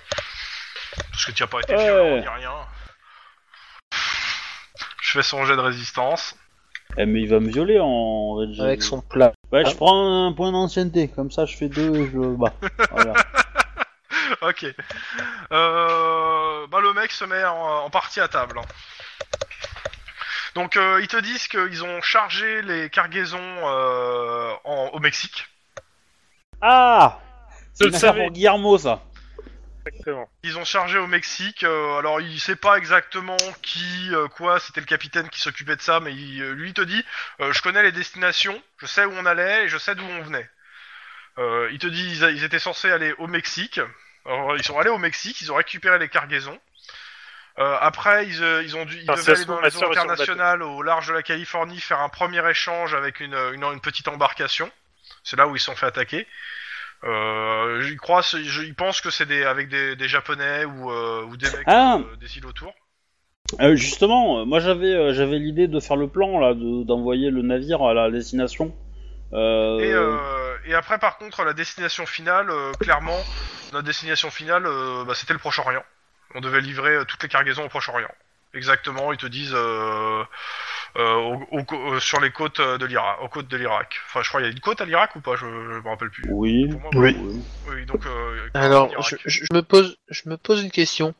S1: Parce que tu as pas été
S3: Ouais.
S1: violent ni rien. Je fais son jet de résistance.
S3: Eh, mais il va me violer en Red Jack.
S12: avec son Ah. plat.
S3: Ouais, je prends un point d'ancienneté, comme ça je fais deux et je le
S4: bah,
S3: bats. Voilà.
S1: (laughs) ok. Euh, bah, le mec se met en, en partie à table. hein. Donc euh, ils te disent qu'ils ont chargé les cargaisons euh, en- au Mexique.
S3: Ah
S2: Je
S3: C'est
S2: le
S3: une affaire
S2: savais.
S3: pour Guillermo ça
S2: Exactement.
S1: Ils ont chargé au Mexique. euh, alors, il sait pas exactement qui, euh, quoi. C'était le capitaine qui s'occupait de ça, mais il, euh, lui il te dit euh, je connais les destinations, je sais où on allait et je sais d'où on venait. Euh, il te dit ils, a- ils étaient censés aller au Mexique. Alors, ils sont allés au Mexique, ils ont récupéré les cargaisons. Euh, après, ils, euh, ils ont dû, ils
S2: Enfin,
S1: devaient
S2: ça se
S1: aller dans
S2: trouve,
S1: la
S2: ma
S1: zone
S2: sœur est sur le bateau.
S1: internationale au large de la Californie faire un premier échange avec une, euh, une, une petite embarcation. C'est là où ils se sont fait attaquer. Euh, ils croient, c'est- je- ils pensent que c'est des, avec des, des Japonais ou, euh, ou des mecs
S3: Ah.
S1: euh, des îles autour.
S3: Euh, justement, euh, moi j'avais euh, j'avais l'idée de faire le plan là, de- d'envoyer le navire à la destination. Euh,
S1: Et, euh, et après, par contre, la destination finale, euh, clairement, notre destination finale, euh, bah, c'était le Proche-Orient. On devait livrer euh, toutes les cargaisons au Proche-Orient. Exactement, ils te disent euh, euh, au- au- co- euh, sur les côtes euh, de l'Irak, aux côtes de l'Irak. Enfin, je crois qu'il y a une côte à l'Irak ou pas, je, je me rappelle plus.
S3: Oui.
S1: Pour moi,
S5: Oui.
S1: oui, donc. euh,
S6: Alors,
S1: l'Irak.
S6: je, je- je me pose, je me pose une question.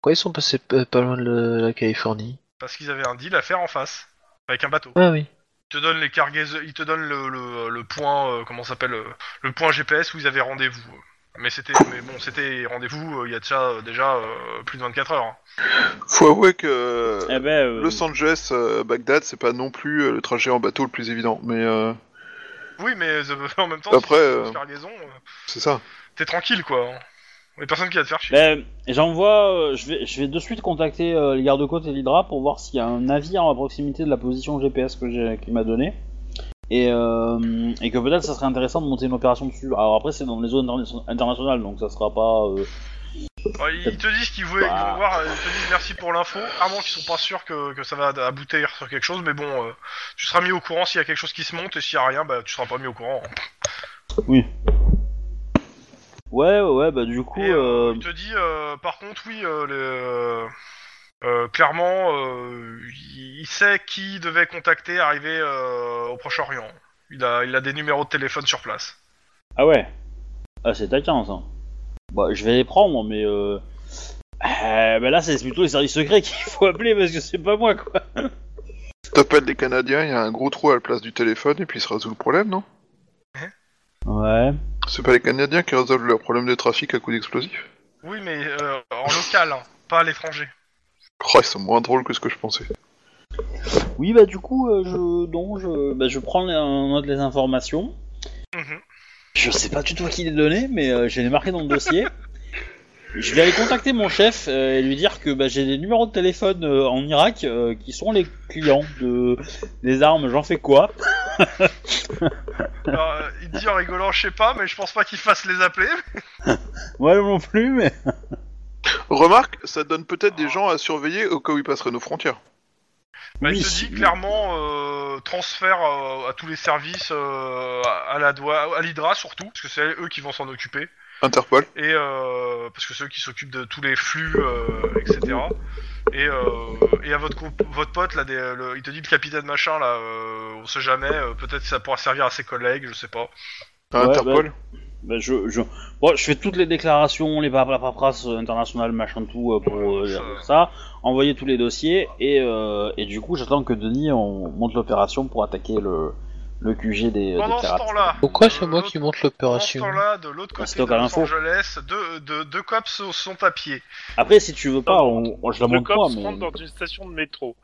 S6: Pourquoi ils sont passés p- euh, pas loin de le- la Californie
S1: Parce qu'ils avaient un deal à faire en face, avec un bateau.
S6: Ah oui.
S1: Ils te donnent les cargaisons, ils te donnent le, le, le point, euh, comment ça s'appelle, euh, le point GPS où ils avaient rendez-vous. Mais c'était, mais bon, c'était rendez-vous euh, il y a déjà, euh, déjà euh, plus de 24 heures. hein.
S5: Faut avouer que
S3: Eh ben, euh,
S5: Los Angeles, euh, Bagdad, c'est pas non plus euh, le trajet en bateau le plus évident, mais euh,
S1: Oui, mais euh, (laughs) en même temps,
S5: Après,
S1: si tu fais une
S5: euh,
S1: cargaison, euh,
S5: c'est ça.
S1: t'es tranquille quoi. hein. Y a personne qui va te faire chier.
S3: Ben, j'envoie, euh, je, vais, je vais de suite contacter euh, les gardes-côtes et l'Hydra pour voir s'il y a un navire à proximité de la position GPS que j'ai- qu'il m'a donnée. Et, euh, et que peut-être ça serait intéressant de monter une opération dessus. Alors après, c'est dans les zones interna- internationales, donc ça sera pas. euh,
S1: Alors, ils ils te disent qu'ils voulaient, ils vont
S3: Bah.
S1: voir, euh, ils te disent merci pour l'info. À moins qu'ils sont pas sûrs que, que ça va aboutir sur quelque chose, mais bon, euh, tu seras mis au courant s'il y a quelque chose qui se monte et s'il y a rien, bah tu seras pas mis au courant.
S3: Ouais, ouais, ouais, bah du coup.
S1: Et, euh,
S3: euh,
S1: Il te dit, euh, par contre, oui, euh, le- euh, clairement, euh, il il sait qui devait contacter arrivé euh, au Proche-Orient. Il a, il a des numéros de téléphone sur place.
S3: Ah ouais Ah, c'est taquin, ça. Bah, je vais les prendre, mais... Euh... euh, bah là, c'est plutôt les services secrets qu'il faut appeler, parce que c'est pas moi, quoi.
S5: T'appelles les Canadiens, il y a un gros trou à la place du téléphone et puis il se résout le problème, non
S3: Ouais.
S5: C'est pas les Canadiens qui résolvent leur problème de trafic à coups d'explosifs
S1: Oui, mais euh, en local, hein, pas à l'étranger.
S5: Oh, ils sont moins drôles que ce que je pensais.
S3: Oui, bah du coup, euh, je... Donc, je... Bah, je prends les- en note les informations.
S1: Mhm.
S3: Je sais pas du tout à qui les donner, mais euh, je les ai marqués dans
S1: (laughs)
S3: le dossier. Je vais aller contacter mon chef euh, et lui dire que bah, j'ai des numéros de téléphone euh, en Irak euh, qui sont les clients de des armes. J'en fais quoi
S1: Alors, euh, il dit en rigolant, je sais pas, mais je pense pas qu'il fasse les appeler.
S3: Ouais, non plus, mais
S5: Remarque, ça donne peut-être des gens à surveiller au cas où ils passeraient nos frontières.
S1: Bah,
S3: Oui,
S1: il te dit
S3: oui.
S1: clairement euh, transfert euh, à tous les services, euh, à la doi- à l'Hydra surtout, parce que c'est eux qui vont s'en occuper,
S5: Interpol.
S1: et euh, parce que c'est eux qui s'occupent de tous les flux, euh, etc. Et, euh, et à votre, comp- votre pote là, des- le- il te dit le capitaine machin là, euh, on sait jamais, euh, peut-être ça pourra servir à ses collègues, je sais pas.
S5: À
S3: Ouais,
S5: Interpol.
S3: bah, je je... bon, je fais toutes les déclarations, les pap- la paperasse internationale, machin tout euh, pour euh,
S1: Ça-
S3: pour ça, envoyer tous les dossiers et, euh, et du coup j'attends que Denis on monte l'opération pour attaquer le le QG des, des
S1: Pendant ce
S3: pirates.
S1: temps-là,
S6: Pourquoi
S1: euh,
S6: c'est moi
S1: l'autre-
S6: qui monte
S1: pendant ce
S6: l'opération
S1: temps-là, de l'autre
S3: On
S1: côté de
S3: stocke à
S1: Los
S3: l'info.
S1: Angeles, deux, deux, deux cops sont à pied.
S3: Après, si tu veux pas, on, on- je la
S2: Le
S3: montre pas,
S2: corps se
S3: mais.
S2: rentre dans une station de métro.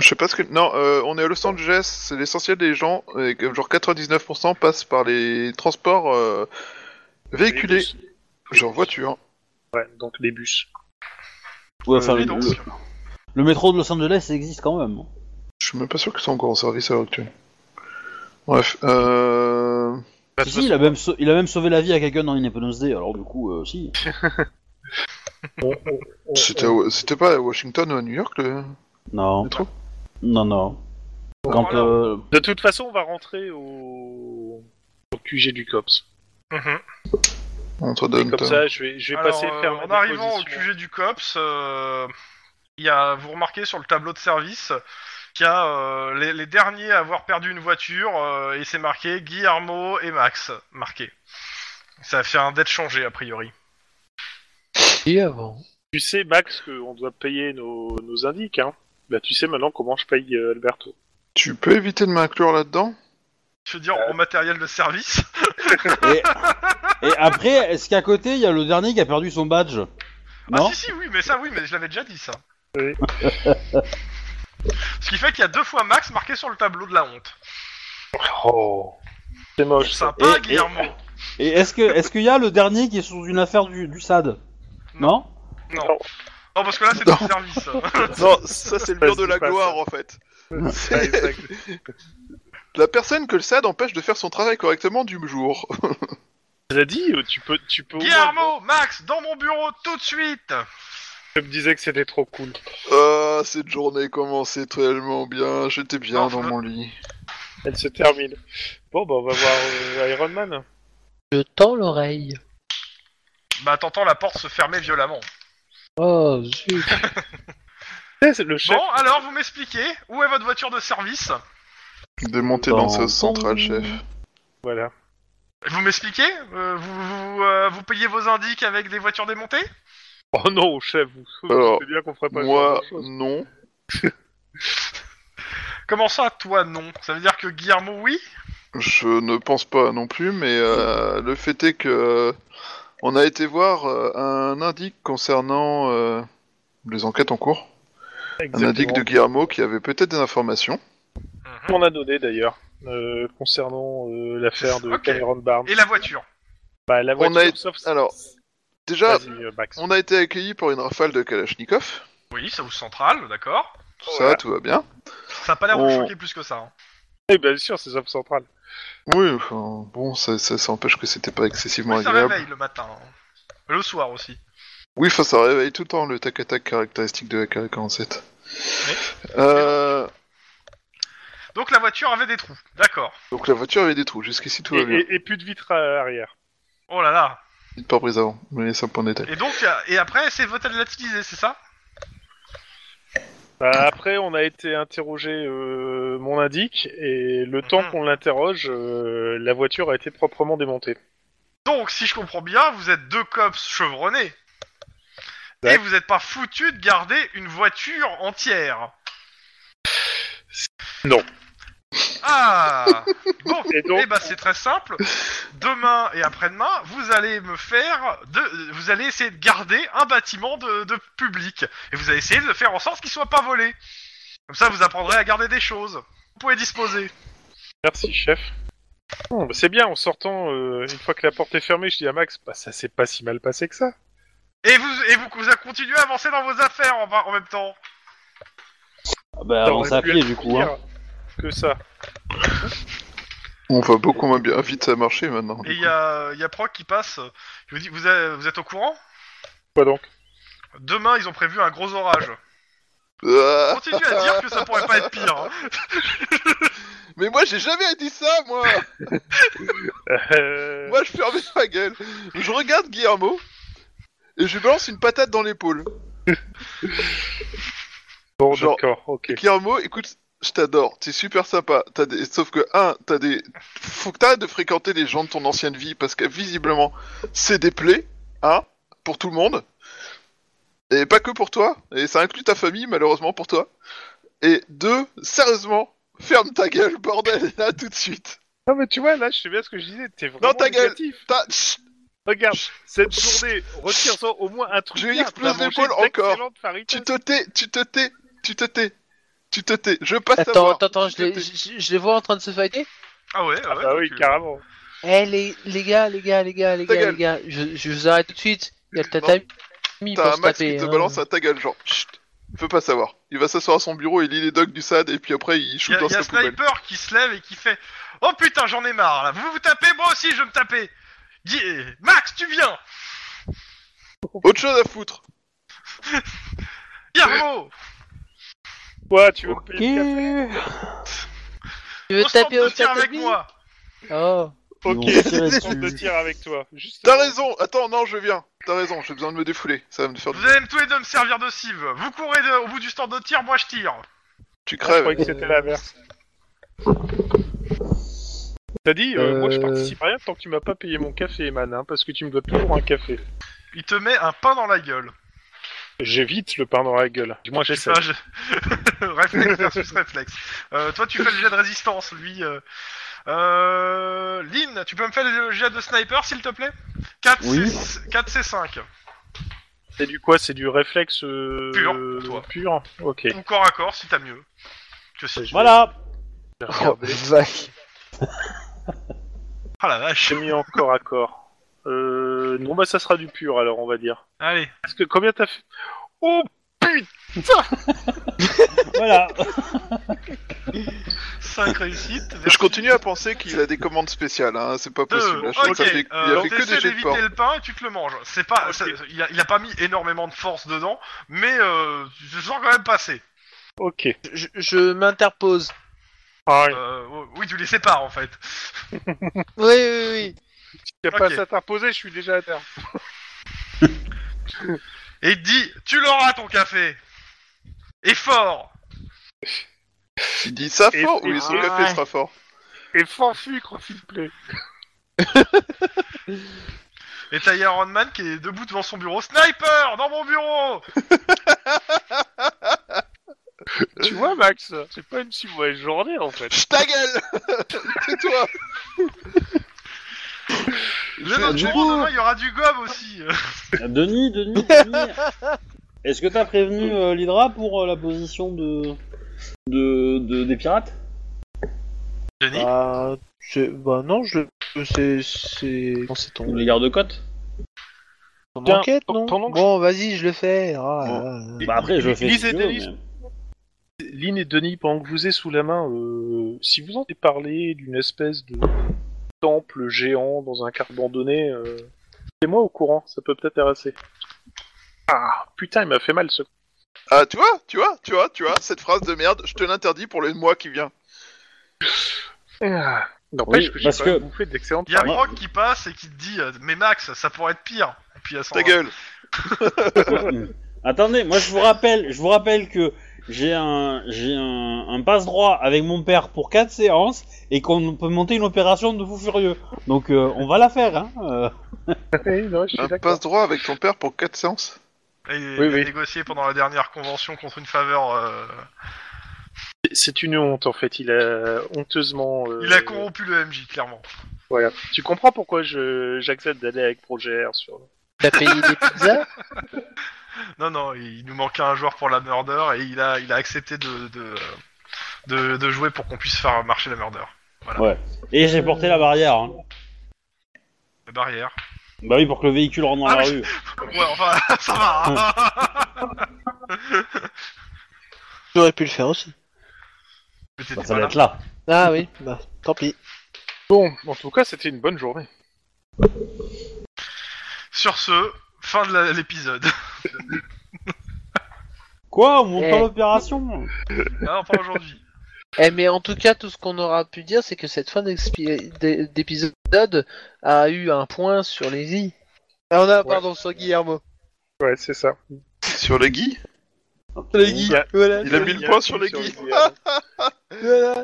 S5: Je sais pas ce que. Non, euh, on est à Los Angeles, c'est l'essentiel des gens, et que genre 99% passent par les transports euh, véhiculés,
S2: Les bus.
S5: genre voiture.
S2: Ouais, donc les bus.
S3: Ouais, enfin,
S1: Euh,
S3: le,
S1: dis donc.
S3: le- le métro de Los Angeles ça existe quand même. hein.
S5: Je suis même pas sûr qu'ils sont encore en service à l'heure actuelle. Bref, euh...
S1: Bah,
S3: Si, si, il, a même sau- il a même sauvé la vie à quelqu'un dans Independence Day, alors du coup, euh, si.
S13: On-
S5: c'était
S13: on-
S5: à- c'était pas à Washington ou à New York le
S3: Non,
S5: métro
S3: non, non. Quand,
S1: Voilà.
S3: euh,
S2: De toute façon, on va rentrer au, au QG du COPS.
S1: Mhm.
S5: Entre
S2: Et comme
S5: Downtown.
S2: ça, je vais, je vais
S1: Alors,
S2: passer
S1: euh,
S2: faire ma
S1: en arrivant au
S2: déposition.
S1: QG du COPS, euh, il y a, vous remarquez sur le tableau de service qu'il y a euh, les, les derniers à avoir perdu une voiture euh, et c'est marqué Guillermo et Max. Marqué. Ça fait un dette changé a priori.
S6: Qui avant
S2: Tu sais, Max, qu'on doit payer nos, nos indiques, hein. Bah, tu sais maintenant comment je paye euh, Alberto.
S5: Tu peux éviter de m'inclure là-dedans
S1: Je veux dire,
S3: Euh.
S1: au matériel de service. (laughs)
S3: Et après, est-ce qu'à côté, il y a le dernier qui a perdu son badge Non
S1: Ah si, si, oui, mais ça, oui, mais je l'avais déjà dit ça. (laughs) Ce qui fait qu'il y a deux fois Max marqué sur le tableau de la honte.
S2: Oh. C'est moche. ça.
S1: Sympa,
S3: Et- et-
S1: Guillermo.
S3: Et est-ce que est-ce qu'il y a le dernier qui est sous une affaire du, du SAD Non
S1: Non.
S2: Non.
S1: Non, Oh, parce que là,
S3: (laughs)
S1: c'est
S5: Non.
S1: du service.
S5: Non, ça c'est le
S2: Vas-y,
S5: mur de la
S2: passe.
S5: gloire en fait.
S2: Ouais, exact.
S5: La personne que le SAD empêche de faire son travail correctement du jour.
S2: Cela dit, euh, tu peux, tu peux. au moins-
S1: Guillermo, Max, dans mon bureau tout de suite.
S2: Je me disais que c'était trop cool.
S5: (laughs) Ah, cette journée commençait tellement bien, j'étais bien
S1: Non,
S5: dans
S1: faut-
S5: mon lit.
S2: Elle se termine. Bon, bah, on va voir euh, Iron Man.
S6: Je tends l'oreille.
S1: Bah t'entends la porte se fermer violemment.
S6: Oh
S5: (laughs)
S6: zut
S2: Eh, C'est le chef.
S1: Bon, alors vous m'expliquez où est votre voiture de service
S5: Démonter
S3: Dans-
S5: danseuse centrale, chef.
S2: Voilà.
S1: Vous m'expliquez Euh, Vous vous, euh, vous payez vos indices avec des voitures démontées
S2: Oh non, chef, vous
S5: Alors,
S2: c'est bien qu'on ferait pas ce genre
S5: Moi,
S2: de choses.
S5: non.
S1: Comment ça, toi non Ça veut dire que Guillermo oui
S5: Je ne pense pas non plus, mais euh, le fait est que euh, on a été voir euh, un indique concernant euh, les enquêtes en cours. Un indique de Guillermo qui avait peut-être des informations.
S2: On a donné d'ailleurs euh, concernant euh, l'affaire de
S1: Ok.
S2: Cameron Barnes.
S1: Et la voiture
S2: Bah, la voiture,
S5: On a-
S2: sauf
S5: alors, Déjà,
S2: Vas-y, euh, Max.
S5: on a été accueillis par une rafale de Kalachnikov.
S1: Oui, ça vous centrale, d'accord.
S5: Tout
S2: Voilà.
S5: ça, tout va bien.
S1: Ça a pas l'air de
S5: On-
S1: choquer plus que ça. hein.
S2: Eh bien sûr, c'est Zop Central.
S5: Oui, enfin, bon, ça, ça, ça empêche que c'était pas excessivement
S1: Oui, ça
S5: agréable.
S1: réveille le matin. hein. Le soir aussi.
S5: Oui, enfin, ça réveille tout le temps le tac-à-tac caractéristique de la carré 47.
S1: Oui.
S5: Euh,
S1: Donc la voiture avait des trous, d'accord.
S5: donc la voiture avait des trous, jusqu'ici tout
S2: Et,
S5: va bien.
S2: et- et plus de vitres à- arrière.
S1: Oh là là.
S5: Petite pare-brise avant, mais ça point de détail.
S1: Et donc, euh, et après, c'est votre à l'utiliser, c'est ça
S2: Bah, après, on a été interrogé euh, mon indique, et le temps qu'on l'interroge, euh, la voiture a été proprement démontée.
S1: Donc, si je comprends bien, vous êtes deux cops chevronnés. Et
S2: Ouais.
S1: vous n'êtes pas foutu de garder une voiture entière.
S2: Non. (laughs)
S1: Ah Bon, (laughs)
S2: Et donc-
S1: eh ben, c'est très simple. Demain et après-demain, vous allez me faire. De... Vous allez essayer de garder un bâtiment de, de public. Et vous allez essayer de le faire en sorte qu'il soit pas volé. Comme ça, vous apprendrez à garder des choses. Vous pouvez disposer.
S2: Merci, chef. Bon, bah, c'est bien, en sortant, euh, une fois que la porte est fermée, je dis à Max, bah, ça s'est pas si mal passé que ça.
S1: Et vous, et vous, vous continuez à avancer dans vos affaires en, en même temps.
S4: Ah bah,
S2: Ça
S4: avance
S2: aurait
S4: à
S2: pu
S4: pied,
S2: être
S4: du coup.
S2: pire
S4: Hein.
S2: Que ça.
S5: Enfin, beaucoup moins bien vite ça a marché maintenant.
S1: Et il y a, il y a Proc qui passe. Je vous dis, vous, êtes- vous êtes au courant
S2: Quoi donc
S1: Demain, ils ont prévu un gros orage.
S5: Ah
S1: Continue à dire que ça pourrait pas être pire. hein.
S5: mais moi, j'ai jamais dit ça,
S1: (laughs)
S5: moi
S2: Euh,
S5: Moi, je fermais ma gueule. Je regarde Guillermo et je lui balance une patate dans l'épaule.
S2: Bon,
S5: genre-
S2: d'accord, ok.
S5: Guillermo, écoute, je t'adore, t'es super sympa. T'as des... Sauf que, un, t'as des. Faut que t'arrêtes de fréquenter les gens de ton ancienne vie parce que visiblement, c'est des plaies, hein, pour tout le monde. Et pas que pour toi, et ça inclut ta famille, malheureusement pour toi. Et deux, sérieusement, ferme ta gueule, bordel, là tout de suite.
S2: Non, mais tu vois, là, je sais bien ce que je disais, t'es vraiment
S5: Non, ta gueule.
S2: négatif.
S5: T'as- Chut,
S2: Regarde, cette journée, retire-en au moins un truc.
S5: Je lui
S2: bien,
S5: explose
S2: t'as mangé
S5: l'épaule encore.
S2: d'excellentes
S5: tu
S2: fajitas.
S5: te tais, tu te tais, tu te tais, tu te tais, je passe à
S6: Attends,
S5: voir.
S6: attends, attends,
S5: Tu
S6: je
S5: te
S6: les,
S5: tais.
S6: je, je les vois en train de se fighter.
S1: Ah ouais, ouais.
S2: Ah bah oui,
S1: donc, euh,
S2: carrément.
S6: Eh les, les gars, les gars, les gars, les
S5: Ta
S6: gars,
S5: gueule.
S6: les gars, je, je vous arrête tout de suite. Il y a le
S5: Non.
S6: tatami pour
S5: T'as un
S6: se
S5: Max
S6: taper.
S5: qui te
S6: hein.
S5: balance à ta gueule, genre, chut, il veut pas savoir. Il va s'asseoir à son bureau, il lit les docs du SAD, et puis après, il
S1: Il
S5: shoot
S1: y a,
S5: dans
S1: il y a
S5: sa poubelle.
S1: Sniper qui se lève et qui fait Oh putain, j'en ai marre là. Vous vous tapez, moi aussi je vais me taper. Dis- eh, Max, tu viens
S5: Autre chose à foutre.
S1: Guillermo
S2: Toi, tu veux me
S4: Ok.
S2: payer le café
S6: Tu veux
S1: on se tente
S6: taper
S1: de
S6: au
S1: tir
S6: tatami
S1: avec moi
S6: Oh.
S4: Ils vont
S2: Ok,
S4: se tirer
S2: je tente de
S4: dessus.
S2: tir avec toi. Juste
S5: T'as raison, attends, non, je viens. T'as raison, j'ai besoin de me défouler. Ça va me faire du
S1: Vous allez me- tous les deux me servir de cive. Vous courez de- au bout du stand de tir, moi je tire.
S5: Tu
S2: Je croyais
S5: crèves.
S2: que c'était l'inverse. T'as dit, euh, moi je
S3: Euh.
S2: participe à rien tant que tu m'as pas payé mon café, man, hein, parce que tu me dois toujours un café.
S1: Il te met un pain dans la gueule.
S2: J'évite le pain dans la gueule. Du moins j'essaie.
S1: Enfin, (laughs) je- réflexe versus réflexe. Euh, toi, tu fais le jet de résistance, lui. Euh... Euh, Lynn, tu peux me faire le jet de sniper, s'il te plaît 4,
S4: Oui.
S1: C... 4 C5.
S2: C'est du quoi C'est du réflexe euh,
S1: Pur, toi.
S2: pur Ok.
S1: Ou corps à corps, si t'as mieux. Que si.
S4: Voilà
S2: Je vais
S3: Oh,
S2: regarder.
S3: vache.
S1: Ah la vache.
S2: J'ai mis en corps à corps. Euh, non, bah ça sera du pur alors, on va dire.
S1: Allez.
S2: Parce que combien t'as fait Oh
S4: Voilà
S1: 5 réussites.
S5: Je continue à penser qu'il a des commandes spéciales, hein, c'est pas
S1: 2.
S5: possible. À chaque
S1: Ok.
S5: fois, il a fait, il a
S1: euh,
S5: fait que
S1: t'essaies
S5: des jets de porc.
S1: d'éviter le pain et tu te le manges. C'est pas. ça- il, a, il a pas mis énormément de force dedans, mais euh, je sens quand même passer.
S2: Ok.
S6: Je, je m'interpose.
S2: Ah,
S1: Euh, oui, tu les sépares en fait.
S6: Oui, oui, oui.
S2: y a pas
S1: ok.
S2: à s'interposer, je suis déjà à terre.
S1: et il te dit Tu l'auras ton café Et fort
S5: Il dit ça
S2: Et-
S5: fort
S2: et-
S5: Oui, son
S2: ouais.
S5: café sera fort.
S2: Et fanfucre, s'il te plaît.
S1: Et t'as Iron Man qui est debout devant son bureau Sniper Dans mon bureau
S2: tu vois, Max, c'est pas une si mauvaise journée en fait.
S5: Chut, ta gueule (laughs) C'est toi
S1: Je vais dans le
S4: du
S1: bureau,
S4: coup-
S1: demain, il y aura du gomme aussi
S4: Denis,
S3: (laughs)
S4: Denis, Denis Est-ce que t'as prévenu euh, l'Hydra pour euh, la position de... de... de- des pirates
S1: Denis
S6: Ah.
S3: Bah, c'est- bah non, je. C'est. C'est. Bon, c'est ton,
S4: Ou les gardes-côtes
S3: ton
S2: Tiens,
S3: enquête, non
S2: pendant que
S3: Bon, vas-y, je le fais. Ah,
S4: Bon.
S3: là, là.
S4: Bah après, je
S2: Lise
S4: fais ce
S2: et
S4: que tu veux,
S2: Denis.
S4: mais-
S2: Lynn et Denis, pendant que vous êtes sous la main, euh, si vous entendez parler d'une espèce de temple géant dans un quart abandonné, euh, moi au courant, ça peut peut-être intéresser. Ah, putain, il m'a fait mal ce...
S5: Ah, tu vois, tu vois, tu vois, tu vois, cette phrase de merde, je te l'interdis pour le mois qui vient.
S2: Ah, N'empêche
S4: Oui,
S2: que j'ai
S4: parce
S2: quand même
S4: que-
S2: bouffé d'excellentes
S1: Il y a
S4: Moi-
S1: Brock qui passe et qui te dit euh, Mais Max, ça pourrait être pire Et puis il y a
S5: Ta
S1: Sandra.
S5: gueule
S3: (laughs) Mm.
S4: Attendez, moi je vous rappelle, je vous rappelle que
S3: j'ai un, j'ai un, un passe droit avec mon père pour 4 séances et qu'on peut monter une opération de fou furieux. Donc euh, on va la faire. Hein, euh.
S2: Oui, non, je suis
S5: Un
S2: d'accord.
S5: passe-droit avec ton père pour 4 séances
S1: Là, il,
S2: Oui,
S1: il a
S2: oui.
S1: négocié pendant la dernière convention contre une faveur. euh,
S2: C'est une honte en fait. Il a honteusement. euh,
S1: Il a corrompu le MJ, clairement.
S2: Voilà. Tu comprends pourquoi je j'accepte d'aller avec Proger sur.
S6: T'as payé des pizzas
S1: Non, non, il nous manquait un joueur pour la murder et il a, il a accepté de, de, de, de jouer pour qu'on puisse faire marcher la murder.
S3: Et j'ai porté la barrière. hein.
S1: La barrière.
S3: Bah oui, pour que le véhicule rentre dans
S1: Ah
S3: la
S1: oui. (laughs)
S3: rue.
S1: Ouais, enfin, ça va. hein.
S6: J'aurais pu le faire aussi.
S1: (laughs) Mais t'étais
S3: Bah, ça
S1: pas
S3: va
S1: là.
S3: être là.
S6: Ah oui, (laughs) bah tant pis.
S2: Bon, en tout cas, c'était une bonne journée.
S1: Sur ce, fin de la- l'épisode.
S3: Quoi On monte
S6: Eh.
S3: pas l'opération
S1: Alors, pas aujourd'hui.
S6: Eh mais en tout cas, tout ce qu'on aura pu dire, c'est que cette fin d'expi- d'é- d'épisode a eu un point sur les i. Ah, on a, pardon, sur Guillermo.
S2: Ouais, c'est ça.
S5: Sur les guis
S6: Les i, voilà.
S5: Il a mis le point sur les guis
S2: guillemets.